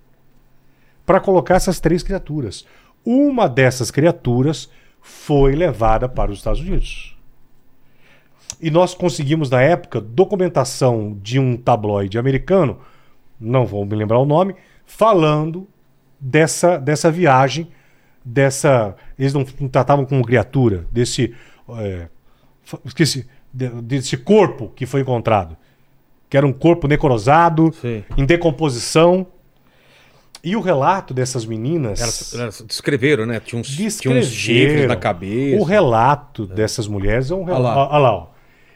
S3: para colocar essas três criaturas. Uma dessas criaturas foi levada para os Estados Unidos. E nós conseguimos, na época, documentação de um tabloide americano, não vou me lembrar o nome, falando dessa, dessa viagem, dessa. Eles não, não tratavam como criatura, desse. é, fa- esqueci. de- Desse corpo que foi encontrado. Que era um corpo necrosado,
S1: Sim.
S3: em decomposição. E o relato dessas meninas.
S1: Elas, elas descreveram, né? Tinha uns, tinha uns chifres
S3: Descreveram.
S1: na cabeça.
S3: O relato dessas mulheres é um
S1: Olha
S3: relato.
S1: lá.
S3: Olha lá. ó.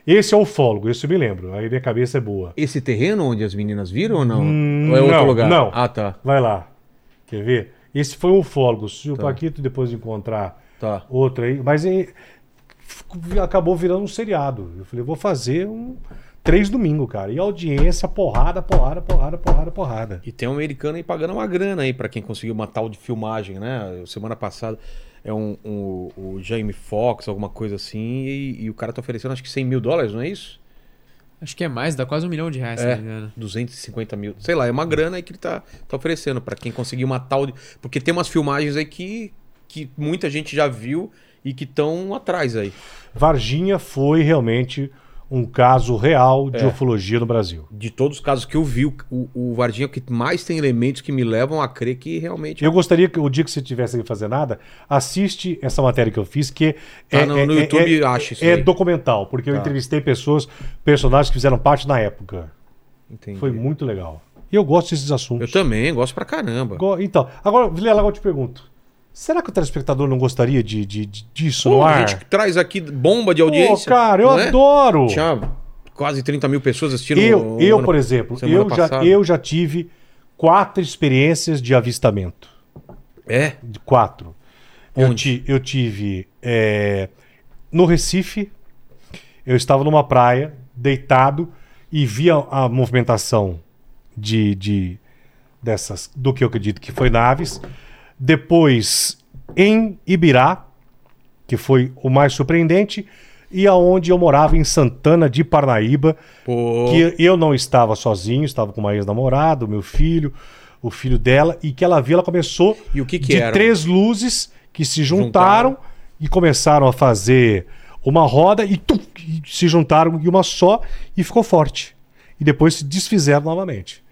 S3: Esse é o fólogo, esse eu me lembro. Aí minha cabeça é boa.
S1: Esse terreno onde as meninas viram ou não?
S3: Hum,
S1: ou é outro
S3: não,
S1: lugar?
S3: não.
S1: Ah, tá.
S3: Vai lá. Quer ver? Esse foi o fólogo. Se o Paquito depois encontrar
S1: Tá.
S3: outro aí. Mas aí, f- acabou virando um seriado. Eu falei, vou fazer um. Três domingo, cara. E audiência, porrada, porrada, porrada, porrada, porrada.
S1: E tem um americano aí pagando uma grana aí pra quem conseguiu uma tal de filmagem, né? Semana passada é um, um- o Jamie Foxx, alguma coisa assim, e, e o cara tá oferecendo acho que 100 mil dólares, não é isso?
S2: Acho que é mais, dá quase um milhão de reais,
S1: É.
S2: se não me engano.
S1: 250 mil. Sei lá, é uma grana aí que ele tá, tá oferecendo pra quem conseguiu uma tal de. Porque tem umas filmagens aí que, que muita gente já viu e que estão atrás aí.
S3: Varginha foi realmente um caso real de
S1: É.
S3: ufologia no Brasil.
S1: De todos os casos que eu vi, o, o Vardinha é o que mais tem elementos que me levam a crer que realmente.
S3: Eu gostaria que o dia que você tivesse que fazer nada, assiste essa matéria que eu fiz, que
S1: Tá no- no YouTube, acha isso
S3: É
S1: daí.
S3: documental, porque eu
S1: Tá.
S3: entrevistei pessoas, personagens que fizeram parte na época.
S1: Entendi.
S3: Foi muito legal. E eu gosto desses assuntos.
S1: Eu também, gosto pra caramba.
S3: Go- Então, agora, Vilela, agora eu te pergunto. Será que o telespectador não gostaria de, de, de- disso
S1: Pô,
S3: no
S1: a
S3: ar?
S1: gente traz aqui bomba de audiência.
S3: Pô, cara, eu
S1: não é?
S3: adoro!
S1: Tinha quase 30 mil pessoas assistindo.
S3: Eu,
S1: no
S3: eu
S1: ano-
S3: por exemplo,
S1: semana
S3: eu já,
S1: passada.
S3: eu já tive quatro experiências de avistamento.
S1: É,
S3: De quatro. Eu,
S1: Onde?
S3: ti- eu tive é, no Recife, eu estava numa praia, deitado, e via a movimentação de, de- dessas do que eu acredito que foi naves. Depois em Ibirá, que foi o mais surpreendente, e aonde eu morava em Santana de Parnaíba,
S1: pô.
S3: que eu não estava sozinho, estava com uma ex-namorada, o meu filho, o filho dela, e que ela viu, ela começou
S1: E o que que
S3: de
S1: eram?
S3: três luzes que se juntaram, e começaram a fazer uma roda e, tum, e se juntaram em uma só e ficou forte. E depois se desfizeram novamente.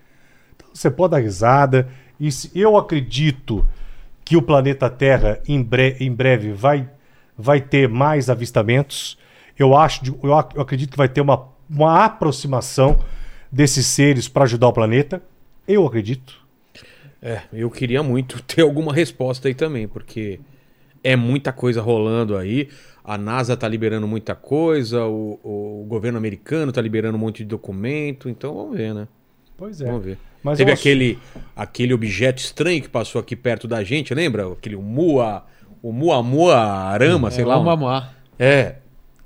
S3: Então você pode dar risada. E se- eu acredito que o planeta Terra em, bre- em breve vai, vai ter mais avistamentos. Eu acho, de- eu ac- eu acredito que vai ter uma, uma aproximação desses seres para ajudar o planeta. Eu acredito.
S1: É, eu queria muito ter alguma resposta aí também, porque é muita coisa rolando aí. A NASA tá liberando muita coisa, o, o governo americano tá liberando um monte de documento, então vamos ver, né?
S3: Pois é.
S1: Vamos ver.
S3: Mas
S1: Teve
S3: eu acho-
S1: aquele, aquele objeto estranho que passou aqui perto da gente, lembra? Aquele Mua, o Muamuarama, sei
S2: É,
S1: lá. um-
S2: vamos amar.
S1: É.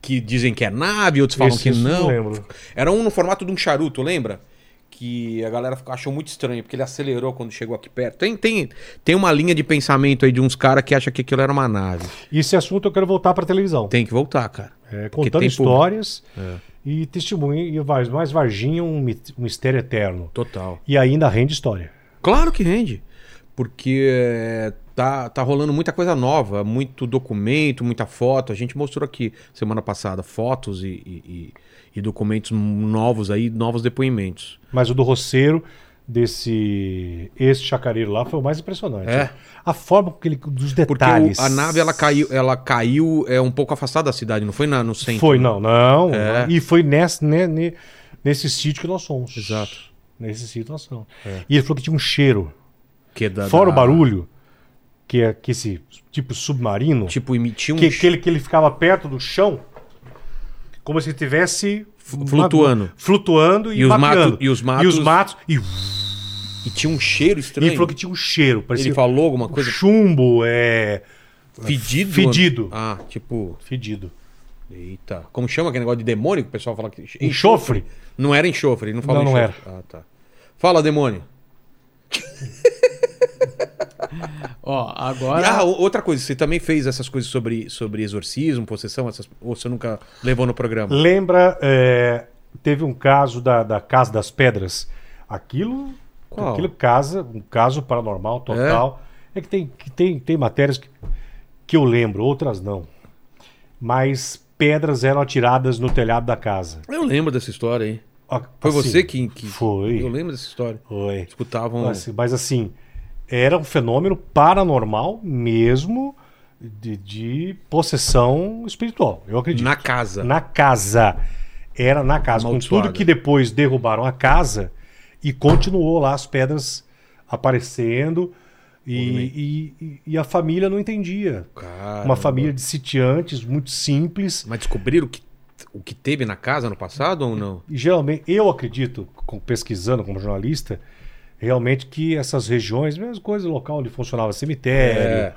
S1: Que dizem que é nave, outros falam
S3: Esse
S1: que
S3: eu
S1: não.
S3: lembro.
S1: Era um no formato de um charuto, lembra? Que a galera ficou- achou muito estranho, porque ele acelerou quando chegou aqui perto. Tem, tem, tem uma linha de pensamento aí de uns caras que acham que aquilo era uma nave.
S3: E esse assunto eu quero voltar para televisão.
S1: Tem que voltar, cara.
S3: É,
S1: Porque
S3: contando
S1: tem público. É.
S3: histórias e testemunho e mais, mais Varginha um, mit- um mistério eterno
S1: Total.
S3: e ainda rende história.
S1: Claro que rende. Porque é, tá, tá rolando muita coisa nova, muito documento, muita foto. A gente mostrou aqui semana passada fotos e, e- e- e documentos novos aí, novos depoimentos.
S3: Mas o do roceiro desse esse chacareiro lá foi o mais impressionante.
S1: É.
S3: A forma com que ele dos
S1: Porque
S3: detalhes.
S1: o- a nave ela caiu, ela caiu é um pouco afastada da cidade, não foi na, no centro.
S3: Foi não, não.
S1: né? É.
S3: E foi nessa, né, ne- nesse sítio que nós somos.
S1: Exato.
S3: Nesse sítio nós somos. E ele falou que tinha um cheiro,
S1: Que é da-
S3: fora o
S1: da-
S3: barulho, que é que esse tipo submarino.
S1: Tipo, emitiu um
S3: que, que, ele, que ele ficava perto do chão, como se estivesse
S1: F- flutuando.
S3: flutuando e,
S1: E os
S3: bateando.
S1: mato- e os matos-
S3: E os matos. E,
S1: e tinha um cheiro
S3: e
S1: estranho.
S3: falou que tinha um cheiro, parecia um
S1: Ele falou alguma coisa
S3: chumbo, é.
S1: fedido.
S3: Fedido.
S1: Ah, tipo,
S3: Fedido.
S1: eita. Como chama aquele negócio de demônio que o pessoal fala que
S3: Enxofre?
S1: Não era enxofre, ele não falou
S3: Não, não
S1: enxofre. Ah, tá. Fala, demônio.
S2: Ó,
S1: E,
S2: agora.
S1: ah, o- outra coisa, você também fez essas coisas sobre, sobre exorcismo, possessão, essas, ou você nunca levou no programa?
S3: Lembra, é, teve um caso da, da Casa das Pedras. Aquilo.
S1: Qual?
S3: É Aquilo casa, um caso paranormal total. É, que, tem, que tem, tem matérias que, que eu lembro, outras não. Mas pedras eram atiradas no telhado da casa.
S1: Eu lembro dessa história aí.
S3: A-
S1: Foi
S3: assim,
S1: você que, que-
S3: Foi.
S1: Eu lembro dessa história.
S3: Foi.
S1: Escutavam.
S3: Assim, mas assim, era um fenômeno paranormal mesmo de, de possessão espiritual, eu acredito.
S1: Na casa.
S3: Na casa. Era na casa. Com
S1: Amaldiçoada.
S3: tudo que depois derrubaram a casa e continuou lá as pedras aparecendo. E, e- e- e a família não entendia.
S1: Caramba.
S3: Uma família de sitiantes, muito simples.
S1: Mas descobriram o que, o que teve na casa no passado ou não?
S3: E geralmente, eu acredito, com- pesquisando como jornalista, realmente que essas regiões, mesma coisa, local onde funcionava cemitério,
S1: É.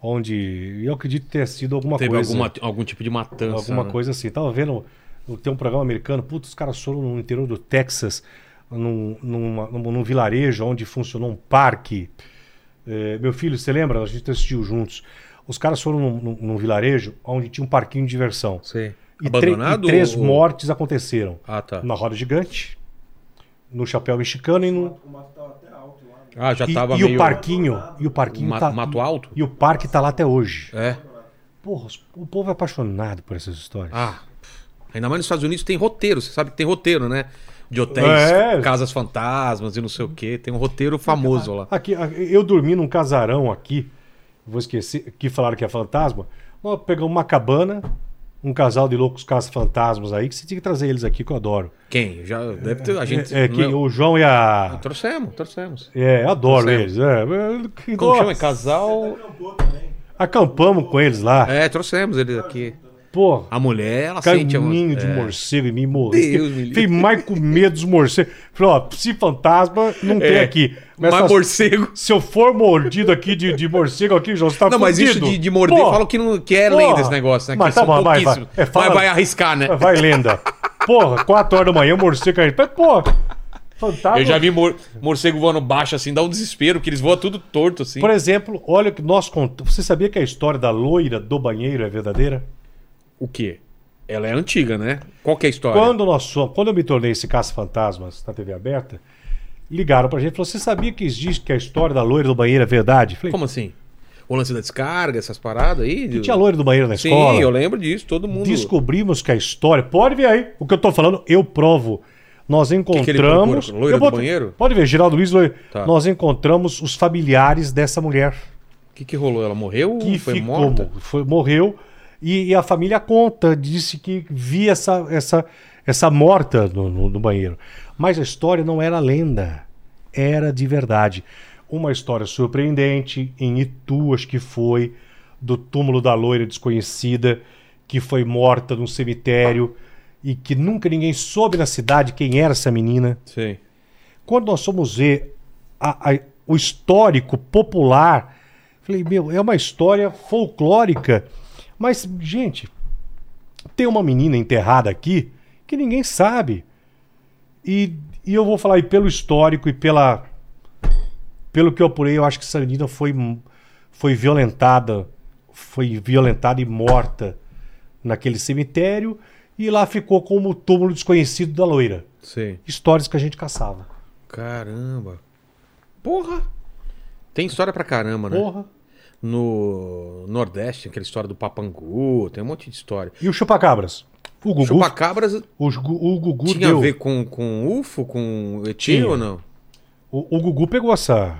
S3: onde. Eu acredito ter sido alguma
S1: teve
S3: coisa.
S1: alguma, algum tipo de matança.
S3: Alguma
S1: né?
S3: coisa assim. Tava vendo. Tem um programa americano, putz, os caras foram no interior do Texas, num, numa- num, num vilarejo onde funcionou um parque. É, meu filho, você lembra? A gente assistiu juntos. Os caras foram num, num- num vilarejo onde tinha um parquinho de diversão.
S1: Sei.
S3: E, tre-
S1: Abandonado?
S3: e três
S1: ou-
S3: mortes aconteceram.
S1: Ah, tá.
S3: Na roda gigante, no chapéu mexicano e no.
S4: O mato tava até alto lá. Né?
S1: Ah, já
S3: e,
S1: tava
S3: e
S1: meio.
S3: o parquinho. E o parquinho
S1: Ma-
S3: tá.
S1: Mato Alto?
S3: E o parque tá lá até hoje.
S1: É.
S3: Porra, os- o povo é apaixonado por essas histórias.
S1: Ah. Ainda mais nos Estados Unidos tem roteiro, você sabe que tem roteiro, né? De hotéis,
S3: É.
S1: casas fantasmas e não sei o quê. Tem um roteiro famoso lá.
S3: Aqui, a- eu dormi num casarão aqui, vou esquecer, que falaram que é fantasma. Nós pegamos uma cabana, um casal de loucos caça-fantasmas aí, que você tinha que trazer eles aqui, que eu adoro.
S1: Quem? Já deve ter. A gente.
S3: É, é, quem,
S1: não
S3: O João e a.
S1: Trouxemos, trouxemos.
S3: É, eu adoro
S1: Trouxemos.
S3: eles. É, eu- que-
S1: Como chama? É
S3: nossa,
S1: Casal.
S4: Acampou também.
S3: Acampamos com eles lá.
S1: É, trouxemos eles aqui.
S3: Pô,
S1: A mulher, ela sente.
S3: caninho
S1: Uma...
S3: um de
S1: é.
S3: morcego em mim,
S1: Deus me
S3: morcego.
S1: livre.
S3: Fiquei mais com medo dos morcegos. Falei, ó, se fantasma, não tem
S1: É,
S3: aqui.
S1: Mas
S3: essas-
S1: morcego.
S3: Se eu for mordido aqui de, de morcego aqui, João, você tá
S1: Não, mas isso
S3: fudido.
S1: de, de morder,
S3: Pô,
S1: falam que, não, que é
S3: pô,
S1: lenda esse negócio, né? Que
S3: mas tá bom, vai, vai. É, fala- É
S1: Mas vai arriscar, né?
S3: Vai lenda. Porra, 4 horas da manhã, morcego aí. Porra, fantasma.
S1: Eu já vi mor- morcego voando baixo, assim, dá um desespero, que eles voam tudo torto, assim.
S3: Por exemplo, olha o que nós contamos. Você sabia que a história da loira do banheiro é verdadeira?
S1: O quê? Ela é antiga, né? Qual que é a história?
S3: Quando, nós fomos- quando eu me tornei esse caça-fantasmas na TV aberta, ligaram pra gente e falaram: Você sabia que existe que a história da loira do banheiro é verdade? Falei,
S1: Como assim? O lance da descarga, essas paradas aí?
S3: tinha loira do banheiro na
S1: Sim,
S3: escola?
S1: eu lembro disso, todo mundo.
S3: Descobrimos que a história. Pode ver aí. O que eu tô falando, eu provo. Nós
S1: que ele
S3: encontramos.
S1: procura? Loira
S3: Eu
S1: do banheiro?
S3: Pode ver, Geraldo Luiz. loira-
S1: Tá.
S3: Nós encontramos os familiares dessa mulher.
S1: O que, que rolou? Ela morreu?
S3: Que
S1: foi
S3: ficou,
S1: morta?
S3: Foi, morreu. E, e a família conta, disse que via essa, essa, essa morta no, no- no banheiro. Mas a história não era lenda. Era de verdade. Uma história surpreendente em Itu, acho que foi, do túmulo da loira desconhecida, que foi morta num cemitério e que nunca ninguém soube na cidade quem era essa menina
S1: Sim.
S3: quando nós fomos ver a- a- o histórico popular, falei, meu, é uma história folclórica. Mas, gente, tem uma menina enterrada aqui que ninguém sabe. E, e eu vou falar, e pelo histórico e pela. Pelo que eu apurei, eu acho que essa menina foi, m- foi violentada. Foi violentada e morta naquele cemitério. E lá ficou como o túmulo desconhecido da loira.
S1: Sim.
S3: Histórias que a gente caçava.
S1: Caramba. Porra! Tem história pra caramba, né?
S3: Porra.
S1: No Nordeste, tem aquela história do Papangu, tem um monte de história.
S3: E o chupacabras? O Gugu,
S1: Chupacabras
S3: o, Gu- o Gugu
S1: tinha
S3: deu.
S1: a ver com, com UFO, com ET
S3: Tinha.
S1: ou não?
S3: O, o Gugu pegou essa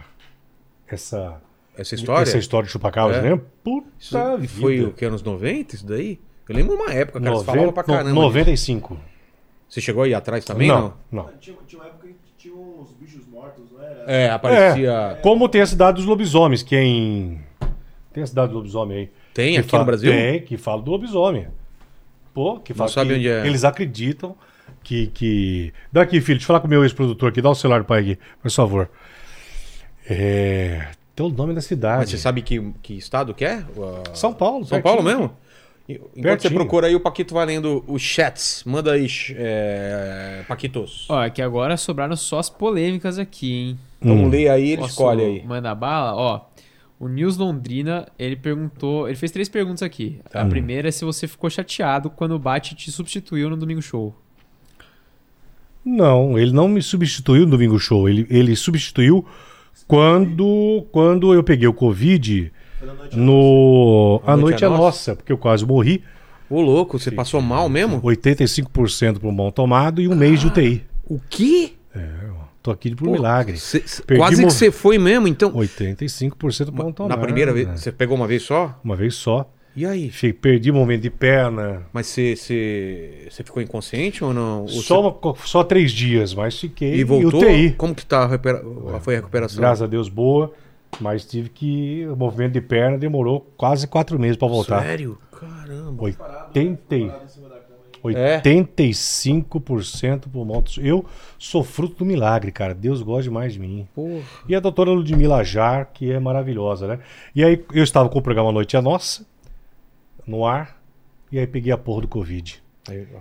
S3: essa
S1: Essa história?
S3: essa história de chupacabras,
S1: É.
S3: né? Puta
S1: Isso tá
S3: é vida.
S1: foi o que, anos 90 isso daí? Eu lembro uma época, cara, eles falavam pra
S3: Noventa-
S1: caramba.
S3: no- 95.
S1: Você chegou aí atrás também? Não.
S3: não, não.
S4: Tinha, tinha uma época que tinha uns bichos mortos, não era?
S1: É,
S3: É,
S1: aparecia...
S3: como tem a cidade dos lobisomens, que é em tem a cidade do lobisomem aí.
S1: Tem
S3: Que
S1: aqui
S3: fala-
S1: no Brasil?
S3: Tem, que fala do lobisomem. Pô, que fala
S1: sabe
S3: que
S1: onde é.
S3: eles acreditam que, que... Dá aqui, filho, deixa eu falar com o meu ex-produtor aqui. Dá o celular pro pai aqui, por favor. É... Tem o nome da cidade.
S1: Mas você sabe que, que estado que é? O- a-
S3: São Paulo.
S1: São Paulo
S3: pertinho.
S1: mesmo? E- Enquanto você
S3: Pertinho.
S1: procura aí, o Paquito vai lendo os chats. Manda aí, ch- é, Paquitos.
S2: Ó, é que agora sobraram só as polêmicas aqui, hein?
S3: Hum.
S1: Vamos ler aí, ele
S2: Posso
S1: escolhe aí.
S2: Mandar bala? Ó, o Nils Londrina, ele perguntou. Ele fez três perguntas aqui.
S1: Tá.
S2: A primeira é se você ficou chateado quando o Bate te substituiu no Domingo Show.
S3: Não, ele não me substituiu no Domingo Show. Ele, ele substituiu quando, quando eu peguei o Covid.
S4: Foi Era noite
S3: no A
S1: A
S3: Noite é Nossa, porque eu quase morri.
S1: Ô, louco, você passou mal mesmo?
S3: 85% por mão tomado e um mês de UTI.
S1: O quê?
S3: Tô aqui por Um milagre.
S1: Cê- é cê-
S3: Perdi um
S1: quase
S3: mo-
S1: que você foi mesmo, então.
S3: 85% por mão tomada.
S1: Na primeira vez,
S3: né?
S1: você pegou uma vez só?
S3: Uma vez só.
S1: E aí?
S3: Che- Perdi movimento de perna.
S1: Mas você, você, você ficou inconsciente ou não? Ou
S3: Só,
S1: você-
S3: uma co- só três dias, mas fiquei
S1: E voltou?
S3: em UTI.
S1: Como que tá a recupera... foi a recuperação?
S3: Graças a Deus, boa. Mas tive que. O movimento de perna demorou quase quatro meses pra voltar.
S1: Sério? Caramba.
S3: 80,
S4: em cima da cama. hein?
S1: É.
S3: 85% pulmão. Eu sou fruto do milagre, cara. Deus gosta demais de mim.
S1: Porra.
S3: E a doutora Ludmila Jar, que é maravilhosa, né? E aí eu estava com o programa Noite é Nossa, no ar, e aí peguei a porra do Covid.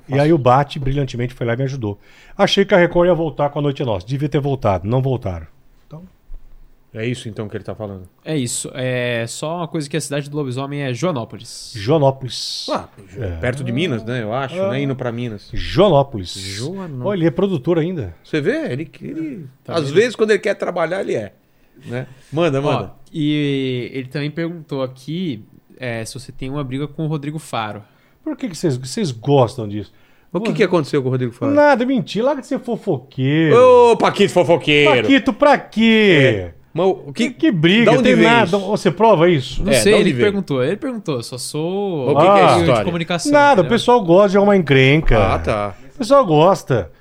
S3: E aí o Bate brilhantemente foi lá e me ajudou. Achei que a Record ia voltar com a Noite é Nossa. Devia ter voltado, não voltaram.
S1: É isso então que ele tá falando.
S2: É isso. É só uma coisa que a cidade do lobisomem é Joanópolis.
S3: Joanópolis.
S1: Ah,
S3: É.
S1: perto de Minas, né? Eu acho, né? Indo pra Minas.
S3: Joanópolis.
S1: Joanópolis.
S3: Olha, ele é produtor ainda.
S1: Você vê? Ele. ele... Às vezes, quando ele quer trabalhar, ele é. Né? Manda,
S2: Ó,
S1: manda.
S2: e ele também perguntou aqui é, se você tem uma briga com o Rodrigo Faro.
S3: Por que que vocês vocês gostam disso?
S1: o que, que aconteceu com o Rodrigo Faro?
S3: Nada, mentira. Larga de ser fofoqueiro.
S1: Ô, Paquito fofoqueiro!
S3: Paquito, pra quê?
S1: Mas o
S3: Que,
S1: que,
S3: que briga,
S1: Da onde
S3: tem
S1: vem
S3: nada.
S1: isso?
S3: Você prova isso?
S2: Não
S1: É,
S2: sei,
S1: de onde
S2: ele que
S1: veio?
S2: perguntou. Ele perguntou, eu só sou
S1: O que que é a
S2: meio
S1: história?
S2: de comunicação.
S3: Nada, o
S2: entendeu?
S3: pessoal gosta de arrumar encrenca.
S1: é. Ah, tá.
S3: O pessoal gosta.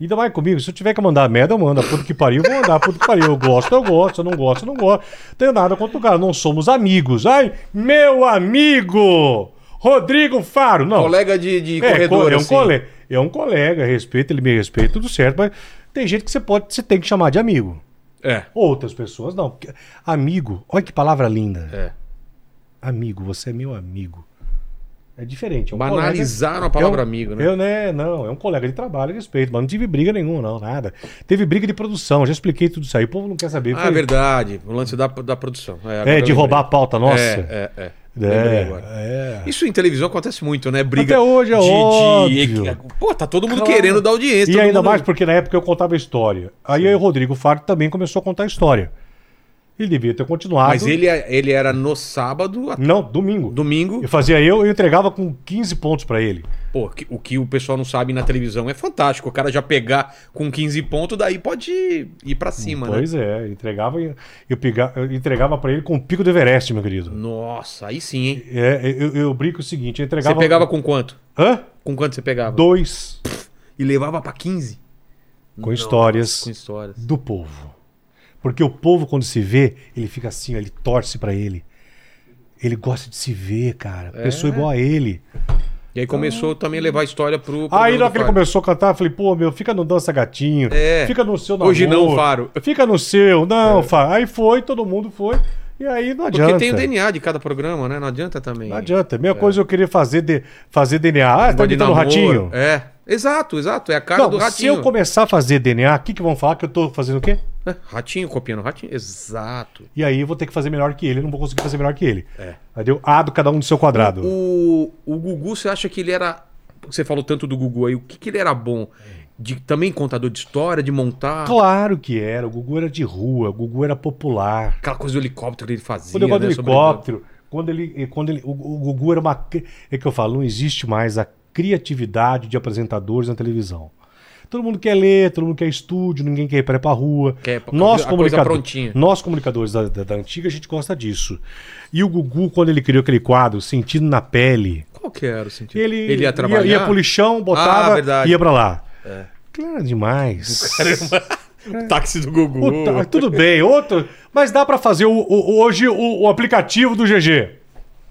S3: Ainda mais comigo, se eu tiver que mandar merda, eu mando. A Puta que pariu, eu vou mandar. a Puta que pariu, eu gosto, eu gosto, eu não gosto, eu não gosto. Tenho nada contra o cara, não somos amigos. Ai, meu amigo! Rodrigo Faro. Não,
S1: Colega de, de
S3: É,
S1: corredor,
S3: co- é um
S1: assim.
S3: colega, é um colega, respeito, ele me respeita, tudo certo, mas tem gente que você pode, você tem que chamar de amigo.
S1: É.
S3: Outras pessoas não. porque Amigo, olha que palavra linda.
S1: É.
S3: Amigo, você é meu amigo. É diferente. é um
S1: Banalizaram a
S3: colega-
S1: palavra
S3: é um-
S1: amigo, né?
S3: Eu, né? Não, é um colega de trabalho, respeito, mas não tive briga nenhuma, não, nada. Teve briga de produção, já expliquei tudo isso aí, o povo não quer saber.
S1: Ah,
S3: foi-
S1: verdade. O lance da, da produção. agora
S3: um é,
S1: eu
S3: de
S1: lembrei.
S3: roubar a pauta, nossa. É,
S1: É, é, é. Lembrei agora.
S3: é.
S1: Isso em televisão acontece muito, né? Briga.
S3: Até hoje é óbvio.
S1: Pô, tá todo mundo querendo dar audiência.
S3: E
S1: todo
S3: ainda
S1: mundo-
S3: mais porque na época eu contava história. Aí o Rodrigo Faro também começou a contar história. Ele devia ter continuado.
S1: Mas ele, é, ele era no sábado, a-
S3: Não, domingo.
S1: domingo.
S3: Eu fazia eu, eu entregava com 15 pontos pra ele.
S1: Pô, que- o que o pessoal não sabe na televisão é fantástico. O cara já pegar com 15 pontos, daí pode ir pra cima, né?
S3: pois é, entregava e- eu, pega- eu entregava pra ele com o pico do Everest, meu querido.
S1: Nossa, aí sim, hein?
S3: É, eu, eu brinco o seguinte, eu entregava.
S1: Você pegava com quanto?
S3: Hã?
S1: Com quanto você pegava?
S3: Dois
S1: E levava pra 15?
S3: com histórias
S1: Com histórias.
S3: do povo. Porque o povo, quando se vê, ele fica assim, ó, ele torce pra ele. Ele gosta de se ver, cara. Pessoa
S1: É.
S3: igual a ele.
S1: E aí começou também a levar a história pro. pro
S3: Aí
S1: Bruno
S3: na hora que ele
S1: Fábio.
S3: começou a cantar, eu falei, pô, meu, fica no Dança Gatinho.
S1: É.
S3: Fica no seu
S1: Hoje
S3: namoro,
S1: não, Faro. É.
S3: Fica no seu, não, Faro. Aí foi, todo mundo foi. E aí não adianta.
S1: Porque tem o DNA de cada programa, né? Não adianta também.
S3: Não adianta. é
S1: É.
S3: Mesma coisa eu queria fazer, de, fazer DNA. Ah, tá
S1: Negócio de
S3: imitando o
S1: namoro.
S3: ratinho?
S1: É. Exato, exato. É a cara
S3: Não,
S1: do
S3: se
S1: ratinho.
S3: eu começar a fazer DNA, o que, que vão falar? Que eu tô fazendo o quê?
S1: É, Ratinho copiando o ratinho. Exato.
S3: E aí eu vou ter que fazer melhor que ele, eu não vou conseguir fazer melhor que ele. É. Aí deu A do cada um do seu quadrado.
S1: O, o Gugu, você acha que ele era. Você falou tanto do Gugu aí, o que, que ele era bom? De, também contador de história, de montar.
S3: Claro que era. O Gugu era de rua, o Gugu era popular.
S1: Aquela coisa do helicóptero que ele fazia.
S3: O negócio do
S1: né, sobre-
S3: helicóptero, quando ele, quando ele, o, o Gugu era uma. cri- É que eu falo, não existe mais a criatividade de apresentadores na televisão. Todo mundo quer ler, todo mundo quer estúdio, ninguém quer ir pra rua.
S1: Quer a
S3: nós,
S1: coisa
S3: comunicado-
S1: prontinha.
S3: nós, comunicadores da, da- da antiga, a gente gosta disso. E o Gugu, quando ele criou aquele quadro, Sentindo na Pele,
S1: Qual que era o sentido?
S3: ele,
S1: Tipo, ia trabalhar.
S3: ia pro lixão,
S1: Ah,
S3: botava
S1: verdade. É.
S3: ia pra lá. Claro é demais.
S1: O táxi do Gugu.
S3: Puta, tudo bem, outro. Mas dá pra fazer o- o- hoje o- o aplicativo do GG.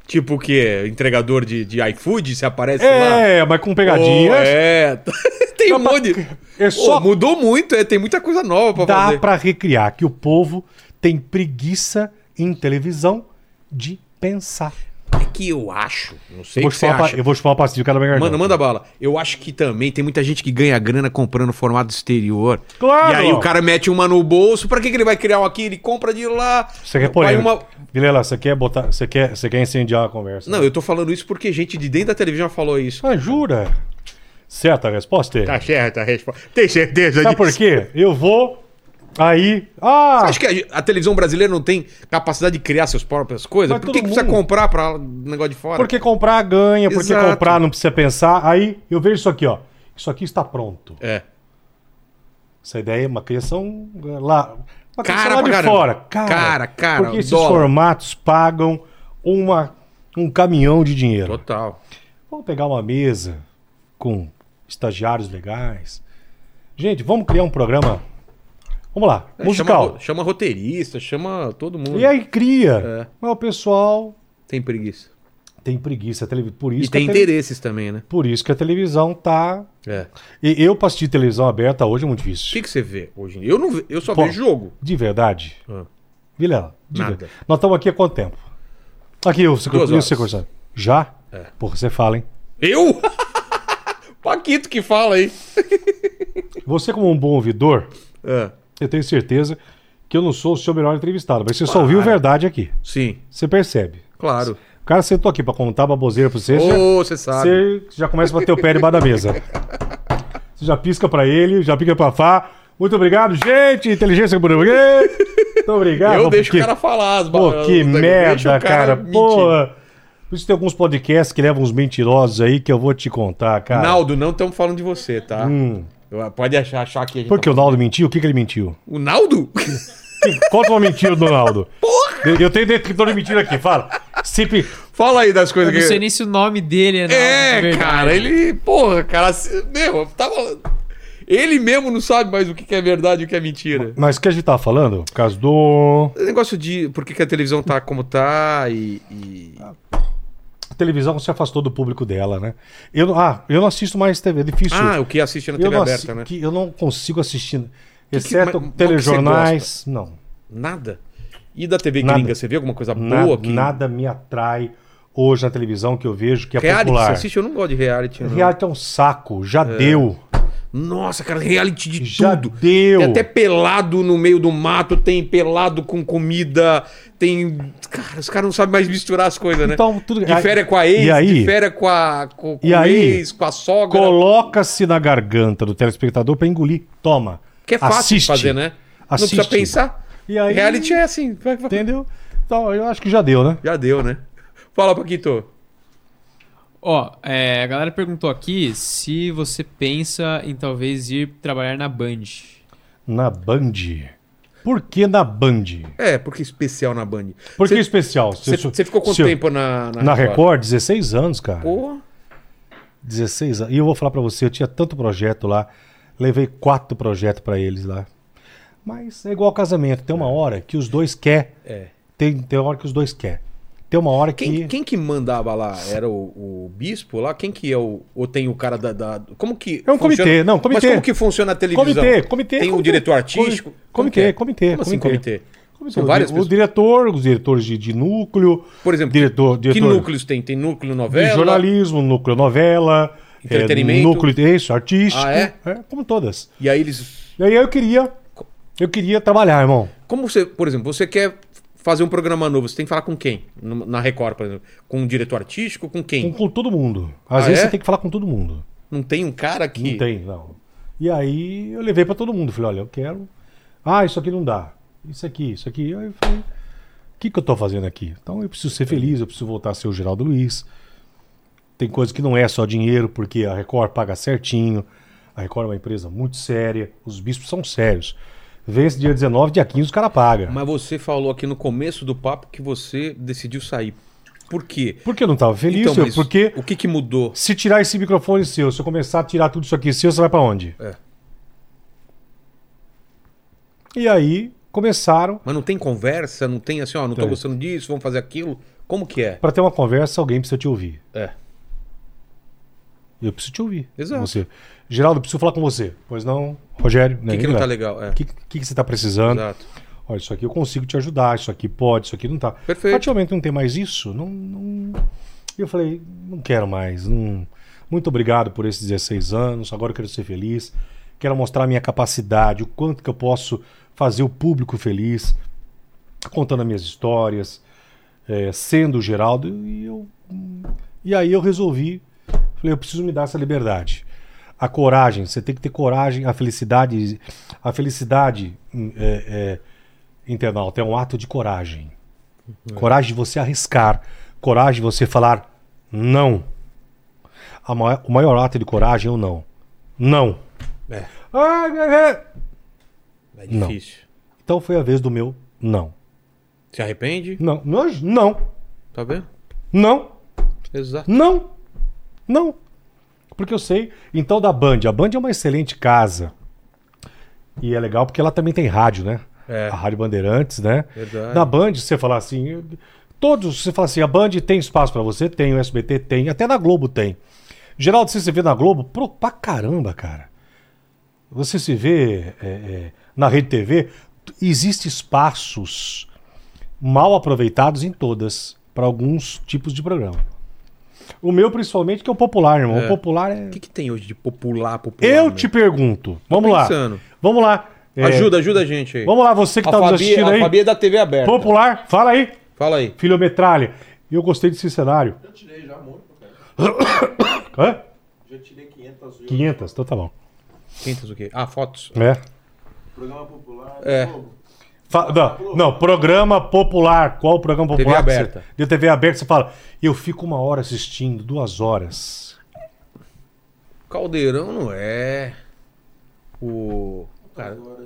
S1: Tipo o quê? Entregador de, de iFood? Você aparece lá?
S3: É, mas com
S1: Oh,
S3: pegadinhas.
S1: é. tem um
S3: Dá pra-
S1: monte. de-
S3: É só-
S1: Ô, mudou muito, é, tem muita coisa nova pra
S3: Dá
S1: fazer.
S3: pra recriar que o povo tem preguiça em televisão de pensar.
S1: É que eu acho, não sei o
S3: Vou
S1: que você
S3: chupar uma pa-
S1: acha.
S3: eu vou chupar uma pastilha, o cara vai ganhar.
S1: Manda, manda bala. Eu acho que também tem muita gente que ganha grana comprando formato exterior.
S3: Claro!
S1: E aí o cara mete uma no bolso. Pra que, que ele vai criar um aqui? Ele compra de lá.
S3: Você quer
S1: Vai
S3: polêmica.
S1: uma-
S3: Vilela, você quer botar. Você quer, você quer incendiar a conversa.
S1: Não, eu tô falando isso porque gente de dentro da televisão falou isso.
S3: Ah, jura? Certa a resposta?
S1: Tá certo a resposta. Tem certeza
S3: Sabe por quê? Eu vou Aí. Ah!
S1: Acho que a, a televisão brasileira não tem capacidade de criar suas próprias coisas.
S3: Mas
S1: Por que,
S3: todo
S1: que precisa
S3: mundo.
S1: comprar para negócio de fora?
S3: Porque comprar ganha, porque
S1: Exato.
S3: comprar não precisa pensar. Aí eu vejo isso aqui, ó. Isso aqui está pronto.
S1: É.
S3: Essa ideia é uma criação eh, lá, uma criação
S1: Cara pra
S3: lá de
S1: caramba.
S3: fora. Cara,
S1: Cara, cara,
S3: Porque esses
S1: dólar.
S3: formatos pagam uma, um caminhão de dinheiro.
S1: Total.
S3: Vamos pegar uma mesa com estagiários legais. Gente, vamos criar um programa. Vamos lá,
S1: É, Chama,
S3: musical.
S1: ro- chama roteirista, chama todo mundo.
S3: E aí
S1: É.
S3: cria. Mas o pessoal
S1: Tem preguiça.
S3: tem preguiça. Tele... Por isso é
S1: e tem
S3: a tele-
S1: interesses também, né?
S3: Por isso que a televisão tá.
S1: É.
S3: E eu pra assistir televisão aberta hoje é muito
S1: O
S3: difícil.
S1: que, que você vê hoje em dia? Eu, não, ve- eu só
S3: Pô.
S1: vejo jogo.
S3: De verdade.
S1: Ah.
S3: Vilela, de
S1: Nada.
S3: ver- Nós estamos aqui há quanto tempo? Aqui, o
S1: Duas
S3: secretário.
S1: horas. É.
S3: Já? Porra, você fala, hein?
S1: Eu? Paquito que fala aí.
S3: Você, como um bom ouvidor,
S1: É.
S3: eu tenho certeza que eu não sou o seu melhor entrevistado, mas você só
S1: Ah.
S3: ouviu verdade aqui.
S1: Sim,
S3: Você percebe.
S1: claro.
S3: O cara sentou aqui pra contar baboseira pra você. já-
S1: Ô, você sabe.
S3: Você já começa a bater o pé debaixo da mesa. Você já pisca pra ele, já pica pra Fá. Muito obrigado, gente. Inteligência por Muito obrigado.
S1: Eu deixo
S3: que-
S1: o cara falar as
S3: Pô,
S1: ba-
S3: que
S1: os negócios. Deixa
S3: merda,
S1: o é
S3: cara.
S1: mentir.
S3: Pô. Por isso tem alguns podcasts que levam uns mentirosos aí que eu vou te contar, cara.
S1: Naldo, não estamos falando de você, tá? Eu- Pode achar, achar que a gente
S3: Por que
S1: tá-
S3: o Naldo mentiu? O que, que ele mentiu?
S1: O Naldo?
S3: Conta uma mentira é do Naldo. Porra! Eu tenho detector de mentira aqui, fala. Sempre.
S1: Fala aí das coisas
S2: Eu não sei
S1: que...
S2: nem se o nome dele é, não, de
S1: É,
S2: verdade.
S1: cara, ele... Porra, cara, se- meu, tava... Ele mesmo não sabe mais o que que é verdade e o que é mentira.
S3: Mas o que a gente tava falando? Por causa do.
S1: O negócio de por que que a televisão tá como tá e... e-
S3: A televisão se afastou do público dela, né? Eu, não- ah, eu não assisto mais TV, é difícil.
S1: Ah, o que assiste na
S3: eu
S1: TV
S3: não
S1: aberta,
S3: assi-
S1: né?
S3: que eu não consigo assistir.
S1: mas-
S3: exceto
S1: mas o que
S3: telejornais. Não.
S1: Nada. E da TV
S3: Nada.
S1: gringa, você vê alguma coisa
S3: Na-
S1: boa? Que...
S3: Nada me atrai hoje na televisão que eu vejo que é
S1: Reality, você
S3: popular.
S1: assiste? Eu não gosto de reality, não.
S3: Reality é um saco, já
S1: É.
S3: deu.
S1: Nossa, cara, reality de
S3: Já
S1: tudo.
S3: deu.
S1: Tem até pelado no meio do mato, tem pelado com comida, tem. Cara, os caras não sabem mais misturar as coisas, né?
S3: Então, tudo-
S1: De férias com a ex,
S3: E aí?
S1: de férias com a com, com
S3: E
S1: o
S3: aí?
S1: ex, com a sogra.
S3: Coloca-se na garganta do telespectador pra engolir. Toma.
S1: Que é fácil
S3: Assiste.
S1: de fazer, né?
S3: Assiste.
S1: Não precisa pensar.
S3: E aí-
S1: Reality é assim. vai- vai-
S3: Entendeu? Então, eu acho que já deu, né?
S1: Já deu, né? Fala, Paquito.
S2: Ó, é, a galera perguntou aqui se você pensa em talvez ir trabalhar na Band.
S3: Na Band. Por que na Band?
S1: É, porque especial na Band.
S3: Por que
S1: Você-
S3: especial? Se eu
S1: Você
S3: sou-
S1: você ficou quanto
S3: se eu-
S1: tempo na,
S3: Na Record, 16 anos, cara.
S1: Porra.
S3: 16 anos. E eu vou falar pra você, eu tinha tanto projeto lá, levei quatro projetos pra eles lá. Mas é igual casamento, tem uma hora que os dois quer.
S1: É.
S3: Tem, tem hora que os dois quer. Tem uma hora que
S1: Quem, quem que mandava lá? Era o, o bispo lá? Quem que é o. Ou tem o cara da. da- como que.
S3: É um comitê, não,
S1: Mas
S3: comitê.
S1: como que funciona a televisão?
S3: Comitê, comitê.
S1: Tem o
S3: comitê.
S1: diretor artístico?
S3: Comitê,
S1: Como que é?
S3: comitê,
S1: Como assim,
S3: comitê?
S1: comitê?
S3: Comitê,
S1: São
S3: é o,
S1: várias
S3: di- o
S1: pessoas.
S3: diretor, os diretores de, de núcleo.
S1: Por exemplo,
S3: diretor,
S1: que
S3: diretor
S1: núcleos tem? Tem núcleo novela?
S3: De jornalismo, núcleo novela, é,
S1: Entretenimento.
S3: núcleo é isso, artístico,
S1: Ah, é?
S3: como todas.
S1: E aí eles.
S3: E aí eu queria, eu queria trabalhar, irmão.
S1: Como você. Por exemplo, você quer fazer um programa novo, você tem que falar com quem? No- Na Record, por exemplo. Com o diretor artístico? Com
S3: Com,
S1: quem?
S3: com todo mundo. Às
S1: Ah,
S3: vezes
S1: é?
S3: você tem que falar com todo mundo.
S1: Não tem um cara que.
S3: Não tem, não. E aí eu levei pra todo mundo. Falei, olha, eu quero. Ah, isso aqui não dá. Isso aqui, isso aqui. Aí eu falei, o que, que eu tô fazendo aqui? Então eu preciso ser feliz, eu preciso voltar a ser o Geraldo Luiz. Tem coisa que não é só dinheiro, porque a Record paga certinho. A Record é uma empresa muito séria. Os bispos são sérios. Vê esse dia 19, dia 15, os caras pagam.
S1: Mas você falou aqui no começo do papo que você decidiu sair. Por quê?
S3: Porque eu não tava feliz, eu-
S1: Então, mas
S3: porque
S1: o que, que mudou?
S3: se tirar esse microfone seu, se eu começar a tirar tudo isso aqui seu, você vai pra onde?
S1: É.
S3: E aí começaram
S1: Mas não tem conversa, não tem assim, ó, não tô
S3: Tem.
S1: gostando disso, vamos fazer aquilo. Como que é?
S3: Pra ter uma conversa, alguém precisa te ouvir.
S1: É.
S3: Eu preciso te ouvir.
S1: Exato.
S3: Você. Geraldo, preciso falar com você. Pois não, Rogério. né,
S1: O que, que não tá legal? É.
S3: O que, que, que você tá precisando?
S1: Exato.
S3: Olha, isso aqui eu consigo te ajudar, isso aqui pode, isso aqui não tá.
S1: Perfeito.
S3: A partir do momento que não tem mais isso, não, não- eu falei, não quero mais. não- Muito obrigado por esses 16 anos, agora eu quero ser feliz, quero mostrar a minha capacidade, o quanto que eu posso fazer o público feliz, contando as minhas histórias, eh, sendo o Geraldo, e eu... E aí eu resolvi, falei, eu preciso me dar essa liberdade. a coragem. Você tem que ter coragem, a felicidade. A felicidade, hum, é, é, internauta, é um ato de coragem. Coragem de você arriscar. Coragem de você falar não. A maior- o maior ato de coragem é o não. Não.
S1: É.
S3: Ah, é, é.
S1: É
S3: Não.
S1: difícil.
S3: Então foi a vez do meu não.
S1: Se arrepende?
S3: Não, não, não,
S1: Tá vendo?
S3: não,
S1: Exato.
S3: não, não. Porque eu sei. Então, da Band. A Band é uma excelente casa. E é legal porque ela também tem rádio, né?
S1: É.
S3: A Rádio Bandeirantes, né?
S1: Verdade.
S3: Na Band, você falar assim. Todos, você fala assim, a Band tem espaço pra você? Tem, o SBT tem, até na Globo tem. Geraldo, se você vê na Globo, pro, pra caramba, cara. Você se vê é, é, na Rede TV, t- existe espaços mal aproveitados em todas, pra alguns tipos de programa. O meu, principalmente, que é o popular, irmão.
S1: É.
S3: O popular é.
S1: O que, que tem hoje de popular, popular?
S3: Eu
S1: meu?
S3: te pergunto. Vamos lá.
S1: pensando.
S3: Vamos lá. É,
S1: Ajuda, ajuda a gente aí.
S3: Vamos lá, você que
S1: a
S3: tá nos
S1: Fabi,
S3: assistindo
S1: a
S3: aí.
S1: Fabi é da TV aberta.
S3: Popular, fala aí.
S1: Fala aí.
S3: Filometralha. Eu gostei desse cenário.
S4: Já tirei já muito, cara.
S3: Hã?
S4: Já tirei 500 mil.
S3: 500, então tá bom.
S1: Quintas o quê? Ah, fotos.
S3: É.
S4: Programa popular.
S1: É.
S4: Globo.
S3: Fa- não, não, programa popular. Qual o programa
S1: TV
S3: popular? que
S1: aberta.
S3: Você, de TV aberta, você fala, eu fico uma hora assistindo, duas horas.
S1: Caldeirão não é. O. Cara,
S4: Agora,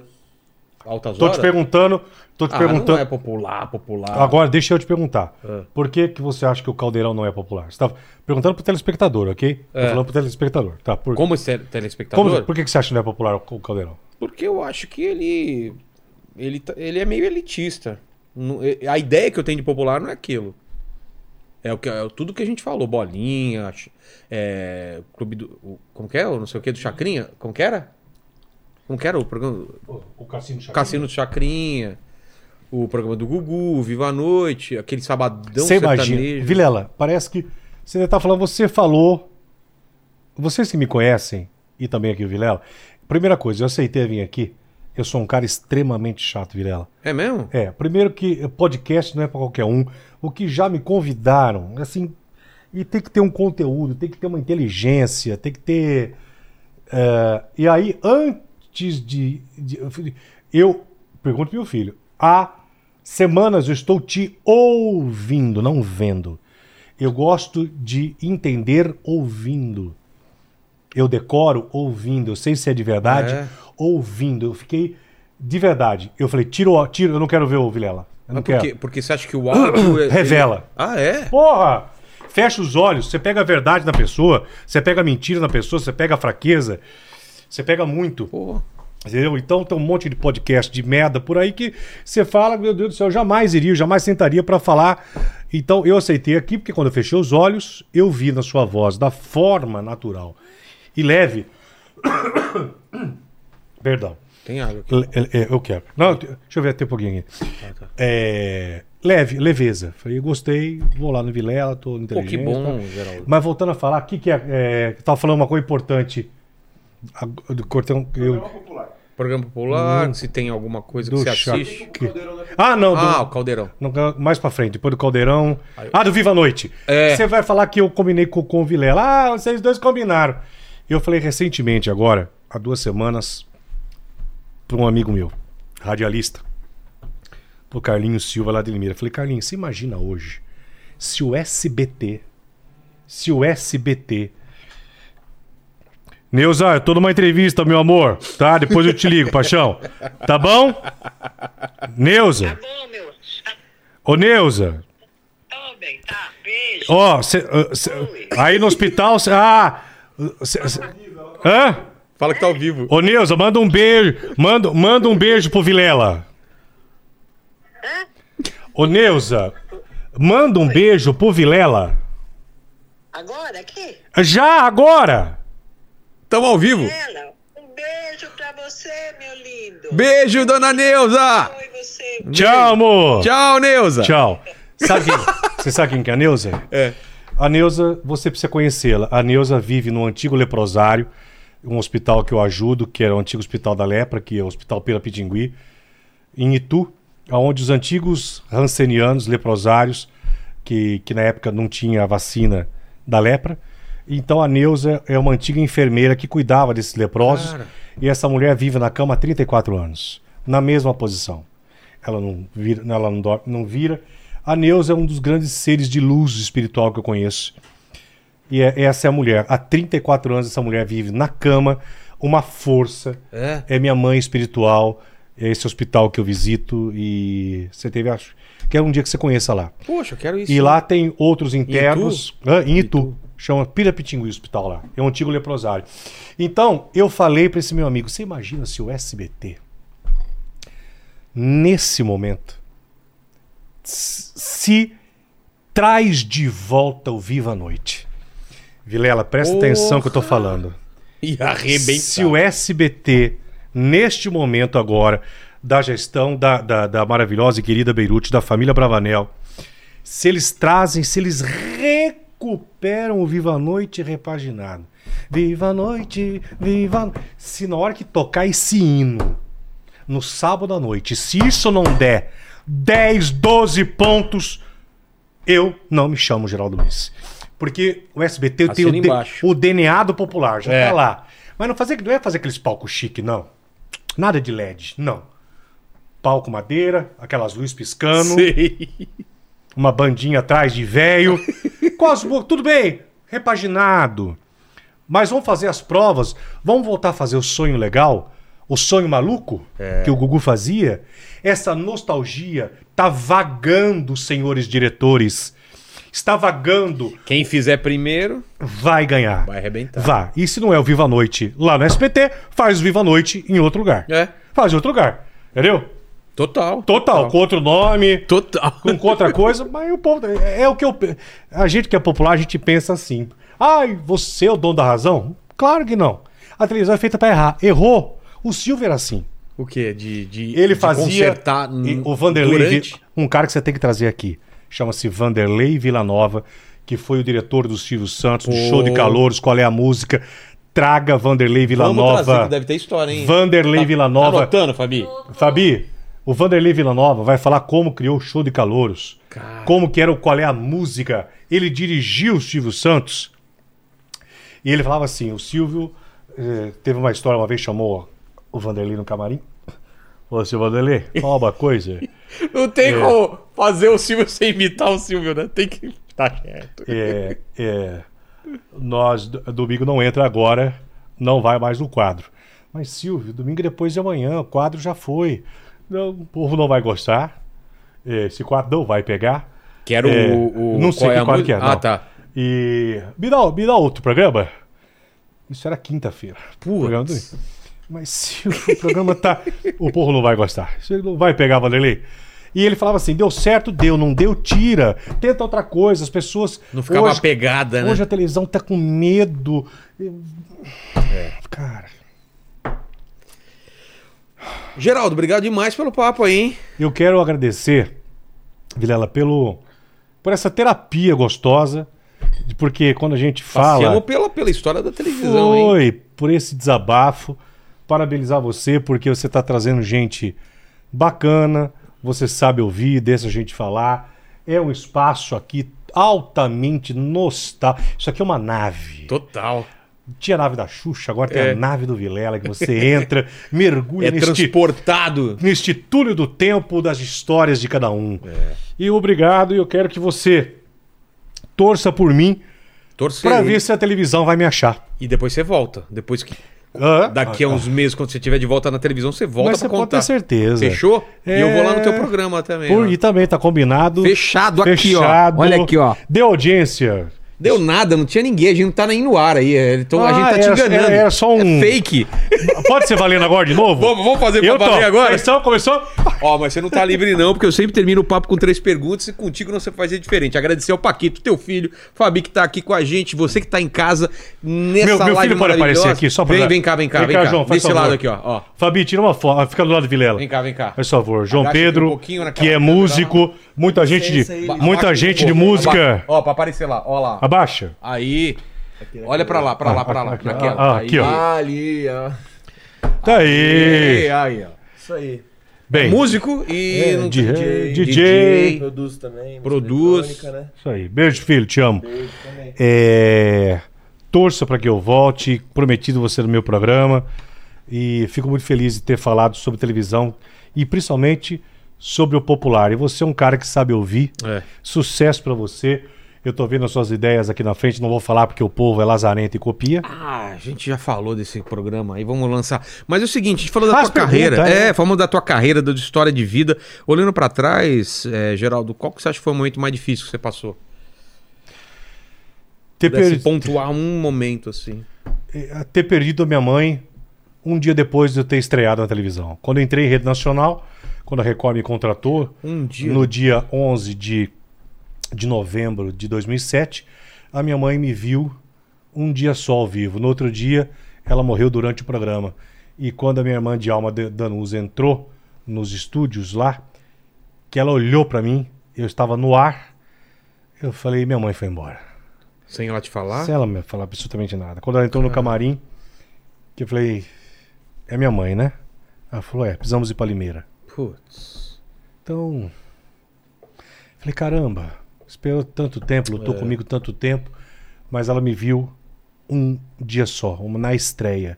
S1: altas
S3: Tô
S1: horas.
S3: te perguntando, tô te
S1: Ah,
S3: perguntando.
S1: não é popular, popular.
S3: Agora, deixa eu te perguntar.
S1: É.
S3: Por que, que você acha que o Caldeirão não é popular? Você tá perguntando pro telespectador, ok? Tô falando pro telespectador. Tá, por,
S1: É. Como esse tele- telespectador?
S3: como- por que, que você acha que não é popular o o Caldeirão?
S1: Porque eu acho que ele. Ele, tá- ele é meio elitista. Não- e- A ideia que eu tenho de popular não é aquilo. É, o que, é tudo que a gente falou. Bolinha, ch- é, clube do. o- como que é? O não sei o que do Chacrinha? Como que era? Como que era o programa?
S3: O Cassino Chacrinha.
S1: Cassino do Chacrinha. O programa do Gugu, Viva a Noite, aquele sabadão
S3: Você imagina.
S1: um sertanejo.
S3: Vilela, parece que você está falando, você falou. Vocês que me conhecem, e também aqui o Vilela, primeira coisa, eu aceitei vir aqui. Eu sou um cara extremamente chato, Vilela.
S1: É mesmo?
S3: É, primeiro que podcast não é para qualquer um. O que já me convidaram, assim, e tem que ter um conteúdo, tem que ter uma inteligência, tem que ter. é, e aí, antes de, de- Eu pergunto pro meu filho: há semanas eu estou te ouvindo, não vendo. Eu gosto de entender ouvindo. Eu decoro ouvindo, eu sei se é de verdade
S1: É.
S3: ouvindo. Eu fiquei de verdade. Eu falei, tira, o- tira eu não quero ver o Vilela. Eu não
S1: Mas
S3: quero.
S1: por quê? Porque você acha que o áudio. é-
S3: é. Revela.
S1: Ah, é?
S3: Porra! Fecha os olhos, você pega a verdade na pessoa, você pega a mentira na pessoa, você pega a fraqueza, você pega muito.
S1: Pô.
S3: Entendeu? Então tem um monte de podcast de merda por aí que você fala, meu Deus do céu, eu jamais iria, eu jamais sentaria pra falar. Então eu aceitei aqui, porque quando eu fechei os olhos, eu vi na sua voz, da forma natural e leve. Perdão.
S1: Tem água aqui.
S3: Le- é, é, eu quero. Não, eu te- deixa eu ver até um pouquinho aqui.
S1: Ah, tá.
S3: É, leve, leveza. Falei, eu gostei, vou lá no Vilela, tô
S1: Pô,
S3: inteligente.
S1: que bom, é
S3: tá?
S1: Geraldo.
S3: Mas voltando a falar, o que, que é, é. Tava falando uma coisa importante. A- do cortão. Eu,
S4: Programa popular.
S1: Programa popular, se tem alguma coisa que
S3: do
S1: você
S3: Chac-
S1: assiste.
S3: Ah, não, do-
S1: Ah, o Caldeirão.
S3: não, mais pra frente, depois do Caldeirão. Ah, do Viva a Noite.
S1: É.
S3: Você vai falar que eu combinei com, com o Vilela. Ah, vocês dois combinaram. Eu falei recentemente, agora, há duas semanas, pra um amigo meu, radialista, pro Carlinhos Silva lá de Limeira. Eu Falei, Carlinhos, você imagina hoje se o SBT. Se o SBT. Neuza, eu tô numa entrevista, meu amor. Tá? Depois eu te ligo, paixão. Tá bom? Neuza.
S5: Tá Bom, meu.
S3: Ô, Neuza,
S5: Tá bem, tá. Beijo.
S3: ó, cê, ah, cê- aí no hospital, cê, ah, cê- cê- hã?
S1: Fala que tá ao vivo.
S3: Ô, Neuza, manda um beijo, manda, manda um beijo pro Vilela. Ô, Neuza, manda um beijo pro Vilela.
S5: Agora aqui?
S3: Já agora!
S1: Tamo ao vivo.
S5: Ela, um beijo pra você, meu lindo.
S1: Beijo, dona Neuza!
S5: Oi, você.
S3: Tchau, amor!
S1: Tchau, Neuza!
S3: Tchau. Sabe, você sabe quem que é a Neuza?
S1: É.
S3: A Neuza, você precisa conhecê-la. A Neuza vive no antigo leprosário, um hospital que eu ajudo, que era o antigo hospital da lepra, que é o Hospital Pira Pitingui, em Itu, onde os antigos rancenianos, leprosários, que, que na época não tinha a vacina da lepra, Então a Neuza é uma antiga enfermeira que cuidava desses leprosos.
S1: Cara.
S3: E essa mulher vive na cama há 34 anos, na mesma posição. Ela não vira, ela não, dorme, não vira. A Neuza é um dos grandes seres de luz espiritual que eu conheço. E é- essa é a mulher. Há 34 anos essa mulher vive na cama, uma força.
S1: É?
S3: É minha mãe espiritual, é esse hospital que eu visito e você teve acho. Quero um dia que você conheça lá.
S1: Poxa, eu quero isso.
S3: E lá tem outros internos. Hã? Em Itu. Chama Pira Pitinguí o hospital lá. É um antigo leprosário. Então, eu falei pra esse meu amigo: você imagina se o SBT, nesse momento, s- se traz de volta o Viva a Noite? Vilela, presta
S1: Porra!
S3: atenção que eu tô falando.
S1: E arrebentar.
S3: Se o SBT, neste momento agora, da gestão da, da, da maravilhosa e querida Beirute, da família Bravanel, se eles trazem, se eles recuperam o Viva a Noite repaginado. Viva a Noite, Viva a... Se na hora que tocar esse hino, no sábado à noite, se isso não der 10, 12 pontos, eu não me chamo Geraldo Luiz. Porque o SBT tem
S1: Assina
S3: o, D-
S1: embaixo.
S3: o DNA do popular, já tá lá. Mas não, fazer, não é fazer aqueles palcos chique, não. Nada de LED, não. Palco madeira, aquelas luzes piscando
S1: Sei.
S3: uma bandinha atrás de véio. Cosmo, tudo bem, repaginado. Mas vamos fazer as provas, vamos voltar a fazer o sonho legal, o sonho maluco que o Gugu fazia. Essa nostalgia tá vagando, senhores diretores. Está vagando,
S1: Quem fizer primeiro
S3: vai ganhar.
S1: vai arrebentar.
S3: Vá. E se não é o Viva a Noite lá no SPT, faz o Viva a Noite em outro lugar.
S1: É.
S3: Faz em outro lugar. Entendeu?
S1: Total.
S3: Total, com outro nome
S1: Total.
S3: com outra coisa, mas o povo. É, é o que eu. pe- A gente que é popular, a gente pensa assim. Ai, você é o dono da razão? Claro que não. A televisão é feita pra errar. Errou. O Silvio era assim.
S1: O quê? De, de
S3: Ele
S1: de
S3: fazia.
S1: consertar
S3: e
S1: n-
S3: o Vanderlei. Vi-
S1: durante?
S3: Um cara que você tem que trazer aqui. Chama-se Vanderlei Villanova, que foi o diretor do Silvio Santos, do
S1: Pô.
S3: show de calouros, qual é a música. Traga Vanderlei
S1: Vamos trazer,
S3: Villanova.
S1: que deve ter história, hein?
S3: Vanderlei Villanova.
S1: Tá anotando, Fabi?
S3: Fabi, o Vanderlei Villanova vai falar como criou o show de calouros, como que era o qual é a música. Ele dirigiu o Silvio Santos. E ele falava assim: o Silvio eh, teve uma história uma vez, chamou o Vanderlei no camarim. Falou assim: Vanderlei, fala uma coisa.
S1: Não tem como fazer o Silvio sem imitar o Silvio, né? Tem que. Tá certo.
S3: É, é, nós, do- domingo não entra agora, não vai mais no quadro. Mas Silvio, domingo é depois de amanhã, o quadro já foi. Não, o povo não vai gostar, é, esse quadro não vai pegar.
S1: Quero
S3: É,
S1: o, o.
S3: não sei
S1: qual é
S3: que
S1: a
S3: quadro
S1: música?
S3: que é.
S1: Ah,
S3: não.
S1: tá.
S3: E me dá, me dá outro programa. Isso era quinta-feira.
S1: Putz.
S3: Programa do- Mas se o programa tá. o povo não vai gostar. Você não vai pegar, Vanderlei. E ele falava assim: deu certo, deu, não deu, tira. Tenta outra coisa. As pessoas.
S1: Não ficava
S3: hoje,
S1: apegada, né?
S3: Hoje a televisão tá com medo. Eu-
S1: É.
S3: Cara,
S1: Geraldo, obrigado demais pelo papo aí, hein?
S3: eu quero agradecer, Vilela, pelo, por essa terapia gostosa. Porque quando a gente fala.
S1: Passeamos pela, pela história da televisão, hein?
S3: Foi, por esse desabafo. Parabenizar você, porque você está trazendo gente bacana, você sabe ouvir, deixa a gente falar. É um espaço aqui altamente nostálgico. Isso aqui é uma nave.
S1: Total.
S3: Tinha a nave da Xuxa, agora tem
S1: É.
S3: a nave do Vilela, que você entra, mergulha
S1: É
S3: neste,
S1: transportado.
S3: neste túnel do tempo das histórias de cada um.
S1: É.
S3: E obrigado, e eu quero que você torça por mim para
S1: Torcer.
S3: ver se a televisão vai me achar.
S1: E depois você volta. Depois que.
S3: Hã?
S1: Daqui a uns meses, quando você estiver de volta na televisão, você volta
S3: Ah, tá. Mas
S1: pra
S3: você pode
S1: contar.
S3: ter certeza.
S1: Fechou? E eu vou lá no teu
S3: É.
S1: programa também.
S3: Por,
S1: ó.
S3: e também tá combinado.
S1: Fechado aqui,
S3: Fechado.
S1: ó. Olha aqui, ó.
S3: Deu audiência.
S1: Deu nada, não tinha ninguém, a gente não tá nem no ar aí. é, Então
S3: Ah,
S1: a gente tá te
S3: era-
S1: enganando.
S3: era- era só um-
S1: É fake.
S3: Pode ser valendo agora de novo?
S1: Vamos, vamos fazer pra
S3: Eu tô.
S1: valer agora?
S3: Começou, começou.
S1: Ó, mas você não tá livre não, porque eu sempre termino o papo com três perguntas e contigo não se fazia diferente. Agradecer ao Paquito, teu filho, Fabi que tá aqui com a gente, você que tá em casa nessa
S3: Meu, meu
S1: live
S3: filho pode aparecer
S1: maravilhosa.
S3: aqui só pra...
S1: Vem, vem cá, vem cá, vem cá.
S3: João, faz
S1: Desse
S3: favor.
S1: lado aqui, ó. ó.
S3: Fabi, tira uma foto. Ah, Fica do lado do Vilela.
S1: Vem cá, vem cá.
S3: Faz favor. João
S1: Abaixa aqui um
S3: Pedro,
S1: pouquinho naquela
S3: que é
S1: câmera lá.
S3: músico. Muita gente de,
S1: Ba- abaixa
S3: muita
S1: um
S3: gente de
S1: pouco,
S3: música.
S1: abaixa. Ó, pra aparecer lá, ó lá.
S3: Abaixa.
S1: Aí. Olha pra lá, pra lá, pra lá.
S3: aqui,
S1: naquela.
S3: ah,
S1: Aí.
S3: aqui, ó.
S6: Ali, ó.
S3: Tá aí.
S1: Aí, aí, ó.
S6: Isso aí.
S3: Bem,
S1: Músico e. não-
S3: É, DJ,
S1: DJ,
S3: DJ.
S6: Produz também. música
S1: Produz.
S6: eletrônica, né?
S3: Isso aí. Beijo, filho. Te amo. É... torça para que eu volte, prometido você no meu programa. E fico muito feliz de ter falado sobre televisão e principalmente sobre o popular. E você é um cara que sabe ouvir.
S1: É.
S3: Sucesso para você. Eu tô vendo as suas ideias aqui na frente, não vou falar porque o povo é lazarento e copia.
S1: Ah, a gente já falou desse programa aí, vamos lançar. Mas é o seguinte, a gente falou da
S3: Faz
S1: tua carreira.
S3: pergunta,
S1: é,
S3: é.
S1: falamos da tua carreira, da tua história de vida. Olhando pra trás, é, Geraldo, qual que você acha que foi o momento mais difícil que você passou?
S3: Ter,
S1: Pudesse
S3: per-
S1: pontuar um momento assim.
S3: eh, ter perdido a minha mãe um dia depois de eu ter estreado na televisão. Quando eu entrei em rede nacional, quando a Record me contratou,
S1: Um dia.
S3: no dia 11 de, de novembro de 2007, a minha mãe me viu um dia só ao vivo. No outro dia, ela morreu durante o programa. E quando a minha irmã de alma de- Danusa entrou nos estúdios lá, que ela olhou pra mim, eu estava no ar, eu falei, minha mãe foi embora.
S1: Sem ela te falar?
S3: Sem ela me falar absolutamente nada. Quando ela entrou no camarim, que eu falei, é minha mãe, né? Ela falou, é, precisamos ir pra Limeira.
S1: Putz.
S3: Então. Falei, caramba, esperou tanto tempo,
S1: É.
S3: lutou comigo tanto tempo, mas ela me viu um dia só, uma na estreia.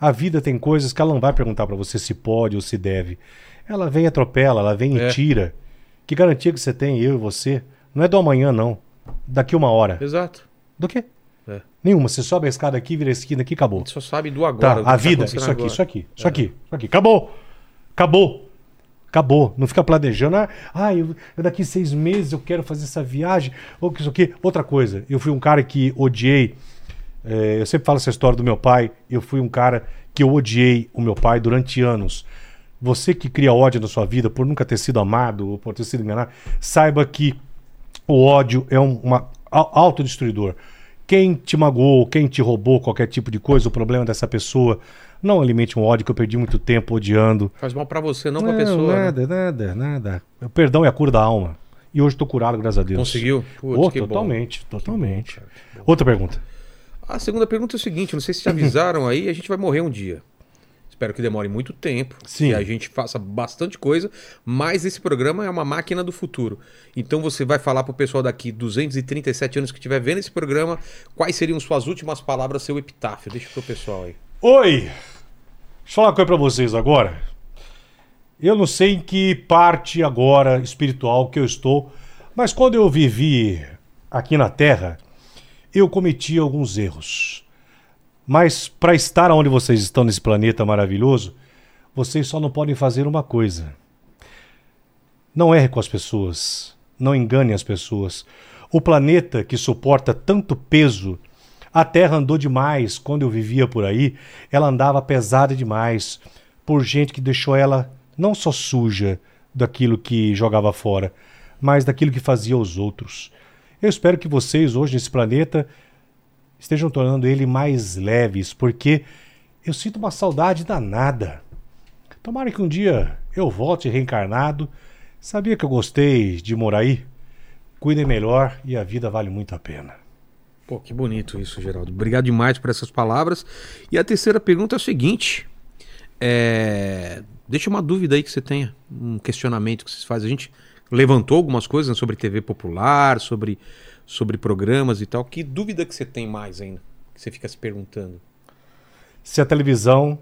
S3: A vida tem coisas que ela não vai perguntar pra você se pode ou se deve. Ela vem e atropela, ela vem
S1: É.
S3: e tira. Que garantia que você tem, eu e você? Não é do amanhã, não. Daqui uma hora.
S1: Exato.
S3: Do quê?
S1: É.
S3: Nenhuma. Você sobe a escada aqui, vira a esquina aqui, acabou.
S1: A gente só sabe do
S3: Tá,
S1: agora. do que
S3: a
S1: tá
S3: vida,
S1: acontecendo
S3: isso aqui,
S1: agora. É.
S3: isso aqui, isso aqui, isso aqui. Acabou! Acabou! Acabou. Não fica planejando, ah, ah eu, eu daqui seis meses eu quero fazer essa viagem, ou que isso aqui. Outra coisa, eu fui um cara que odiei. eh, eu sempre falo essa história do meu pai. Eu fui um cara que eu odiei o meu pai durante anos. Você que cria ódio na sua vida por nunca ter sido amado ou por ter sido enganado, saiba que o ódio é um uma, au- autodestruidor. Quem te magoou, quem te roubou qualquer tipo de coisa, o problema é dessa pessoa, não alimente um ódio que eu perdi muito tempo odiando.
S1: Faz mal pra você, não, pra pessoa. né?
S3: Nada, nada, nada. O perdão é a cura da alma. E hoje tô curado, graças a Deus.
S1: Conseguiu? Putz,
S3: Ô,
S1: que bom.
S3: totalmente, totalmente. Outra pergunta.
S1: A segunda pergunta é o seguinte: não sei se te avisaram aí, a gente vai morrer um dia. Espero que demore muito tempo.
S3: Sim.
S1: Que a gente faça bastante coisa, mas esse programa é uma máquina do futuro. Então você vai falar pro pessoal daqui 237 anos que estiver vendo esse programa, quais seriam suas últimas palavras, seu epitáfio. Deixa pro pessoal aí.
S3: Oi! Deixa eu falar uma coisa pra vocês agora. Eu não sei em que parte agora espiritual que eu estou, mas quando eu vivi aqui na Terra, eu cometi alguns erros. Mas pra estar onde vocês estão nesse planeta maravilhoso, vocês só não podem fazer uma coisa. Não erre com as pessoas. Não engane as pessoas. O planeta que suporta tanto peso. A Terra andou demais quando eu vivia por aí. Ela andava pesada demais por gente que deixou ela não só suja daquilo que jogava fora, mas daquilo que fazia aos outros. Eu espero que vocês hoje nesse planeta estejam tornando ele mais leves, porque eu sinto uma saudade danada. Tomara que um dia eu volte reencarnado. Sabia que eu gostei de morar aí? Cuidem melhor e a vida vale muito a pena.
S1: Pô, que bonito isso, Geraldo. Obrigado demais por essas palavras. E a terceira pergunta é o seguinte: é, deixa uma dúvida aí que você tenha, um questionamento que vocês fazem. A gente levantou algumas coisas né, sobre TV popular, sobre, sobre programas e tal. Que dúvida que você tem mais ainda? Que você fica se perguntando.
S3: Se a televisão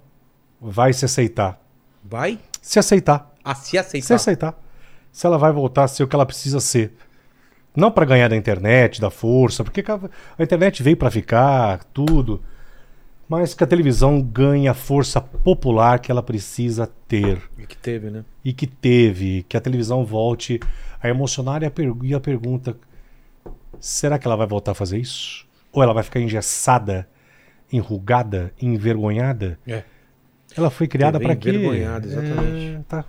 S3: vai se aceitar.
S1: Vai
S3: Se aceitar.
S1: a se aceitar.
S3: Se aceitar. Se ela vai voltar a ser o que ela precisa ser. Não para ganhar da internet, da força, porque a a internet veio para ficar, tudo. Mas que a televisão ganhe a força popular que ela precisa ter.
S1: Que teve, né?
S3: e que teve, que a televisão volte a emocionar e a, per- e a pergunta: será que ela vai voltar a fazer isso? Ou ela vai ficar engessada, enrugada, envergonhada?
S1: É.
S3: Ela foi criada
S1: TV
S3: para quê?
S1: envergonhada, exatamente.
S3: É, tá.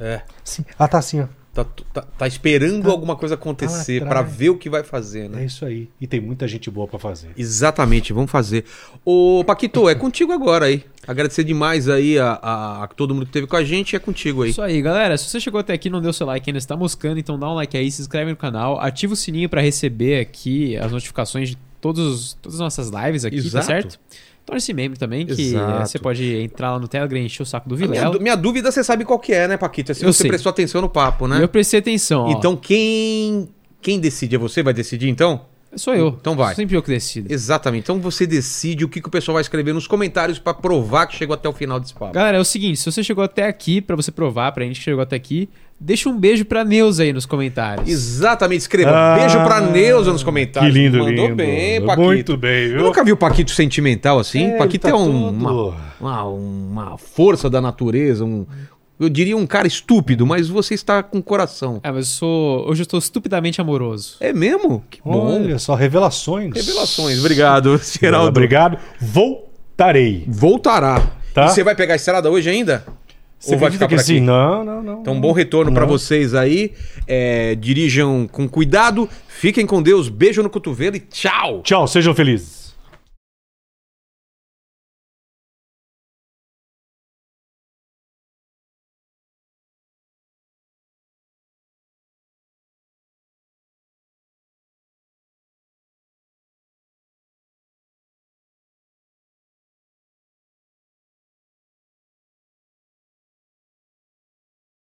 S1: É.
S3: Sim. Ela tá assim, ó.
S1: Tá, tá- tá esperando alguma coisa acontecer pra
S3: atrás.
S1: ver o que vai fazer, né?
S3: É isso aí. E tem muita gente boa para fazer.
S1: Exatamente, vamos fazer. Ô, Paquito, é contigo agora aí. Agradecer demais aí a, a- a todo mundo que teve com a gente, é contigo aí.
S2: Isso aí, galera. Se você chegou até aqui e não deu seu like ainda, está moscando, então dá um like aí, se inscreve no canal, ativa o sininho para receber aqui as notificações de todos, todas as nossas lives aqui,
S1: Exato.
S2: tá certo? Torne-se membro também, que
S1: Exato.
S2: eh, você pode entrar lá no Telegram e encher o saco do
S1: A minha,
S2: Vilela.
S1: dú- minha dúvida você sabe qual que é, né, Paquito? É se
S2: Eu
S1: você
S2: sei.
S1: prestou atenção no papo,
S2: E
S1: né?
S2: Eu prestei atenção. ó.
S1: Então quem quem decide é você, vai decidir então?
S2: Sou eu.
S1: Então vai.
S2: Sempre eu que decido.
S1: Exatamente. Então você decide o que, que o pessoal vai escrever nos comentários pra provar que chegou até o final desse papo.
S2: Galera, é o seguinte, se você chegou até aqui, pra você provar pra gente que chegou até aqui, deixa um beijo pra Neuza aí nos comentários.
S1: Exatamente, escreva.
S3: Ah,
S1: Beijo pra Neuza nos comentários.
S3: que lindo,
S1: tá, Mandou
S3: lindo.
S1: bem, Paquito.
S3: Muito bem, viu?
S1: Eu nunca vi o Paquito sentimental assim.
S3: É,
S1: Paquito
S3: ele
S1: é
S3: tá
S1: um-
S3: todo-
S1: uma, uma, uma força da natureza, um, eu diria um cara estúpido, mas você está com coração.
S2: Ah, mas eu sou. Hoje eu estou estupidamente amoroso.
S1: É mesmo? Que bom.
S3: Olha só, revelações.
S1: Revelações. Obrigado, Geraldo.
S3: Obrigado. Voltarei.
S1: Voltará.
S3: Tá.
S1: E você vai pegar a estrada hoje ainda? Ou vai
S3: acredita
S1: ficar por
S3: que
S1: aqui?
S3: sim? Não, não, não.
S1: Então, bom retorno pra vocês aí. É, dirijam com cuidado, fiquem com Deus, beijo no cotovelo e tchau!
S3: Tchau, sejam felizes.